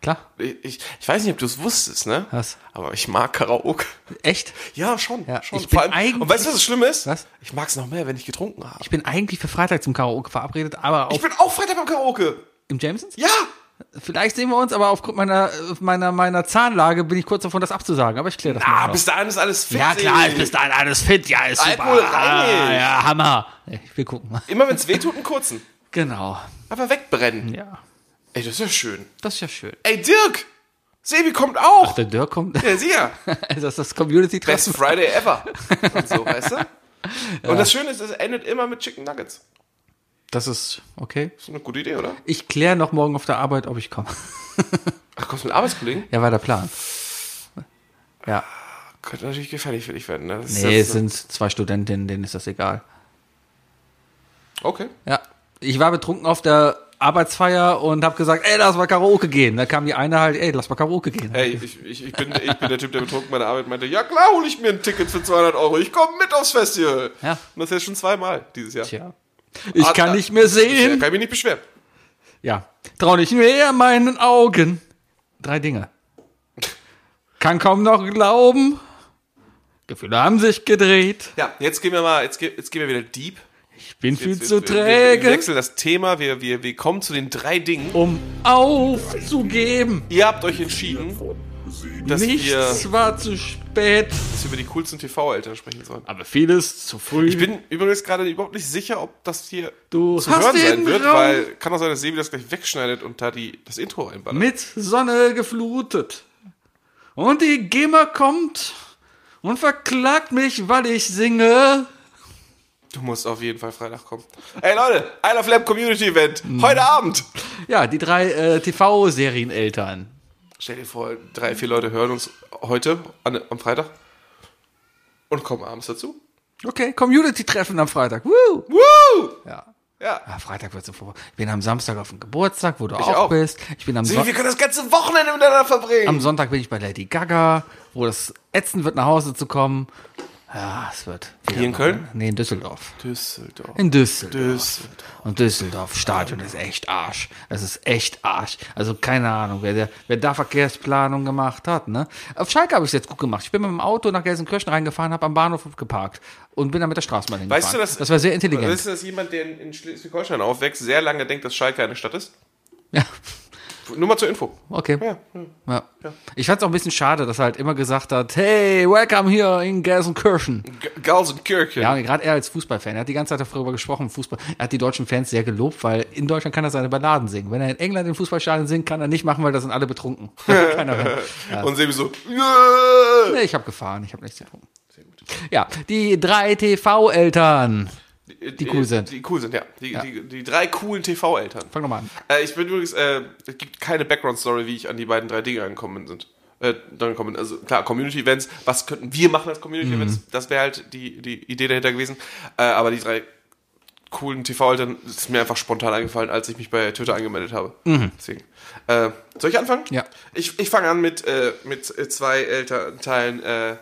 Speaker 4: Klar.
Speaker 3: Ich, ich, ich weiß nicht, ob du es wusstest, ne?
Speaker 4: Was?
Speaker 3: Aber ich mag Karaoke.
Speaker 4: Echt?
Speaker 3: Ja, schon.
Speaker 4: Ja,
Speaker 3: schon.
Speaker 4: ich bin eigentlich-
Speaker 3: und weißt du, was das Schlimme ist?
Speaker 4: Was?
Speaker 3: Ich mag es noch mehr, wenn ich getrunken habe.
Speaker 4: Ich bin eigentlich für Freitag zum Karaoke verabredet, aber
Speaker 3: Ich
Speaker 4: auf,
Speaker 3: bin auch Freitag beim Karaoke.
Speaker 4: im Jamesons?
Speaker 3: Ja!
Speaker 4: Vielleicht sehen wir uns, aber aufgrund meiner, meiner, meiner Zahnlage bin ich kurz davon, das abzusagen. Aber ich kläre das
Speaker 3: Ah,
Speaker 4: noch.
Speaker 3: bis dahin ist alles fit.
Speaker 4: Ja, klar,
Speaker 3: ey.
Speaker 4: bis dahin alles fit. Ja, ist
Speaker 3: Alkohol
Speaker 4: super.
Speaker 3: rein
Speaker 4: Ah,
Speaker 3: nicht.
Speaker 4: ja, Hammer. Ich will gucken.
Speaker 3: Immer wenn es weh tut, einen kurzen.
Speaker 4: Genau.
Speaker 3: Aber wegbrennen.
Speaker 4: Ja,
Speaker 3: Ey, das ist ja schön.
Speaker 4: das ist ja schön.
Speaker 3: Ey, Dirk! Sebi kommt auch!
Speaker 4: Der Dirk kommt.
Speaker 3: Ja, sicher.
Speaker 4: Das ist das Community-Treffen.
Speaker 3: Best Friday ever. Und so, weißt du? Und das Schöne ist, es endet immer mit Chicken Nuggets.
Speaker 4: Das ist okay.
Speaker 3: Ist eine gute Idee, oder?
Speaker 4: Ich kläre noch morgen auf der Arbeit, ob ich komme.
Speaker 3: Ach, kommst du mit Arbeitskollegen?
Speaker 4: Ja, war der Plan. Ja.
Speaker 3: Könnte natürlich gefährlich für dich werden, ne? Das ist
Speaker 4: Nee,
Speaker 3: das-
Speaker 4: es sind zwei Studentinnen, denen ist das egal.
Speaker 3: Okay.
Speaker 4: Ja. Ich war betrunken auf der Arbeitsfeier und habe gesagt, ey, lass mal Karaoke gehen. Da kam die eine halt, ey, lass mal Karaoke gehen.
Speaker 3: Ey, ich, ich, ich, bin, ich bin der Typ, der betrunken bei der Arbeit meinte, ja klar hole ich mir ein Ticket für 200 Euro, ich komme mit aufs Festival.
Speaker 4: Ja.
Speaker 3: Und das jetzt schon zweimal dieses Jahr.
Speaker 4: Tja. Ich
Speaker 3: Ah,
Speaker 4: kann
Speaker 3: ah,
Speaker 4: nicht mehr
Speaker 3: Ja,
Speaker 4: sehen.
Speaker 3: kann ich mich nicht beschweren.
Speaker 4: Ja. Trau nicht mehr meinen Augen. Drei Dinge. Kann kaum noch glauben. Gefühle haben sich gedreht.
Speaker 3: Ja, jetzt gehen wir mal, jetzt, ge- jetzt gehen wir wieder deep.
Speaker 4: Ich bin viel
Speaker 3: Jetzt-
Speaker 4: zu
Speaker 3: wir- Wir, wir
Speaker 4: träge,
Speaker 3: wechseln das Thema, wir, wir, wir kommen zu den drei Dingen.
Speaker 4: um aufzugeben.
Speaker 3: Ihr habt euch entschieden, dass wir, dass
Speaker 4: Nichts war zu spät.
Speaker 3: wir über die coolsten TV-Eltern sprechen sollen.
Speaker 4: Aber vieles zu früh.
Speaker 3: Ich bin übrigens gerade überhaupt nicht sicher, ob das hier
Speaker 4: Du
Speaker 3: zu
Speaker 4: hast
Speaker 3: hören
Speaker 4: den
Speaker 3: sein wird,
Speaker 4: Raum-
Speaker 3: weil kann auch sein, dass Sebi das gleich wegschneidet und da die, das Intro einballert.
Speaker 4: mit Sonne geflutet. Und die GEMA kommt und verklagt mich, weil ich singe.
Speaker 3: Du musst auf jeden Fall Freitag kommen. Ey Leute, Isle of Lamp Community Event, heute Abend.
Speaker 4: Ja, die drei äh, TV-Serieneltern.
Speaker 3: Stell dir vor, drei, vier Leute hören uns heute an, am Freitag und kommen abends dazu.
Speaker 4: Okay, Community-Treffen am Freitag. Woo!
Speaker 3: Woo!
Speaker 4: Ja.
Speaker 3: Ja.
Speaker 4: Ah, Freitag wird so vorbei. Ich bin am Samstag auf dem Geburtstag, wo du auch,
Speaker 3: auch.
Speaker 4: bist. Ich bin am,
Speaker 3: Sebi,
Speaker 4: Son
Speaker 3: wir können das ganze Wochenende miteinander verbringen.
Speaker 4: am Sonntag bin ich bei Lady Gaga, wo das ätzend wird, nach Hause zu kommen. Ja, es wird.
Speaker 3: Hier in Köln?
Speaker 4: Nee, in Düsseldorf.
Speaker 3: Düsseldorf.
Speaker 4: In Düsseldorf.
Speaker 3: Düsseldorf.
Speaker 4: Und Düsseldorf Stadion ist echt Arsch. Das ist echt Arsch. Also keine Ahnung, wer, der, wer da Verkehrsplanung gemacht hat. Ne? Auf Schalke habe ich es jetzt gut gemacht. Ich bin mit dem Auto nach Gelsenkirchen reingefahren, habe am Bahnhof geparkt und bin dann mit der Straßenbahn hingefahren.
Speaker 3: Weißt du, dass,
Speaker 4: das war sehr intelligent.
Speaker 3: Weißt du, dass jemand, der in, in Schleswig-Holstein aufwächst, sehr lange denkt, dass Schalke eine Stadt ist?
Speaker 4: ja,
Speaker 3: Nur mal zur Info.
Speaker 4: okay.
Speaker 3: Ja,
Speaker 4: Ja. Ich fand es auch ein bisschen schade, dass er halt immer gesagt hat, hey, welcome here in Gelsenkirchen.
Speaker 3: G- Gelsenkirchen.
Speaker 4: Ja, und gerade er als Fußballfan, er hat die ganze Zeit darüber gesprochen, Fußball. Er hat die deutschen Fans sehr gelobt, weil in Deutschland kann er seine Balladen singen. Wenn er in England im Fußballstadion singt, kann er nicht machen, weil da sind alle betrunken. Keiner hört.
Speaker 3: Und Sebi so, "Äh." yeah.
Speaker 4: Nee, ich habe gefahren, ich habe nichts getrunken. Ja, die drei TV-Eltern.
Speaker 3: die,
Speaker 4: cool sind.
Speaker 3: Die cool sind, ja. Die, Die, die drei coolen TV-Eltern.
Speaker 4: Fang doch mal an.
Speaker 3: Äh, ich bin übrigens, äh, es gibt keine Background-Story, wie ich an die beiden drei Dinge angekommen sind. Äh, dann kommen, also klar, Community-Events, was könnten wir machen als
Speaker 4: Mhm.
Speaker 3: Community-Events? Das wäre halt die, die Idee dahinter gewesen. Äh, aber die drei coolen TV-Eltern ist mir einfach spontan eingefallen, als ich mich bei Twitter angemeldet habe. Deswegen. Äh, soll ich anfangen?
Speaker 4: Mhm. Ja.
Speaker 3: Ich, ich fange an mit, äh, mit zwei Elternteilen, äh,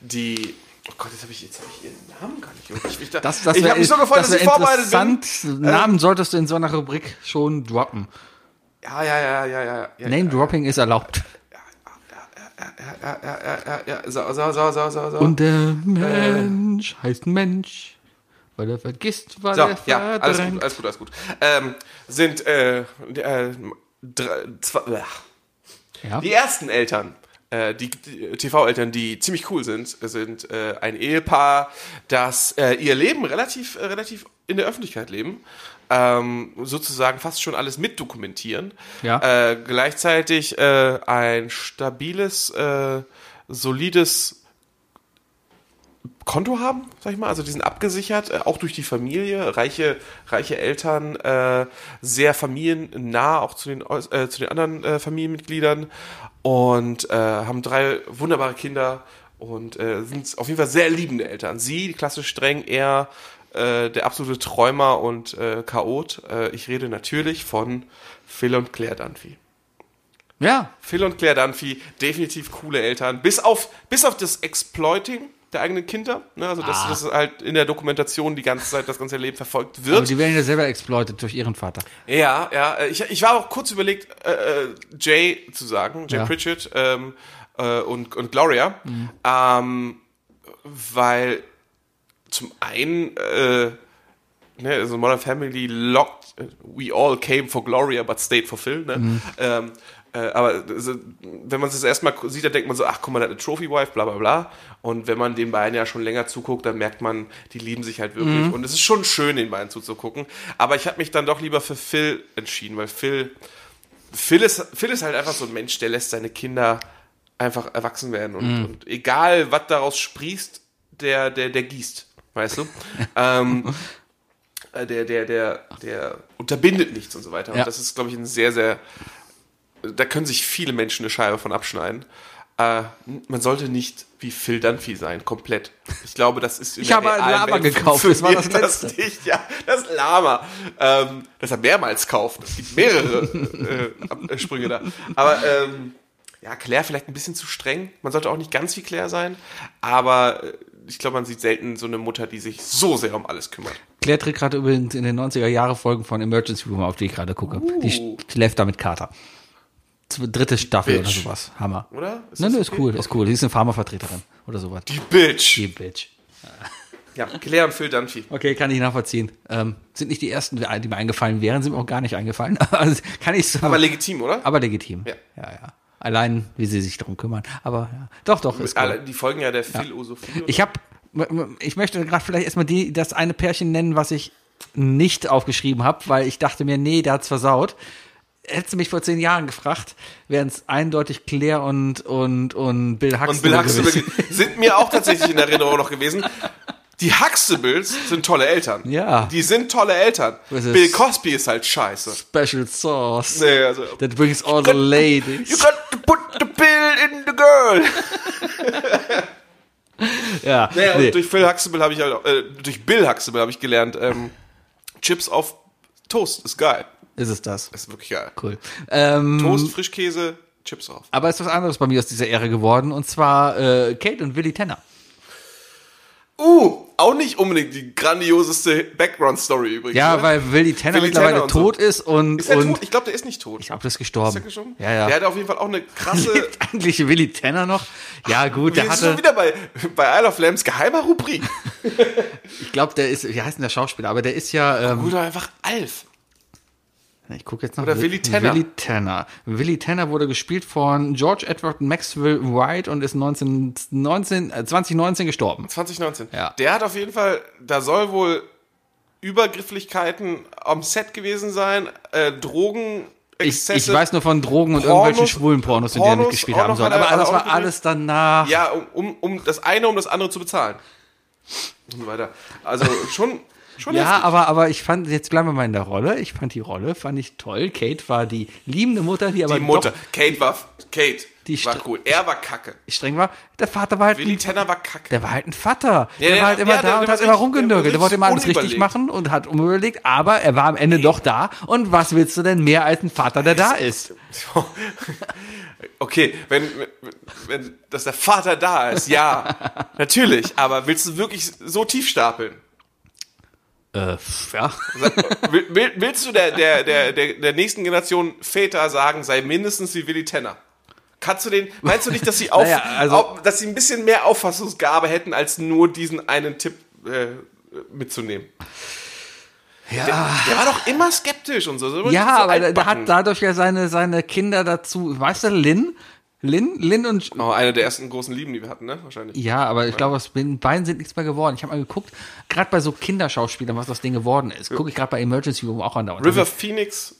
Speaker 3: die. Oh Gott, jetzt habe ich, jetzt hab ich ihren Namen gar nicht. Ich, ich,
Speaker 4: Das, das
Speaker 3: ich
Speaker 4: wär-
Speaker 3: habe mich so gefreut,
Speaker 4: das
Speaker 3: dass ich
Speaker 4: wär
Speaker 3: vorbereitet bin. Äh.
Speaker 4: interessant. Namen solltest du in so einer Rubrik schon droppen.
Speaker 3: Ja, ja, ja, ja, ja. ja
Speaker 4: Name-Dropping ist erlaubt.
Speaker 3: Ja, ja, ja, ja, ja, so, so, so, so, so, so.
Speaker 4: Und der Mensch heißt Mensch, weil er vergisst, weil
Speaker 3: so
Speaker 4: er
Speaker 3: ja, alles gut,
Speaker 4: verdrängt.
Speaker 3: alles gut, alles gut. Ähm, sind, äh, äh, drei, zwei, äh,
Speaker 4: Ja.
Speaker 3: die ersten Eltern, äh, die, die TV-Eltern, die ziemlich cool sind, sind äh, ein Ehepaar, das äh, ihr Leben relativ, äh, relativ in der Öffentlichkeit leben. ähm, sozusagen fast schon alles mitdokumentieren.
Speaker 4: Ja.
Speaker 3: Äh, gleichzeitig äh, ein stabiles, äh, solides Konto haben, sag ich mal. Also die sind abgesichert, äh, auch durch die Familie, reiche, reiche Eltern, äh, sehr familiennah, auch zu den, äuß- äh, zu den anderen äh, Familienmitgliedern und äh, haben drei wunderbare Kinder und äh, sind auf jeden Fall sehr liebende Eltern. Sie, klassisch streng, eher äh, der absolute Träumer und äh, Chaot. Äh, ich rede natürlich von Phil und Claire Dunphy.
Speaker 4: Ja,
Speaker 3: Phil und Claire Dunphy, definitiv coole Eltern. Bis auf, bis auf das Exploiting der eigenen Kinder. Ne? Also, dass
Speaker 4: Ah.
Speaker 3: das halt in der Dokumentation die ganze Zeit, das ganze Leben verfolgt
Speaker 4: aber
Speaker 3: wird.
Speaker 4: die werden ja selber exploitet durch ihren Vater.
Speaker 3: Ja, ja. äh, Ich, ich war auch kurz überlegt, äh, äh, Jay zu sagen, Jay
Speaker 4: Ja. Mhm.
Speaker 3: Pritchett ähm, äh, und, und Gloria. Ähm, weil zum einen, äh, ne, also Modern Family locked, äh, we all came for Gloria, but stayed for Phil, ne? Ähm, äh, aber also, wenn man es das erstmal sieht, dann denkt man so, ach guck mal, der hat eine Trophy-Wife, bla bla bla. Und wenn man den beiden ja schon länger zuguckt, dann merkt man, die lieben sich halt wirklich. Und es ist schon schön, den beiden zuzugucken. Aber ich habe mich dann doch lieber für Phil entschieden, weil Phil, Phil ist, Phil ist halt einfach so ein Mensch, der lässt seine Kinder einfach erwachsen werden. Und, und egal, was daraus sprießt, der, der, der gießt. Weißt du? ähm, äh, der, der, der, der unterbindet nichts und so weiter.
Speaker 4: Ja.
Speaker 3: Und das ist, glaube ich, ein sehr, sehr. Da können sich viele Menschen eine Scheibe von abschneiden. Äh, man sollte nicht wie Phil Dunphy sein, komplett. Ich glaube, das ist in
Speaker 4: Ich
Speaker 3: der
Speaker 4: habe ein
Speaker 3: realen
Speaker 4: Lama
Speaker 3: Welt
Speaker 4: gekauft, das war das
Speaker 3: funktioniert
Speaker 4: Letzte.
Speaker 3: nicht, ja, das Lama. Ähm, das er mehrmals kauft. Es gibt mehrere äh, äh, Sprünge da. Aber ähm, ja, Claire vielleicht ein bisschen zu streng. Man sollte auch nicht ganz wie Claire sein. Aber äh, ich glaube, man sieht selten so eine Mutter, die sich so sehr um alles kümmert.
Speaker 4: Claire tritt gerade übrigens in den 90er-Jahre-Folgen von Emergency Room, auf die ich gerade gucke. Die,
Speaker 3: Uh.
Speaker 4: sch- die läuft da mit Carter. Z- Dritte Staffel
Speaker 3: Bitch.
Speaker 4: oder sowas. Hammer.
Speaker 3: Oder? Ist
Speaker 4: Nein,
Speaker 3: das
Speaker 4: nee, ist
Speaker 3: okay?
Speaker 4: cool, ist cool. Die ist eine Pharmavertreterin oder sowas.
Speaker 3: Die Bitch.
Speaker 4: Die Bitch.
Speaker 3: Ja, Claire und Phil Dunphy.
Speaker 4: Okay, kann ich nachvollziehen. Ähm, sind nicht die ersten, die mir eingefallen wären, sind mir auch gar nicht eingefallen. Also, kann ich so.
Speaker 3: Aber legitim, oder?
Speaker 4: aber legitim.
Speaker 3: Ja.
Speaker 4: ja, ja. Allein, wie sie sich darum kümmern. Aber ja. doch, doch, ist cool.
Speaker 3: Alle- Die folgen ja der Philosophie.
Speaker 4: Ich habe, ich möchte gerade vielleicht erstmal die, das eine Pärchen nennen, was ich nicht aufgeschrieben habe, weil ich dachte mir, nee, der hat's versaut. Hättest du mich vor zehn Jahren gefragt, wären es eindeutig Claire und, und, und Bill Huxley.
Speaker 3: und Bill Huxtable
Speaker 4: gewesen.
Speaker 3: sind mir auch tatsächlich in Erinnerung noch gewesen. Die Huxtables sind tolle Eltern.
Speaker 4: Ja.
Speaker 3: Die sind tolle Eltern.
Speaker 4: Das ist-
Speaker 3: Bill Cosby ist halt scheiße.
Speaker 4: Special Sauce.
Speaker 3: Nee, also,
Speaker 4: That brings all the
Speaker 3: you
Speaker 4: ladies.
Speaker 3: got to put the pill in the girl.
Speaker 4: Ja,
Speaker 3: Naja,
Speaker 4: nee.
Speaker 3: und durch Phil Huxtable habe ich halt, auch- äh, durch Bill Huxtable habe ich gelernt, ähm, Chips auf Toast ist geil.
Speaker 4: ist es das.
Speaker 3: Ist wirklich geil.
Speaker 4: Cool. Ähm,
Speaker 3: Toast, Frischkäse, Chips auf.
Speaker 4: aber ist was anderes bei mir aus dieser Ehre geworden, und zwar äh, Kate und Willy Tanner.
Speaker 3: Uh, auch nicht unbedingt die grandioseste Background-Story übrigens.
Speaker 4: Ja,
Speaker 3: ne?
Speaker 4: weil Willy Tanner
Speaker 3: Willy
Speaker 4: mittlerweile
Speaker 3: Tanner und so.
Speaker 4: tot ist und,
Speaker 3: Ist der
Speaker 4: und
Speaker 3: tot? Ich glaube, der ist nicht tot.
Speaker 4: ich glaube, der ist gestorben.
Speaker 3: Ist der gestorben?
Speaker 4: Ja, ja.
Speaker 3: Der hat auf jeden Fall auch eine krasse.
Speaker 4: Lebt eigentlich Willy Tanner noch? Ja, gut, der
Speaker 3: äh? Wir sind schon
Speaker 4: hatte,
Speaker 3: wieder bei, bei Isle of Lambs geheimer Rubrik.
Speaker 4: ich glaube, der ist, wie heißt denn der Schauspieler? Aber der ist ja, ähm,
Speaker 3: Oder einfach Alf.
Speaker 4: ich gucke jetzt noch.
Speaker 3: Oder Willy Tanner.
Speaker 4: Willy Tanner. Willy Tanner wurde gespielt von George Edward Maxwell White und ist 19, 19, äh, 2019 gestorben.
Speaker 3: 2019.
Speaker 4: Ja.
Speaker 3: Der hat auf jeden Fall, da soll wohl Übergrifflichkeiten am Set gewesen sein, äh, Drogen,
Speaker 4: Ich,
Speaker 3: Exzesse.
Speaker 4: ich weiß nur von Drogen und
Speaker 3: äh, Pornos-
Speaker 4: irgendwelchen schwulen Pornos, in denen er
Speaker 3: Pornos
Speaker 4: mitgespielt
Speaker 3: auch
Speaker 4: haben
Speaker 3: noch
Speaker 4: soll.
Speaker 3: hat er-
Speaker 4: Aber
Speaker 3: hat er
Speaker 4: das
Speaker 3: auch
Speaker 4: war
Speaker 3: mitgespielt?
Speaker 4: alles danach.
Speaker 3: Ja, um, um, um das eine, um das andere zu bezahlen. Und so weiter. Also schon, schon
Speaker 4: Ja,
Speaker 3: heftig.
Speaker 4: aber, aber ich fand, jetzt bleiben wir mal in der Rolle. Ich fand die Rolle, fand ich toll. Kate war die liebende Mutter, die aber
Speaker 3: die Mutter.
Speaker 4: doch
Speaker 3: Kate war, Kate
Speaker 4: Die
Speaker 3: war
Speaker 4: Stra-
Speaker 3: cool. Er war kacke.
Speaker 4: streng war. Der Vater war halt
Speaker 3: Willy Tanner war kacke.
Speaker 4: Der war halt ein Vater.
Speaker 3: Ja,
Speaker 4: der
Speaker 3: der-
Speaker 4: war halt
Speaker 3: ja,
Speaker 4: immer
Speaker 3: der-
Speaker 4: da
Speaker 3: der
Speaker 4: und
Speaker 3: war
Speaker 4: hat
Speaker 3: richtig-
Speaker 4: immer
Speaker 3: der war
Speaker 4: rumgenörgelt. Der
Speaker 3: richtig
Speaker 4: wollte immer alles richtig
Speaker 3: unüberlegt.
Speaker 4: machen und hat umüberlegt, aber er war am Ende doch da. Und was willst du denn mehr als ein Vater, der da ist?
Speaker 3: Okay, wenn, wenn dass der Vater da ist, ja, natürlich, aber willst du wirklich so tief stapeln?
Speaker 4: Äh, pff, ja.
Speaker 3: Will, will, willst du der, der, der, der, der nächsten Generation Väter sagen, sei mindestens wie Willy Tanner? Kannst du den, meinst du nicht, dass sie auf,
Speaker 4: Naja, also-
Speaker 3: auf dass sie ein bisschen mehr Auffassungsgabe hätten, als nur diesen einen Tipp äh, mitzunehmen?
Speaker 4: Ja,
Speaker 3: Der war doch immer skeptisch und so. so
Speaker 4: ja
Speaker 3: so
Speaker 4: aber der, der
Speaker 3: altbacken.
Speaker 4: hat dadurch ja seine, seine Kinder dazu. Weißt du, Lynn? Lin, Lin und
Speaker 3: Oh, eine der ersten großen Lieben, die wir hatten, ne? Wahrscheinlich.
Speaker 4: ja, aber ich glaube, aus den beiden sind nichts mehr geworden. Ich habe mal geguckt, gerade bei so Kinderschauspielern, was aus denen geworden ist. Gucke ich gerade bei Emergency Room auch andauernd.
Speaker 3: River Phoenix.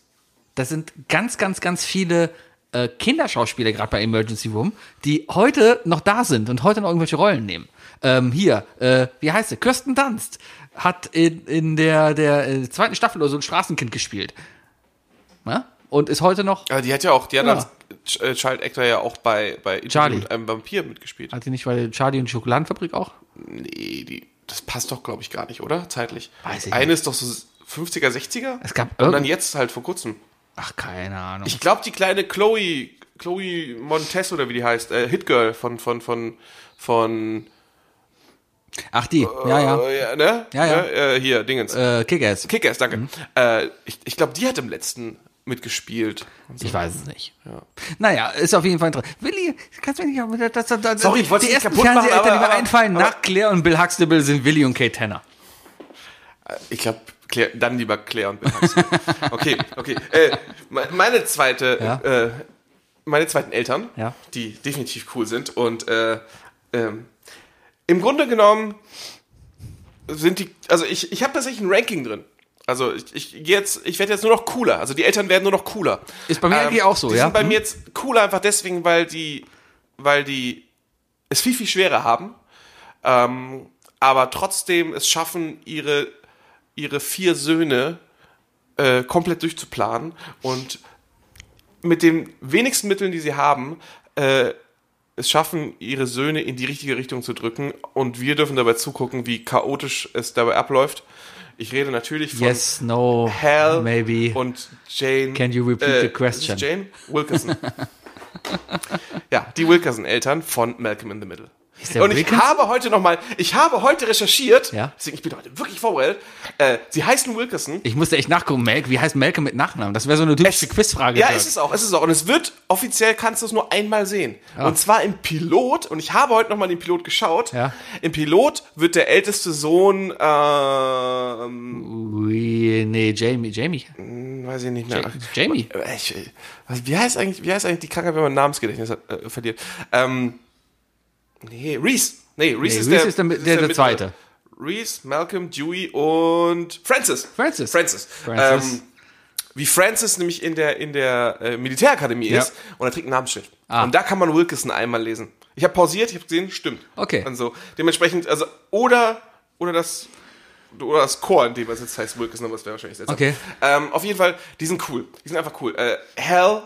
Speaker 4: Das sind ganz, ganz, ganz viele äh, Kinderschauspieler, gerade bei Emergency Room, die heute noch da sind und heute noch irgendwelche Rollen nehmen. Ähm, hier, äh, wie heißt sie? Kirsten Dunst hat in, in der, der äh, zweiten Staffel oder so ein Straßenkind gespielt. Na? Und ist heute noch.
Speaker 3: Ja, die hat ja auch, die hat
Speaker 4: Ja.
Speaker 3: als äh, Child Actor ja auch bei, bei Interview
Speaker 4: Charlie.
Speaker 3: mit einem Vampir mitgespielt.
Speaker 4: Hat sie nicht bei Charlie und die Schokoladenfabrik auch?
Speaker 3: Nee, die, das passt doch, glaube ich, gar nicht, oder? Zeitlich.
Speaker 4: Weiß ich
Speaker 3: eine ist doch so 50er, 60er?
Speaker 4: Es gab
Speaker 3: Und dann
Speaker 4: irgend-
Speaker 3: jetzt halt vor kurzem.
Speaker 4: Ach, keine Ahnung.
Speaker 3: Ich glaube, die kleine Chloe, Chloe Montes oder wie die heißt, äh, Hitgirl von, von, von, von,
Speaker 4: Ach, die. Ja, ja.
Speaker 3: äh, ne?
Speaker 4: Ja, ja.
Speaker 3: Ne? Äh, hier, Dingens. Äh.
Speaker 4: Äh, Mhm. Kick-Ass.
Speaker 3: Kickers, danke. Äh, ich ich glaube, die hat im letzten mitgespielt.
Speaker 4: Ich weiß es nicht. Naja, ist auf jeden Fall interessant. Willi, kannst du mir nicht auch mit das, das, das,
Speaker 3: Sorry, ich wollte
Speaker 4: Die
Speaker 3: es nicht
Speaker 4: ersten
Speaker 3: kaputt machen,
Speaker 4: Fernseheltern, die
Speaker 3: aber-
Speaker 4: mir
Speaker 3: aber-
Speaker 4: einfallen,
Speaker 3: aber-
Speaker 4: nach Claire und Bill Huxtable sind Willi und Kate Tanner.
Speaker 3: Ich glaube, Claire, dann lieber Claire und Bill Huxley. Okay, okay. Äh, me- meine zweite,
Speaker 4: Ja.
Speaker 3: äh, meine zweiten Eltern,
Speaker 4: Ja.
Speaker 3: die definitiv cool sind und äh, ähm, im Grunde genommen sind die, also ich, ich habe tatsächlich ein Ranking drin. Also ich, ich geh jetzt, ich werde jetzt nur noch cooler. Also die Eltern werden nur noch cooler.
Speaker 4: Ist bei mir eigentlich auch so,
Speaker 3: Ähm, die
Speaker 4: ja.
Speaker 3: Sind bei
Speaker 4: Mhm.
Speaker 3: mir jetzt cooler einfach deswegen, weil die, weil die es viel viel schwerer haben, ähm, aber trotzdem es schaffen, ihre ihre vier Söhne äh, komplett durchzuplanen und mit den wenigsten Mitteln, die sie haben, äh, es schaffen, ihre Söhne in die richtige Richtung zu drücken und wir dürfen dabei zugucken, wie chaotisch es dabei abläuft. Ich rede natürlich von
Speaker 4: Yes, no,
Speaker 3: Hal
Speaker 4: maybe.
Speaker 3: und Jane.
Speaker 4: Can you repeat the question?
Speaker 3: Ist es Jane Wilkerson. ja, die Wilkerson-Eltern von Malcolm in the Middle.
Speaker 4: der
Speaker 3: und ich
Speaker 4: Wilkinson-
Speaker 3: habe heute nochmal, ich habe heute recherchiert,
Speaker 4: Ja.
Speaker 3: deswegen ich bin heute wirklich vorbereitet. Äh, sie heißen Wilkerson.
Speaker 4: ich musste echt nachgucken, Malk, wie heißt Malcolm mit Nachnamen? Das wäre so eine typische Quizfrage.
Speaker 3: Ja,
Speaker 4: Dirk.
Speaker 3: ist es auch, ist es auch. Und es wird, offiziell kannst du es nur einmal sehen.
Speaker 4: Ah.
Speaker 3: Und zwar im Pilot, und ich habe heute nochmal den Pilot geschaut.
Speaker 4: Ja.
Speaker 3: Im Pilot wird der älteste Sohn, ähm,
Speaker 4: Ui, nee, Jamie, Jamie.
Speaker 3: weiß ich nicht mehr. Äh,
Speaker 4: Jamie.
Speaker 3: Ich, was, wie, heißt eigentlich, wie heißt eigentlich die Krankheit, wenn man Namensgedächtnis hat, äh, verliert? Ähm, nee, Reese. Nee, Reese, ist,
Speaker 4: Reese
Speaker 3: der,
Speaker 4: ist der- der- der
Speaker 3: mittlere.
Speaker 4: Zweite.
Speaker 3: Reese, Malcolm, Dewey und Francis.
Speaker 4: Francis.
Speaker 3: Francis.
Speaker 4: Francis.
Speaker 3: Ähm, wie Francis nämlich in der, in der äh, Militärakademie
Speaker 4: Ja.
Speaker 3: ist und er trägt ein Namensschild.
Speaker 4: Ah.
Speaker 3: Und da kann man Wilkinson einmal lesen. Ich habe pausiert, ich habe gesehen, stimmt.
Speaker 4: Okay.
Speaker 3: Also dementsprechend, also oder, oder das oder das Chor, in dem es jetzt heißt Wilkinson, aber das wäre wahrscheinlich seltsam.
Speaker 4: Okay.
Speaker 3: Ähm, auf jeden Fall, die sind cool. Die sind einfach cool. Äh, Hell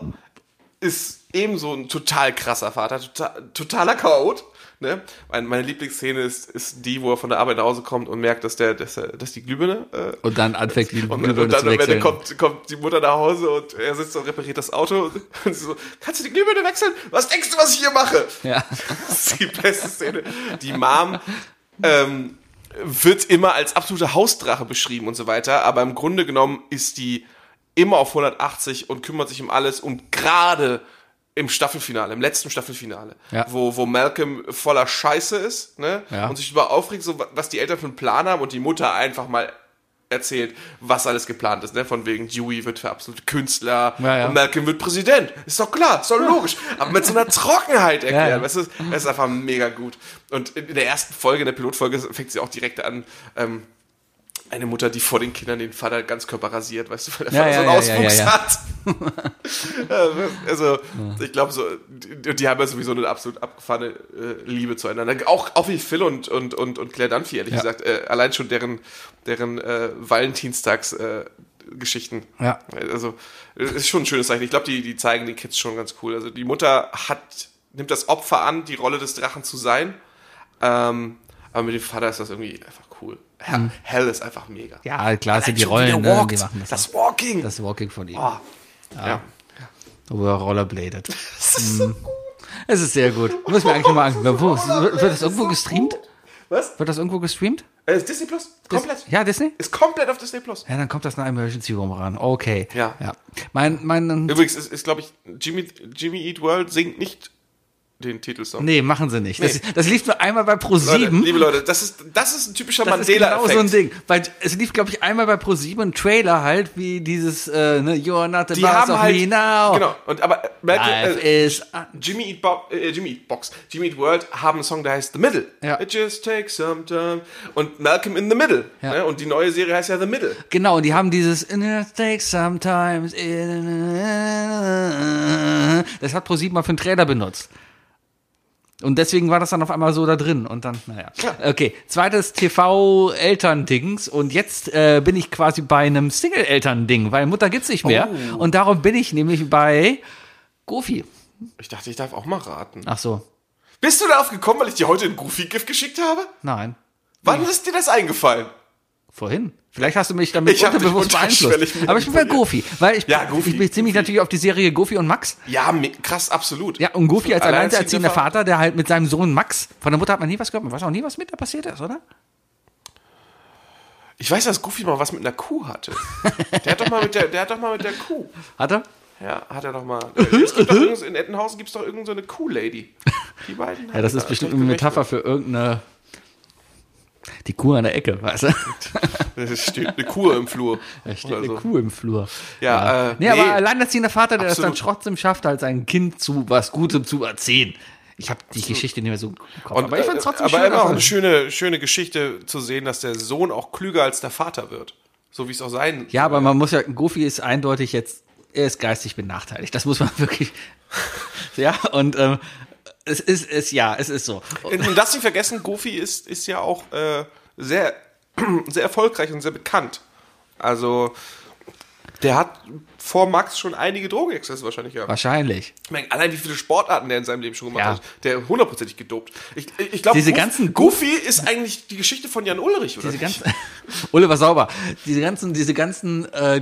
Speaker 3: ist ebenso ein total krasser Vater, total, totaler Chaot. Ne? Meine, meine Lieblingsszene ist, ist die, wo er von der Arbeit nach Hause kommt und merkt, dass der, dass, er, dass die Glühbirne äh,
Speaker 4: Und dann anfängt die
Speaker 3: und,
Speaker 4: Glühbirne
Speaker 3: und dann
Speaker 4: zu
Speaker 3: am Ende
Speaker 4: wechseln.
Speaker 3: kommt, kommt die Mutter nach Hause und er sitzt und repariert das Auto und, und sie so, kannst du die Glühbirne wechseln? Was denkst du, was ich hier mache?
Speaker 4: Ja.
Speaker 3: Das ist die beste Szene. Die Mom ähm, wird immer als absolute Hausdrache beschrieben und so weiter, aber im Grunde genommen ist die immer auf 180 und kümmert sich um alles und gerade im Staffelfinale, im letzten Staffelfinale,
Speaker 4: Ja.
Speaker 3: wo, wo Malcolm voller Scheiße ist ne?
Speaker 4: Ja.
Speaker 3: und sich über aufregt, so, wa- was die Eltern für einen Plan haben und die Mutter einfach mal erzählt, was alles geplant ist. Ne? Von wegen Dewey wird für absolute Künstler
Speaker 4: Ja, ja.
Speaker 3: und Malcolm wird Präsident. Ist doch klar, ist doch logisch. Aber mit so einer Trockenheit erklärt.
Speaker 4: Ja, ja.
Speaker 3: Weißt du, das ist einfach mega gut. Und in in der ersten Folge, in der Pilotfolge, fängt sie auch direkt an, ähm, eine Mutter, die vor den Kindern den Vater ganz körper rasiert, weißt du, weil der
Speaker 4: Ja,
Speaker 3: Vater
Speaker 4: ja,
Speaker 3: so
Speaker 4: ja,
Speaker 3: einen
Speaker 4: ja,
Speaker 3: Auswuchs hat. Ähm, also, ich glaube, so, die, die haben ja sowieso eine absolut abgefahrene äh, Liebe zueinander. Auch, auch wie Phil und, und, und, und Claire Dunphy, ehrlich
Speaker 4: Ja.
Speaker 3: gesagt. Äh, allein schon deren, deren äh, Valentinstags äh, Geschichten.
Speaker 4: Ja.
Speaker 3: Also, es ist schon ein schönes Zeichen. Ich glaube, die, die zeigen den Kids schon ganz cool. Also, die Mutter hat, nimmt das Opfer an, die Rolle des Drachen zu sein. Ähm, aber mit dem Vater ist das irgendwie einfach cool. Hell, Hell ist einfach mega.
Speaker 4: Mhm. Ja, klar, es sind die
Speaker 3: Schon wieder
Speaker 4: Rollen, ne?
Speaker 3: walked.
Speaker 4: die machen das.
Speaker 3: das, Walking.
Speaker 4: Das Walking von ihm.
Speaker 3: oh. ja.
Speaker 4: Oder rollerbladet.
Speaker 3: Äh,
Speaker 4: Mm. Es ist sehr gut. Muss mir eigentlich mal angucken. Wo, wird wird das irgendwo gestreamt?
Speaker 3: Was?
Speaker 4: Wird das irgendwo gestreamt?
Speaker 3: Äh, ist Disney Plus? Komplett.
Speaker 4: mhm. Ja, Disney?
Speaker 3: Ist komplett auf Disney Plus.
Speaker 4: Ja, dann kommt das nach Emergency Room ran. Okay.
Speaker 3: Ja.
Speaker 4: Mein, mein,
Speaker 3: Übrigens ist, ist glaube ich, Jimmy, Jimmy Eat World singt nicht den Titelsong.
Speaker 4: Nee, machen sie nicht. Das, das lief nur einmal bei Pro7.
Speaker 3: Leute, liebe Leute, das ist, das ist ein typischer
Speaker 4: Das ist genau
Speaker 3: Mandela-Effekt.
Speaker 4: so ein Ding. Weil es lief, glaube ich, einmal bei Pro7 ein Trailer halt, wie dieses, äh, ne, You're not the
Speaker 3: Die
Speaker 4: boss
Speaker 3: haben
Speaker 4: of
Speaker 3: halt,
Speaker 4: me now.
Speaker 3: genau, und aber äh, Michael,
Speaker 4: Life
Speaker 3: äh,
Speaker 4: is.
Speaker 3: Jimmy Eat, Bo äh, Jimmy Eat Box, Jimmy Eat World haben einen Song, der heißt The Middle.
Speaker 4: Ja.
Speaker 3: It just takes some time. Und Malcolm in the Middle.
Speaker 4: Ja.
Speaker 3: Ne? Und die neue Serie heißt ja The Middle.
Speaker 4: Genau, und die haben dieses "And it takes sometimes. in-" Das hat Pro7 mal für einen Trailer benutzt. Und deswegen war das dann auf einmal so da drin. Und dann, naja. Okay, zweites TV-Elterndings. Und jetzt äh, bin ich quasi bei einem Single-Elternding, weil Mutter gibt's nicht mehr.
Speaker 3: Oh.
Speaker 4: Und darum bin ich nämlich bei Goofy.
Speaker 3: Ich dachte, ich darf auch mal raten.
Speaker 4: Ach so,
Speaker 3: Bist du darauf gekommen, weil ich dir heute ein Goofy-Gift geschickt habe?
Speaker 4: nein.
Speaker 3: Wann ist dir das eingefallen?
Speaker 4: Vorhin. Vielleicht hast du mich damit
Speaker 3: Ich hab dich
Speaker 4: unterbewusst
Speaker 3: unterschwellig
Speaker 4: beeinflusst. Aber ich bin bei Goofy, weil ich,
Speaker 3: Ja, Goofy,
Speaker 4: ich beziehe mich
Speaker 3: Goofy.
Speaker 4: natürlich auf die Serie Goofy und Max.
Speaker 3: Ja, mi- krass, absolut.
Speaker 4: Ja, und Goofy als alleinerziehender
Speaker 3: Alleinerziehender
Speaker 4: Vater, der halt mit seinem Sohn Max, von der Mutter hat man nie was gehört, man weiß auch nie, was mit da passiert ist, oder?
Speaker 3: Ich weiß, dass Goofy mal was mit einer Kuh hatte. Der hat doch mal mit der, der hat doch mal mit der Kuh.
Speaker 4: Hat er?
Speaker 3: Ja, hat er doch mal.
Speaker 4: Äh,
Speaker 3: Es gibt doch irgend, in Ettenhausen gibt es doch irgendeine so eine Kuh-Lady. Die beiden.
Speaker 4: Ja, das
Speaker 3: hatten
Speaker 4: ist
Speaker 3: da
Speaker 4: bestimmt
Speaker 3: schlechte
Speaker 4: eine Metapher für irgendeine. Die Kuh an der Ecke, weißt du?
Speaker 3: Rechte. Es steht eine Kuh im Flur.
Speaker 4: Da steht
Speaker 3: Oder
Speaker 4: eine
Speaker 3: so.
Speaker 4: Kuh im Flur.
Speaker 3: Ja, äh,
Speaker 4: nee,
Speaker 3: nee.
Speaker 4: aber alleinerziehender Vater, der
Speaker 3: Absolut.
Speaker 4: das dann trotzdem schafft, halt sein Kind zu was Gutem zu erzählen. Ich habe die Geschichte nicht mehr so im Kopf,
Speaker 3: Und,
Speaker 4: aber ich fand's
Speaker 3: äh,
Speaker 4: trotzdem
Speaker 3: aber
Speaker 4: schön.
Speaker 3: immer auch eine
Speaker 4: dass er-
Speaker 3: schöne, schöne Geschichte zu sehen, dass der Sohn auch klüger als der Vater wird. So wie es auch sein
Speaker 4: Ja, aber man muss ja, Goofy ist eindeutig jetzt, er ist geistig benachteiligt. Das muss man wirklich. ja, und ähm, es ist, es, ja, es ist so.
Speaker 3: Und, und das nicht vergessen, Goofy ist, ist ja auch äh, sehr, sehr erfolgreich und sehr bekannt. Also, der hat vor Max schon einige Drogenexzesse wahrscheinlich gehabt.
Speaker 4: Wahrscheinlich.
Speaker 3: Ich meine, allein wie viele Sportarten der in seinem Leben schon gemacht
Speaker 4: Ja.
Speaker 3: hat. Der hundertprozentig gedopt. Ich, ich ich glaube,
Speaker 4: Diese
Speaker 3: Goof-
Speaker 4: ganzen-
Speaker 3: Goofy ist eigentlich die Geschichte von Jan Ulrich, oder?
Speaker 4: Diese
Speaker 3: nicht?
Speaker 4: ganzen, Oliver Sauber, diese ganzen, diese ganzen äh,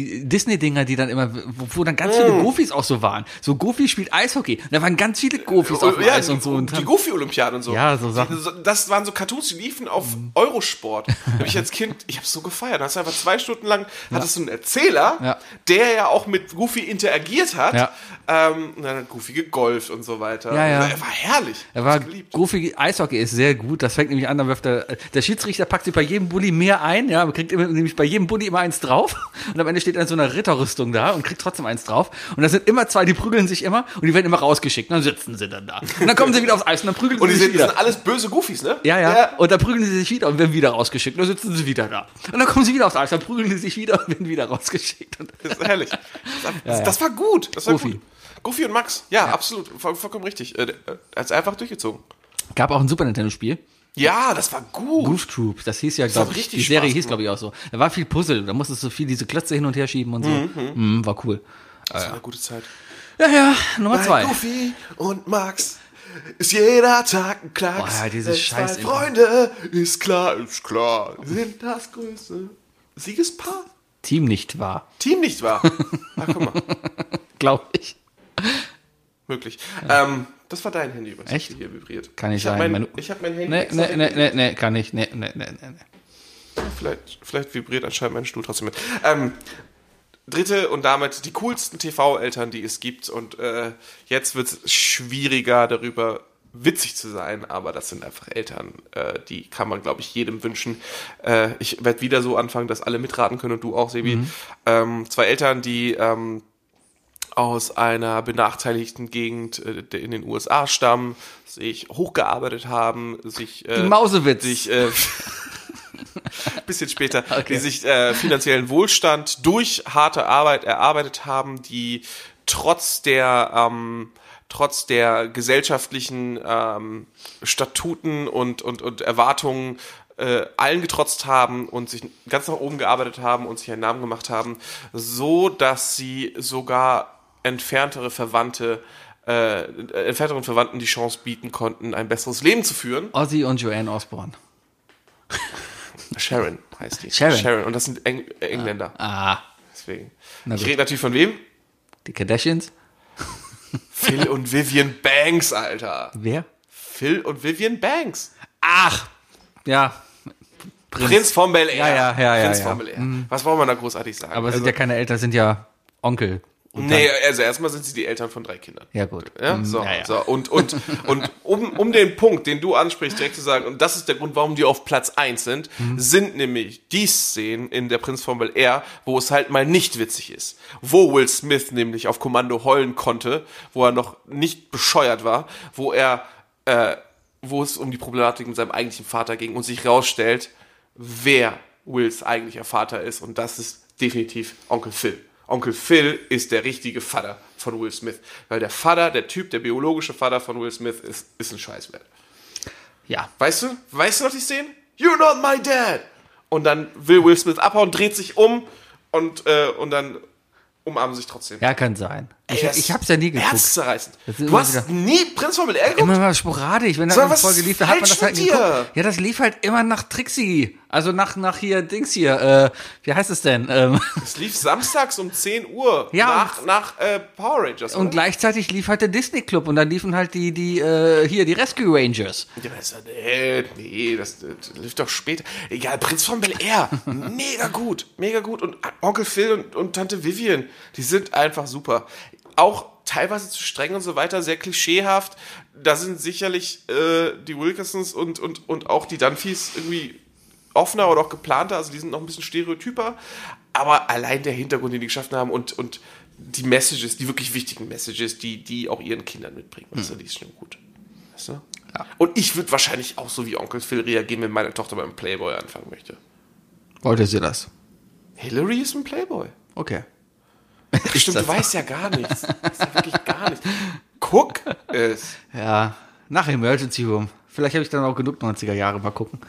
Speaker 4: Goofy-Disney-Dinger, die dann immer, wo, wo dann ganz
Speaker 3: Mm.
Speaker 4: viele Goofies auch so waren. So Goofy spielt Eishockey. Und da waren ganz viele Goofies auf dem
Speaker 3: Oh, Äh, ja,
Speaker 4: Eis
Speaker 3: die,
Speaker 4: und so. Und
Speaker 3: die
Speaker 4: dann,
Speaker 3: Goofy-Olympiaden und so.
Speaker 4: Ja, so Sachen. Mhm.
Speaker 3: Die, das waren so Cartoons, die liefen auf Eurosport. Da hab ich als Kind, ich habe so gefeiert. Da hast du einfach zwei Stunden lang, hattest du einen Erzähler,
Speaker 4: Ja.
Speaker 3: der ja auch mit Goofy interagiert hat.
Speaker 4: Ja.
Speaker 3: Ähm, und dann hat Goofy gegolft und so weiter.
Speaker 4: Ja, ja.
Speaker 3: Und Er war herrlich.
Speaker 4: er war
Speaker 3: Hab's geliebt.
Speaker 4: Goofy Eishockey ist sehr gut. Das fängt nämlich an, dann wirft der, der Schiedsrichter packt sich bei jedem Bulli mehr ein, ja, man kriegt immer, nämlich bei jedem Bulli immer eins drauf. Und am Ende steht er in so einer Ritterrüstung da und kriegt trotzdem eins drauf. Und da sind immer zwei, die prügeln sich immer und die werden immer rausgeschickt. Und dann sitzen sie dann da. Und dann kommen sie wieder aufs Eis und dann prügeln
Speaker 3: Und die
Speaker 4: sie sich
Speaker 3: sind,
Speaker 4: wieder.
Speaker 3: das sind alles böse Goofies, ne?
Speaker 4: Ja, ja, Und dann prügeln sie sich wieder und werden wieder rausgeschickt. Und dann sitzen sie wieder da. Und dann kommen sie wieder aufs Eis, dann prügeln sie sich wieder und werden wieder rausgeschickt. Und
Speaker 3: Das ist herrlich. Das, das, das war gut. Das war
Speaker 4: Goofy.
Speaker 3: gut. Goofy und Max. Ja, absolut. Voll, vollkommen richtig. Äh, Er hat's einfach durchgezogen.
Speaker 4: gab auch ein Super Nintendo-Spiel.
Speaker 3: Ja, das war gut.
Speaker 4: Goof Troop, das hieß ja, glaube
Speaker 3: hat
Speaker 4: ich.
Speaker 3: richtig
Speaker 4: Die Serie
Speaker 3: Spaß
Speaker 4: hieß, glaube ich, auch so. Da war viel Puzzle, da musstest du viel diese Klötze hin und her schieben und so. Mhm, war cool.
Speaker 3: Das war eine gute Zeit.
Speaker 4: Ja, ja, Nummer zwei.
Speaker 3: Bei Goofy und Max ist jeder Tag ein Klacks.
Speaker 4: Boah, diese
Speaker 3: Äh,
Speaker 4: scheiß
Speaker 3: Zwei
Speaker 4: Intro.
Speaker 3: Freunde, ist klar, ist klar, sind das größte Siegespaar.
Speaker 4: Team nicht wahr,
Speaker 3: Team nicht wahr? Ach, guck mal,
Speaker 4: glaube ich.
Speaker 3: möglich. Ähm, das war dein Handy, was
Speaker 4: Echt?
Speaker 3: hier vibriert.
Speaker 4: Kann nicht
Speaker 3: ich hab
Speaker 4: sein, Ne,
Speaker 3: Mein,
Speaker 4: mein-
Speaker 3: ich habe mein Handy.
Speaker 4: Nee,
Speaker 3: extra
Speaker 4: nee, nee, nee, nee, kann ich. Nee, nee, nee, nee. nee.
Speaker 3: Vielleicht, vielleicht vibriert anscheinend mein Stuhl trotzdem mit. Ähm, dritte und damit die coolsten TV-Eltern, die es gibt. Und äh, jetzt wird es schwieriger, darüber witzig zu sein, aber das sind einfach Eltern, äh, die kann man, glaube ich, jedem wünschen. Äh, ich werde wieder so anfangen, dass alle mitraten können und du auch, Sebi. Ähm, zwei Eltern, die ähm, aus einer benachteiligten Gegend äh, der- in den USA stammen, sich hochgearbeitet haben, sich äh,
Speaker 4: Die Mausewitz.
Speaker 3: sich äh, bisschen später, die sich äh, finanziellen Wohlstand durch harte Arbeit erarbeitet haben, die trotz der ähm, trotz der gesellschaftlichen ähm, Statuten und und und Erwartungen äh, allen getrotzt haben und sich ganz nach oben gearbeitet haben und sich einen Namen gemacht haben, so dass sie sogar entferntere Verwandte äh, entfernteren Verwandten die Chance bieten konnten, ein besseres Leben zu führen.
Speaker 4: Ozzy und Joanne Osborne.
Speaker 3: Sharon heißt die.
Speaker 4: Sharon.
Speaker 3: Sharon. Und das sind Eng Engländer.
Speaker 4: Ah,
Speaker 3: Deswegen.
Speaker 4: Na
Speaker 3: ich
Speaker 4: gut.
Speaker 3: rede natürlich von wem?
Speaker 4: die Kardashians.
Speaker 3: Phil und Vivian Banks, Alter.
Speaker 4: Wer?
Speaker 3: Phil und Vivian Banks.
Speaker 4: Ach, ja.
Speaker 3: Prinz, von Bel Air.
Speaker 4: Ja, ja, ja, ja,
Speaker 3: Prinz
Speaker 4: ja.
Speaker 3: von Bel Air. Was wollen wir da großartig sagen?
Speaker 4: Aber es
Speaker 3: also,
Speaker 4: sind ja keine Eltern, es sind ja Onkel Und
Speaker 3: Nee, also erstmal sind sie die Eltern von drei Kindern.
Speaker 4: Ja, gut.
Speaker 3: Ja,
Speaker 4: Mm,
Speaker 3: so,
Speaker 4: ja, ja.
Speaker 3: so. Und, und, und um, um den Punkt, den du ansprichst, direkt zu sagen, und das ist der Grund, warum die auf Platz 1 sind,
Speaker 4: Mhm.
Speaker 3: sind nämlich die Szenen in der Prinz von Bel Air, wo es halt mal nicht witzig ist. Wo Will Smith nämlich auf Kommando heulen konnte, wo er noch nicht bescheuert war, wo er, äh, wo es um die Problematik mit seinem eigentlichen Vater ging und sich rausstellt, wer Wills eigentlicher Vater ist. Und das ist definitiv Onkel Phil. Onkel Phil ist der richtige Vater von Will Smith. Weil der Vater, der Typ, der biologische Vater von Will Smith ist, ist ein Scheißwert.
Speaker 4: Ja.
Speaker 3: Weißt du? Weißt du noch die Szene? You're not my dad! Und dann will Will Smith abhauen, dreht sich um und, äh, und dann umarmen sie sich trotzdem.
Speaker 4: Ja, kann sein. Ich,
Speaker 3: das
Speaker 4: ich hab's ja nie geguckt.
Speaker 3: Herzzerreißend.
Speaker 4: Das ist
Speaker 3: Du
Speaker 4: immer
Speaker 3: hast
Speaker 4: wieder-
Speaker 3: nie Prinz von Bel Air geguckt?
Speaker 4: Immer mal sporadisch, wenn da
Speaker 3: Sag,
Speaker 4: eine
Speaker 3: was
Speaker 4: Folge
Speaker 3: ist
Speaker 4: lief, da hat man
Speaker 3: falsch
Speaker 4: das halt
Speaker 3: mit dir?
Speaker 4: geguckt. Ja, das lief halt immer nach Trixie. Also nach, nach hier Dings hier. Äh, wie heißt es denn? Ähm,
Speaker 3: Es lief samstags um 10 Uhr
Speaker 4: Ja,
Speaker 3: nach,
Speaker 4: und-
Speaker 3: nach äh, Power Rangers.
Speaker 4: und
Speaker 3: oder?
Speaker 4: gleichzeitig lief halt der Disney Club und dann liefen halt die, die, äh, hier, die Rescue Rangers.
Speaker 3: Ja, das, nee, nee, das, das läuft doch später. Egal, Prinz von Bel Air. Mega gut, mega gut. Und Onkel Phil und, und Tante Vivian, die sind einfach super. Auch teilweise zu streng und so weiter, sehr klischeehaft. Da sind sicherlich äh, die Wilkinsons und, und, und auch die Dunphys irgendwie offener oder auch geplanter, also die sind noch ein bisschen stereotyper, aber allein der Hintergrund, den die geschaffen haben und, und die Messages, die wirklich wichtigen Messages, die die auch ihren Kindern mitbringen, weißt du, die ist schon gut. Weißt du? Und ich würde wahrscheinlich auch so wie Onkel Phil reagieren, wenn meine Tochter beim Playboy anfangen möchte.
Speaker 4: Wollte sie das?
Speaker 3: Hillary ist ein Playboy.
Speaker 4: Okay.
Speaker 3: Stimmt, du weißt ja gar nichts. Du weißt ja wirklich gar nichts.
Speaker 4: Äh,
Speaker 3: Äh, Guck es.
Speaker 4: Ja, nach Emergency Room. Vielleicht habe ich dann auch genug 90er Jahre mal gucken.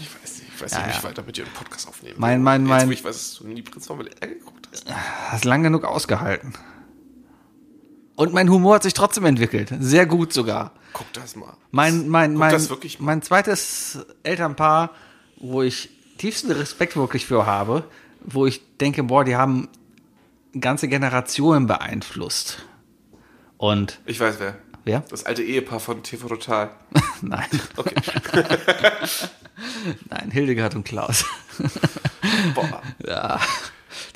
Speaker 3: Ich weiß nicht, ich weiß nicht, wie
Speaker 4: ja.
Speaker 3: ich weiter mit dir einen Podcast aufnehmen will.
Speaker 4: Mein- mein-
Speaker 3: Jetzt,
Speaker 4: mein-
Speaker 3: wo Ich weiß, dass du nie Prinz von Bel äh, Air geguckt hast.
Speaker 4: Hast lang genug ausgehalten. Und mein Humor hat sich trotzdem entwickelt. Sehr gut sogar.
Speaker 3: Guck das mal.
Speaker 4: Mein, mein,
Speaker 3: Guck
Speaker 4: mein,
Speaker 3: das wirklich mal.
Speaker 4: mein zweites Elternpaar, wo ich tiefsten Respekt wirklich für habe, wo ich denke, boah, die haben ganze Generationen beeinflusst. Und
Speaker 3: Ich weiß wer.
Speaker 4: wer?
Speaker 3: Das alte Ehepaar von TV Total.
Speaker 4: Nein.
Speaker 3: Okay.
Speaker 4: Nein, Hildegard und Klaus.
Speaker 3: Boah.
Speaker 4: Ja.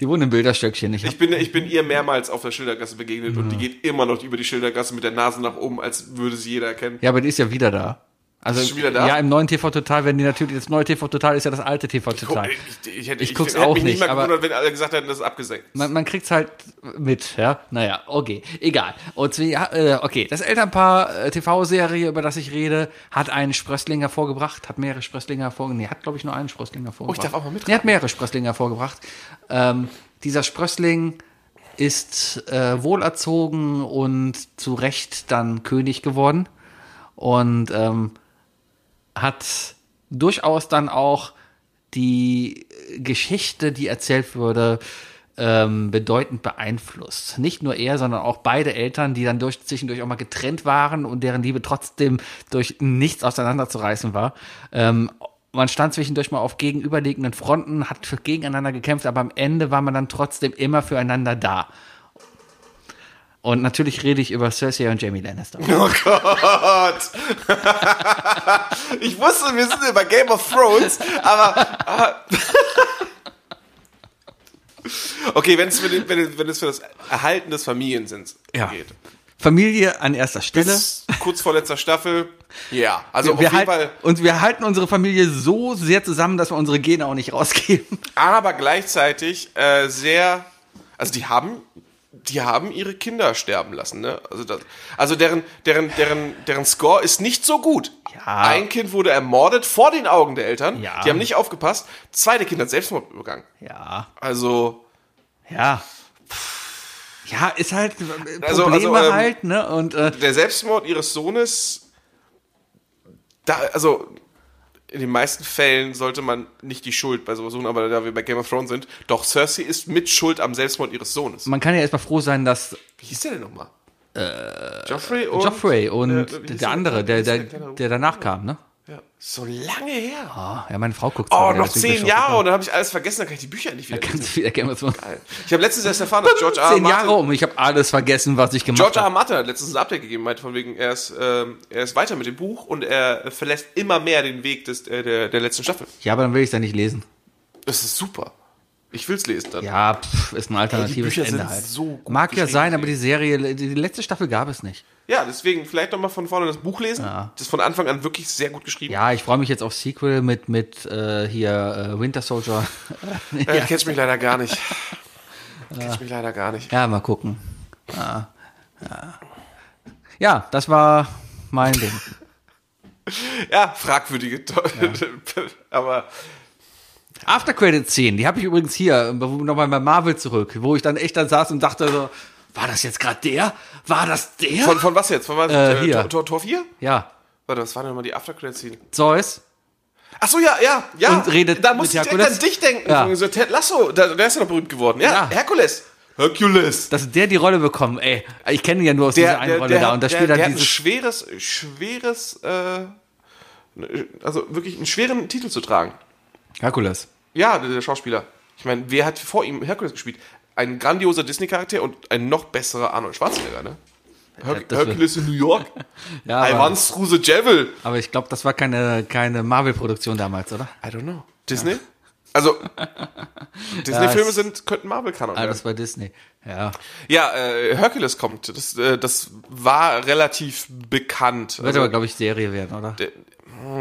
Speaker 4: Die wohnen im Bilderstöckchen. Ich hab,
Speaker 3: Ich bin, ich bin ihr mehrmals auf der Schildergasse begegnet und die geht immer noch über die Schildergasse mit der Nase nach oben, als würde sie jeder erkennen.
Speaker 4: ja, aber die ist ja wieder da. Also,
Speaker 3: Ist schon wieder da?
Speaker 4: ja, im neuen TV Total werden die natürlich, das neue TV Total ist ja das alte TV Total.
Speaker 3: Ich, ich, hätte,
Speaker 4: Ich
Speaker 3: ich,
Speaker 4: guck's
Speaker 3: hätte
Speaker 4: auch
Speaker 3: mich
Speaker 4: nicht,
Speaker 3: nicht mal
Speaker 4: aber-
Speaker 3: gewundert, wenn alle gesagt hätten, das ist abgesenkt.
Speaker 4: Man, man kriegt's halt mit, ja. Naja, okay, egal. Und zwe- äh, okay, das Elternpaar äh, TV-Serie, über das ich rede, hat einen Sprössling hervorgebracht, hat mehrere Sprösslinge hervorgebracht. Nee, hat glaube ich nur einen Sprössling hervorgebracht.
Speaker 3: Oh, darf auch mal mitraten.
Speaker 4: Nee, hat mehrere Sprösslinge hervorgebracht. Ähm, dieser Sprössling ist äh, wohlerzogen und zu Recht dann König geworden und ähm, hat durchaus dann auch die Geschichte, die erzählt wurde, ähm, bedeutend beeinflusst. Nicht nur er, sondern auch beide Eltern, die dann durch, zwischendurch auch mal getrennt waren und deren Liebe trotzdem durch nichts auseinanderzureißen war. Ähm, man stand zwischendurch mal auf gegenüberliegenden Fronten, hat für gegeneinander gekämpft, aber am Ende war man dann trotzdem immer füreinander da. Und natürlich rede ich über Cersei und Jamie Lannister.
Speaker 3: Oh Gott! ich wusste, wir sind über Game of Thrones, aber. ah. aber okay, wenn es für, den- wenn, wenn es für das Erhalten des Familiensinns
Speaker 4: Ja. Ne?
Speaker 3: geht.
Speaker 4: Familie an erster Stelle.
Speaker 3: Bis kurz vor letzter Staffel. Ja, also auf
Speaker 4: wir
Speaker 3: jeden
Speaker 4: halten-
Speaker 3: Fall.
Speaker 4: Und wir halten unsere Familie so sehr zusammen, dass wir unsere Gene auch nicht rausgeben.
Speaker 3: aber gleichzeitig äh, sehr, also die haben, die haben ihre Kinder sterben lassen, ne? Also das, also deren, deren, deren, deren Score ist nicht so gut.
Speaker 4: Ja.
Speaker 3: Ein Kind wurde ermordet vor den Augen der Eltern.
Speaker 4: Ja.
Speaker 3: Die haben nicht aufgepasst. Zweite Kind hat Selbstmord begangen.
Speaker 4: Ja,
Speaker 3: Also
Speaker 4: ja. Ja, ist halt äh, Probleme
Speaker 3: Also- also, ähm,
Speaker 4: halt, ne? Und äh,
Speaker 3: der Selbstmord ihres Sohnes, da, also in den meisten Fällen sollte man nicht die Schuld bei sowas suchen, aber da wir bei Game of Thrones sind, doch Cersei ist mit Schuld am Selbstmord ihres Sohnes.
Speaker 4: man kann ja erstmal froh sein, dass
Speaker 3: Wie hieß der denn nochmal? Äh, Joffrey und.
Speaker 4: Joffrey und
Speaker 3: äh, wie
Speaker 4: der,
Speaker 3: hieß
Speaker 4: andere, der, der,
Speaker 3: kleine-
Speaker 4: der danach kam, ne?
Speaker 3: Ja. So lange her.
Speaker 4: Ah, ja, meine Frau guckt
Speaker 3: Oh,
Speaker 4: zwar wieder,
Speaker 3: noch
Speaker 4: deswegen
Speaker 3: zehn
Speaker 4: bin ich schon
Speaker 3: Jahre und dann habe ich alles vergessen, dann kann ich die Bücher nicht wieder
Speaker 4: so- Ganz
Speaker 3: lesen.
Speaker 4: viel Game of Thrones.
Speaker 3: Ich habe letztens erst erfahren, dass George R. R.
Speaker 4: Zehn Jahre
Speaker 3: Martin,
Speaker 4: um, ich habe alles vergessen, was ich gemacht
Speaker 3: George R.
Speaker 4: habe.
Speaker 3: R. Martin hat letztens ein Update gegeben, meinte von wegen, er ist, ähm, er ist weiter mit dem Buch und er verlässt immer mehr den Weg des, äh, der, der letzten Staffel.
Speaker 4: Ja, aber dann will ich es ja nicht lesen.
Speaker 3: Das ist super. Ich will's lesen dann.
Speaker 4: Ja, pff, ist ein alternatives
Speaker 3: Bücher
Speaker 4: Ende
Speaker 3: sind
Speaker 4: halt.
Speaker 3: so gut
Speaker 4: Mag ja
Speaker 3: geschrieben,
Speaker 4: sein, aber
Speaker 3: ey.
Speaker 4: die Serie, die, die letzte Staffel gab es nicht.
Speaker 3: Ja, deswegen vielleicht nochmal von vorne das Buch lesen. Das ist von Anfang an wirklich sehr gut geschrieben.
Speaker 4: Ja, ich freue mich jetzt auf Sequel mit, mit äh, hier äh, Winter Soldier.
Speaker 3: Äh, Catch mich leider gar nicht. Catch mich leider gar nicht.
Speaker 4: ja, mal gucken. Ja, ja. ja, das war mein Ding.
Speaker 3: Ja, fragwürdige. Aber
Speaker 4: After-Credit-Szenen, die habe ich übrigens hier, äh, nochmal bei Marvel zurück, wo ich dann echt dann saß und dachte so, war das jetzt gerade der? War das der?
Speaker 3: von, von was jetzt? Von was?
Speaker 4: Äh, hier.
Speaker 3: Tor, Tor, Tor 4?
Speaker 4: ja,
Speaker 3: Warte, was war denn nochmal die Aftercredit-Szene?
Speaker 4: Zeus.
Speaker 3: Ach so, ja, ja, ja.
Speaker 4: Und redet
Speaker 3: da muss
Speaker 4: mit
Speaker 3: ich direkt
Speaker 4: Herkules?
Speaker 3: an dich denken.
Speaker 4: Ja.
Speaker 3: So, Ted Lasso, da, der ist ja noch berühmt geworden.
Speaker 4: Ja.
Speaker 3: Ja, Herkules. Herkules.
Speaker 4: Dass der die Rolle bekommen, ey. Ich kenne ihn ja nur aus dieser einen Rolle da. Und da
Speaker 3: der,
Speaker 4: spielt
Speaker 3: der
Speaker 4: er
Speaker 3: hat ein
Speaker 4: dieses.
Speaker 3: schweres, schweres, äh, also wirklich einen schweren Titel zu tragen.
Speaker 4: Herkules.
Speaker 3: Ja, der, der Schauspieler. Ich meine, wer hat vor ihm Herkules gespielt? Ein grandioser Disney-Charakter und ein noch besserer Arnold Schwarzenegger, ne? Her
Speaker 4: das
Speaker 3: Herkules in New York.
Speaker 4: Ja,
Speaker 3: I
Speaker 4: aber,
Speaker 3: once through the Javel.
Speaker 4: aber ich glaube, das war keine, keine Marvel-Produktion damals, oder?
Speaker 3: I don't know. Disney? Also, Disney-Filme
Speaker 4: es-
Speaker 3: sind, könnten Marvel-Kanon
Speaker 4: Ah,
Speaker 3: werden.
Speaker 4: das war Disney. Ja.
Speaker 3: Ja, äh, Herkules kommt. Das, äh, das war relativ bekannt.
Speaker 4: Wird
Speaker 3: Also,
Speaker 4: aber, glaube ich, Serie werden, oder?
Speaker 3: der,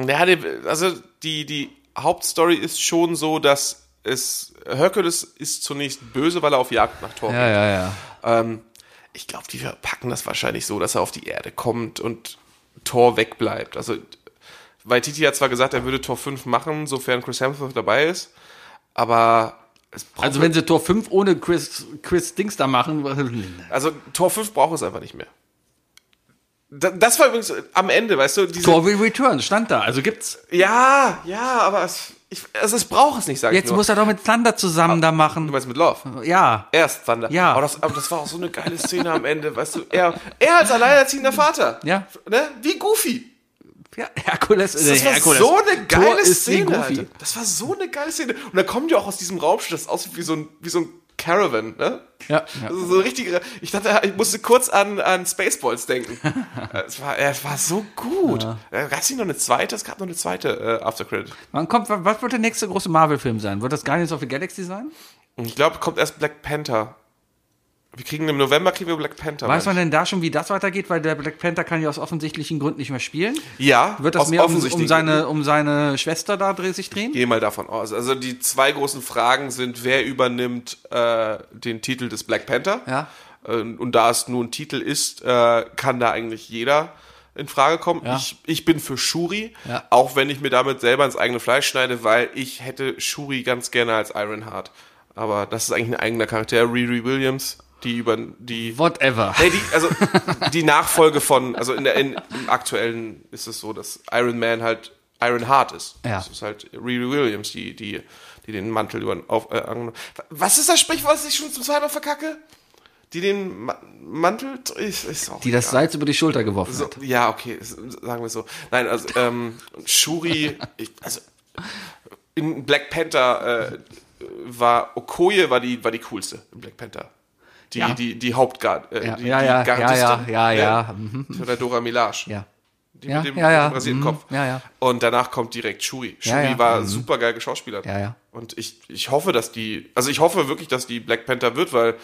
Speaker 3: ja, der, also die, die Hauptstory ist schon so, dass es Herkules ist zunächst böse, weil er auf Jagd nach Thor
Speaker 4: Ja, ja, ja.
Speaker 3: Ähm, ich glaube, die verpacken das wahrscheinlich so, dass er auf die Erde kommt und Thor wegbleibt. Also, Waititi hat zwar gesagt, er würde Tor 5 machen, sofern Chris Hemsworth dabei ist, aber es braucht
Speaker 4: Also, wenn sie Tor 5 ohne Chris, Chris Dings da machen,
Speaker 3: also Tor 5 braucht es einfach nicht mehr. Da- Das war übrigens am Ende, weißt du? Diese,
Speaker 4: Tor will return, stand da. Also gibt's.
Speaker 3: Ja, ja, aber es, ich, also es braucht es nicht, sag ich
Speaker 4: Jetzt
Speaker 3: nur.
Speaker 4: muss er doch mit Thunder zusammen da
Speaker 3: du
Speaker 4: machen.
Speaker 3: meinst mit Love?
Speaker 4: Ja.
Speaker 3: Er ist Thunder.
Speaker 4: Ja.
Speaker 3: Aber Oh, das, aber das war auch so eine geile Szene am Ende, weißt du? Er, er als alleinerziehender Vater.
Speaker 4: Ja.
Speaker 3: Ne? Wie Goofy.
Speaker 4: ja Herkules.
Speaker 3: Das
Speaker 4: äh,
Speaker 3: war
Speaker 4: Herkules.
Speaker 3: so eine
Speaker 4: Thor
Speaker 3: geile
Speaker 4: ist wie
Speaker 3: Szene,
Speaker 4: Goofy.
Speaker 3: Alter. Das war so eine geile Szene. Und da kommen die auch aus diesem Raumschiff, das aussieht wie so ein, wie so ein Caravan, ne?
Speaker 4: Ja.
Speaker 3: Das ist so eine richtige, ich dachte, ich musste kurz an, an Spaceballs denken. es, war, es war so gut. Äh, Gab es nicht noch eine zweite? Es gab noch eine zweite äh, Aftercredit.
Speaker 4: Wann kommt, wa- was wird der nächste große Marvel-Film sein? Wird das Guardians of the Galaxy sein?
Speaker 3: Und ich glaube, kommt erst Black Panther. Wir kriegen im November kriegen wir Black Panther.
Speaker 4: Weiß man
Speaker 3: meine
Speaker 4: denn da schon, wie das weitergeht? Weil der Black Panther kann ja aus offensichtlichen Gründen nicht mehr spielen.
Speaker 3: ich. Ja,
Speaker 4: Wird das
Speaker 3: aus-
Speaker 4: mehr um,
Speaker 3: offensichtlich.
Speaker 4: um, seine, um seine Schwester da dreh- sich drehen?
Speaker 3: Ich Gehe mal davon aus. Also die zwei großen Fragen sind, wer übernimmt äh, den Titel des Black Panther?
Speaker 4: Ja.
Speaker 3: Ähm, und da es nur ein Titel ist, äh, kann da eigentlich jeder in Frage kommen.
Speaker 4: Ja.
Speaker 3: Ich, ich bin für Shuri,
Speaker 4: Ja.
Speaker 3: auch wenn ich mir damit selber ins eigene Fleisch schneide, weil ich hätte Shuri ganz gerne als Ironheart. Aber das ist eigentlich ein eigener Charakter. Riri Williams, die über die
Speaker 4: Whatever.
Speaker 3: Nee, die, also die Nachfolge von, also in der in, im aktuellen ist es so, dass Iron Man halt Iron Heart ist.
Speaker 4: Ja.
Speaker 3: Das ist halt Riri Williams, die, die, die den Mantel über auf, äh, angenommen- Was ist das Sprichwort, was ich schon zum zweiten Mal verkacke? Die den Ma Mantel ist, ist auch
Speaker 4: Die das
Speaker 3: egal.
Speaker 4: Salz über die Schulter geworfen
Speaker 3: so,
Speaker 4: hat.
Speaker 3: Ja, okay, s- sagen wir so. Nein, also ähm, Shuri, ich, also in Black Panther äh, war Okoye war die war die coolste in Black Panther. Die,
Speaker 4: Ja.
Speaker 3: die, die Hauptgard, äh,
Speaker 4: Ja,
Speaker 3: die,
Speaker 4: ja,
Speaker 3: die
Speaker 4: ja, ja,
Speaker 3: Gardistin,
Speaker 4: ja, ja,
Speaker 3: ne?
Speaker 4: ja, mhm.
Speaker 3: Von der Dora Milaje.
Speaker 4: Ja.
Speaker 3: Die
Speaker 4: Ja,
Speaker 3: mit dem,
Speaker 4: ja, ja,
Speaker 3: mit dem rasierten
Speaker 4: mhm,
Speaker 3: Kopf.
Speaker 4: ja, ja.
Speaker 3: Und danach kommt direkt Shuri. Shuri
Speaker 4: Ja, ja, Mhm.
Speaker 3: war super geil geschauspielert.
Speaker 4: Ja, ja.
Speaker 3: Und ich, ich hoffe, dass die, also ich hoffe wirklich, dass die Black Panther wird, weil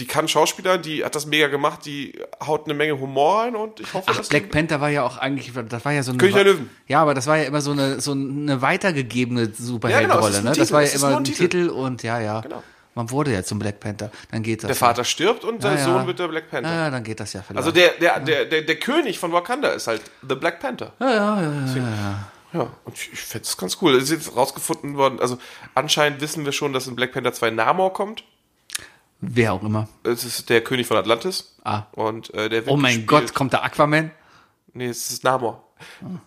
Speaker 3: die kann Schauspieler, die hat das mega gemacht, die haut eine Menge Humor ein und ich hoffe,
Speaker 4: Ach,
Speaker 3: dass die
Speaker 4: Black Panther war ja auch eigentlich, das war ja so eine.
Speaker 3: König der Löwen.
Speaker 4: Ja, aber das war ja immer so eine, so eine weitergegebene
Speaker 3: Ja, genau,
Speaker 4: Superheldenrolle,
Speaker 3: es ist ein
Speaker 4: ne? Das
Speaker 3: Titel,
Speaker 4: war ja
Speaker 3: es ist
Speaker 4: immer
Speaker 3: nur
Speaker 4: ein
Speaker 3: ein
Speaker 4: Titel.
Speaker 3: Titel.
Speaker 4: und ja, ja.
Speaker 3: Genau.
Speaker 4: Man wurde ja zum Black Panther. Dann geht das.
Speaker 3: Der Vater stirbt und
Speaker 4: Ah, ja.
Speaker 3: der
Speaker 4: ja.
Speaker 3: Sohn wird der Black Panther.
Speaker 4: Ja, ja, dann geht das ja vielleicht.
Speaker 3: Also der, der, der, der, der König von Wakanda ist halt The Black Panther.
Speaker 4: Ah,
Speaker 3: Ja, ja, ja. Ja, und ich, ich fände es ganz cool. Es ist jetzt rausgefunden worden, also anscheinend wissen wir schon, dass in Black Panther 2 Namor kommt.
Speaker 4: Wer auch immer.
Speaker 3: Es ist der König von Atlantis.
Speaker 4: Ah.
Speaker 3: Und äh, der wird
Speaker 4: Oh mein
Speaker 3: gespielt-
Speaker 4: Gott, kommt da Aquaman?
Speaker 3: Nee, es ist Namor.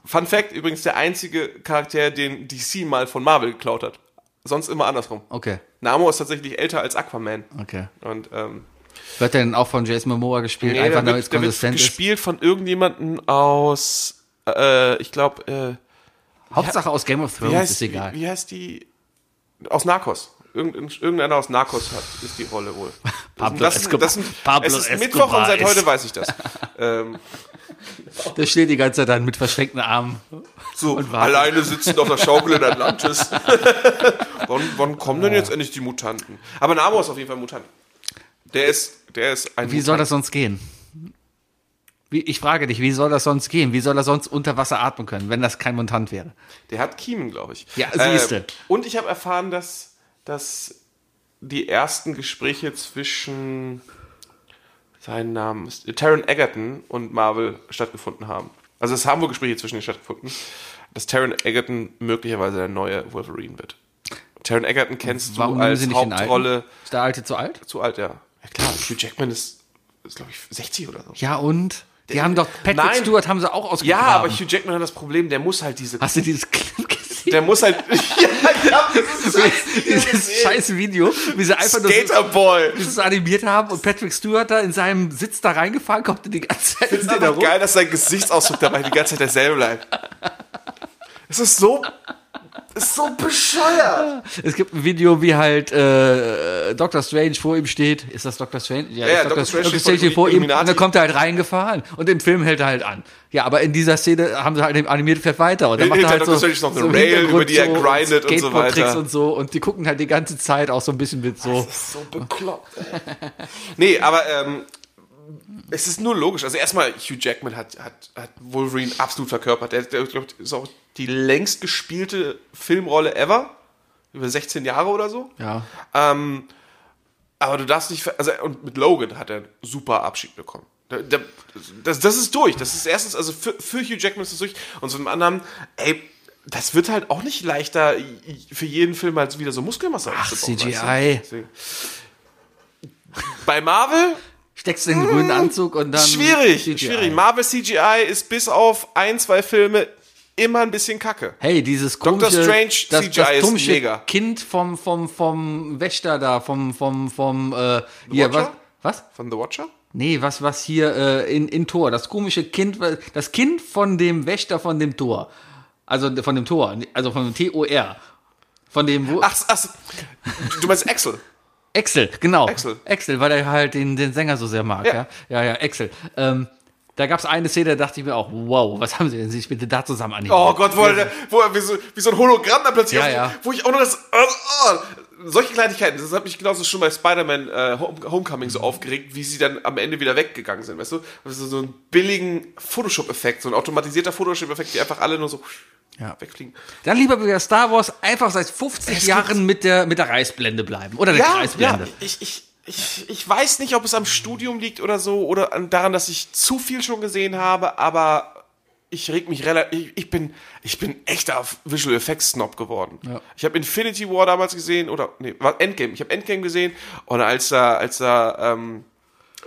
Speaker 3: Fun Fact, übrigens der einzige Charakter, den DC mal von Marvel geklaut hat. Sonst immer andersrum.
Speaker 4: Okay,
Speaker 3: Namor ist tatsächlich älter als Aquaman.
Speaker 4: okay.
Speaker 3: Und ähm,
Speaker 4: Wird der denn auch von Jason Momoa gespielt,
Speaker 3: Nee,
Speaker 4: einfach
Speaker 3: der
Speaker 4: nur
Speaker 3: wird,
Speaker 4: als
Speaker 3: der wird
Speaker 4: konsistent ist?
Speaker 3: gespielt von irgendjemandem aus, äh, ich glaube,
Speaker 4: Hauptsache aus Game of
Speaker 3: äh, wie,
Speaker 4: Thrones
Speaker 3: heißt-
Speaker 4: ist egal.
Speaker 3: wie, wie heißt die? Aus Narcos. Irgendein, irgendeiner aus Narcos hat, ist die Rolle wohl.
Speaker 4: Pablo
Speaker 3: das, ist ein-
Speaker 4: Escobar.
Speaker 3: das, ist ein-
Speaker 4: Pablo
Speaker 3: es ist
Speaker 4: Escobar
Speaker 3: Mittwoch und seit
Speaker 4: ist-
Speaker 3: heute weiß ich das. ähm,
Speaker 4: Der steht die ganze Zeit dann mit verschränkten Armen.
Speaker 3: so
Speaker 4: warten.
Speaker 3: alleine sitzend auf der Schaukel in Atlantis Wann, wann kommen
Speaker 4: Oh.
Speaker 3: denn jetzt endlich die Mutanten? Aber Namor ist auf jeden Fall ein Mutant. Der ist, der ist ein
Speaker 4: Wie soll das sonst gehen? Wie, ich frage dich, wie soll das sonst gehen? Wie soll er sonst unter Wasser atmen können, wenn das kein Mutant wäre?
Speaker 3: Der hat Kiemen, glaube ich. Äh,
Speaker 4: Ja, siehste.
Speaker 3: und ich habe erfahren, dass, dass die ersten Gespräche zwischen seinen Namen ist Taron Egerton und Marvel stattgefunden haben. Also es haben wohl Gespräche zwischen ihnen stattgefunden, dass Taron Egerton möglicherweise der neue Wolverine wird. Taron Egerton kennst
Speaker 4: Warum
Speaker 3: du
Speaker 4: nehmen
Speaker 3: als
Speaker 4: sie nicht den
Speaker 3: Hauptrolle
Speaker 4: alten? Ist der alte zu alt?
Speaker 3: zu alt, ja. Ja klar, Hugh Jackman ist, ist glaube ich 60 oder so.
Speaker 4: Ja und? Die haben doch Patrick
Speaker 3: Nein.
Speaker 4: Stewart haben sie auch ausgegraben.
Speaker 3: Ja, aber Hugh Jackman hat das Problem, der muss halt diese
Speaker 4: Hast du dieses Clip gesehen?
Speaker 3: der muss halt ja, ich hab dieses scheiß Video
Speaker 4: dieses
Speaker 3: gesehen.
Speaker 4: scheiß Video, wie sie einfach nur so-
Speaker 3: Skaterboy.
Speaker 4: wie sie es animiert haben und Patrick Stewart da in seinem Sitz da reingefahren kommt und die ganze Zeit
Speaker 3: Ich finde geil, dass sein Gesichtsausdruck dabei die ganze Zeit derselbe bleibt. Es ist so. Es ist so bescheuert.
Speaker 4: Es gibt ein Video, wie halt äh, Dr. Strange vor ihm steht. Ist das Dr. Strange? Ja,
Speaker 3: ja,
Speaker 4: ist Dr.
Speaker 3: Dr. Strange
Speaker 4: Dr.
Speaker 3: steht
Speaker 4: Strange
Speaker 3: vor
Speaker 4: steht vor ihm. Und
Speaker 3: Illuminati.
Speaker 4: dann kommt er halt reingefahren. Und im Film hält er halt an. Ja, aber in dieser Szene haben sie halt den animierten Pferd weiter. Und dann macht er
Speaker 3: Hinter
Speaker 4: halt
Speaker 3: Dr.
Speaker 4: so,
Speaker 3: Strange ist noch eine
Speaker 4: so im
Speaker 3: Rail,
Speaker 4: Hintergrund
Speaker 3: über die er grindet und so
Speaker 4: Skateboard-Tricks
Speaker 3: weiter.
Speaker 4: und so. Und die gucken halt die ganze Zeit auch so ein bisschen mit so.
Speaker 3: So bekloppt. Ey. Nee, aber ähm, es ist nur logisch. Also erstmal, Hugh Jackman hat, hat, hat Wolverine absolut verkörpert. Er der, glaub, ich, ist auch die längst gespielte Filmrolle ever. Über 16 Jahre oder so.
Speaker 4: Ja.
Speaker 3: Ähm, aber du darfst nicht. ver- Also, und mit Logan hat er einen super Abschied bekommen. Da, da, das, das ist durch. Das ist erstens, also für, für Hugh Jackman ist das durch. Und zum anderen, ey, das wird halt auch nicht leichter, i- i- für jeden Film halt wieder so Muskelmasse Ach,
Speaker 4: CGI.
Speaker 3: Bei Marvel
Speaker 4: Steckst du den grünen Anzug und dann.
Speaker 3: Mm, schwierig,
Speaker 4: CGI.
Speaker 3: schwierig. Marvel CGI ist bis auf ein, zwei Filme immer ein bisschen Kacke.
Speaker 4: Hey, dieses komische,
Speaker 3: Strange
Speaker 4: das,
Speaker 3: CGI
Speaker 4: das
Speaker 3: ist
Speaker 4: komische
Speaker 3: mega.
Speaker 4: Kind vom vom vom Wächter da, vom vom vom äh, hier was
Speaker 3: Watcher?
Speaker 4: was?
Speaker 3: Von The Watcher?
Speaker 4: Nee, was was hier äh, in in Tor, das komische Kind, wa- das Kind von dem Wächter von dem Tor. Also von dem Tor, also von dem T O R. Von dem wo,
Speaker 3: Ach, ach du meinst Axel?
Speaker 4: Excel, genau.
Speaker 3: Axel.
Speaker 4: Axel, weil er halt den, den Sänger so sehr mag, ja.
Speaker 3: Ja.
Speaker 4: Ja, ja, Axel. Ähm, da gab's eine Szene, da dachte ich mir auch, wow, was haben sie denn sich bitte da zusammen animiert?
Speaker 3: Oh Gott, wo, er, wo er wie, so, wie so ein Hologramm da plötzlich
Speaker 4: Ja,
Speaker 3: auf-
Speaker 4: ja.
Speaker 3: wo ich auch nur das. Oh, oh, solche Kleinigkeiten, das hat mich genauso schon bei Spider-Man äh, Home- Homecoming so aufgeregt, wie sie dann am Ende wieder weggegangen sind, weißt du? Also so einen billigen Photoshop-Effekt, so ein automatisierter Photoshop-Effekt, die einfach alle nur so
Speaker 4: Ja.
Speaker 3: wegfliegen.
Speaker 4: Dann lieber wieder Star Wars einfach seit 50 Jahren mit der, mit der Reißblende bleiben. Oder der
Speaker 3: Ja, ja
Speaker 4: Kreisblende.
Speaker 3: ich, ich, ich, ich weiß nicht, ob es am Studium liegt oder so, oder an, daran, dass ich zu viel schon gesehen habe, aber ich reg mich relativ. Ich, ich, bin, ich bin echter Visual Effects Snob geworden. Ich habe Infinity War damals gesehen, oder nee, war Endgame. Ich habe Endgame gesehen und als da, als da ähm,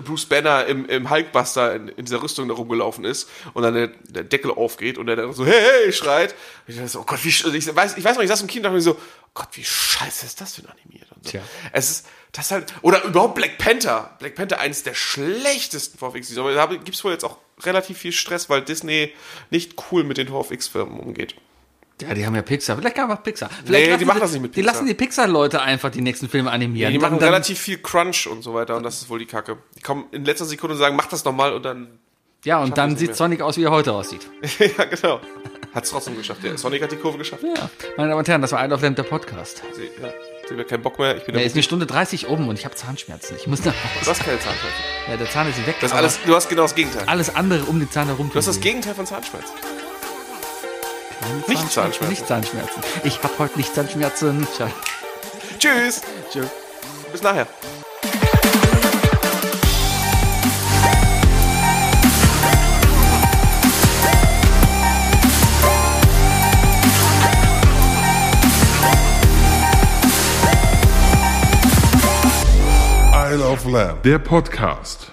Speaker 3: Bruce Banner im, im Hulkbuster in, in dieser Rüstung da rumgelaufen ist und dann der, der Deckel aufgeht und er dann so, hey, hey, schreit. Und ich dachte so, oh Gott, wie, sch- also ich weiß, ich weiß noch, ich saß im Kino und dachte mir so, oh Gott, wie scheiße ist das denn animiert? Und so.
Speaker 4: Tja.
Speaker 3: Es ist, das ist halt, oder überhaupt Black Panther. Black Panther, eines der schlechtesten VFX-Videos. Aber da gibt es wohl jetzt auch relativ viel Stress, weil Disney nicht cool mit den VFX-Firmen umgeht.
Speaker 4: Ja, die haben ja Pixar. Vielleicht einfach Pixar. Vielleicht
Speaker 3: die
Speaker 4: lassen
Speaker 3: machen
Speaker 4: sie-
Speaker 3: das nicht mit
Speaker 4: Die
Speaker 3: Pixar.
Speaker 4: lassen die Pixar-Leute einfach die nächsten Filme animieren.
Speaker 3: die
Speaker 4: Dann-
Speaker 3: machen
Speaker 4: dann-
Speaker 3: relativ viel Crunch und so weiter und das ist wohl die Kacke. Die kommen in letzter Sekunde und sagen, mach das nochmal und dann,
Speaker 4: Ja, und dann
Speaker 3: nicht
Speaker 4: sieht
Speaker 3: mehr.
Speaker 4: Sonic aus, wie er heute aussieht.
Speaker 3: ja, genau. Hat es trotzdem geschafft. Ja, Sonic hat die Kurve geschafft.
Speaker 4: Ja. Meine Damen und Herren, das war Idle of Lamp, der Podcast.
Speaker 3: Sie, ja, sie hat keinen Bock mehr. Ich bin
Speaker 4: Da
Speaker 3: der
Speaker 4: ist eine Stunde 30 oben und ich habe Zahnschmerzen. Ich muss nach
Speaker 3: Du
Speaker 4: Hause.
Speaker 3: hast keine Zahnschmerzen.
Speaker 4: Ja, der Zahn ist weg.
Speaker 3: Das ist
Speaker 4: aber
Speaker 3: alles, du hast genau das Gegenteil. Du
Speaker 4: alles andere um den Zahn herum.
Speaker 3: hast das Gegenteil von Zahnschmerzen.
Speaker 4: Nicht
Speaker 3: nicht
Speaker 4: Zahnschmerzen.
Speaker 3: Zahnschmerzen.
Speaker 4: Nicht Zahnschmerzen. Ich habe heute nicht Zahnschmerzen. Ciao.
Speaker 3: Tschüss. Tschüss. Bis nachher.
Speaker 5: Isle of Lamb.
Speaker 6: Der Podcast.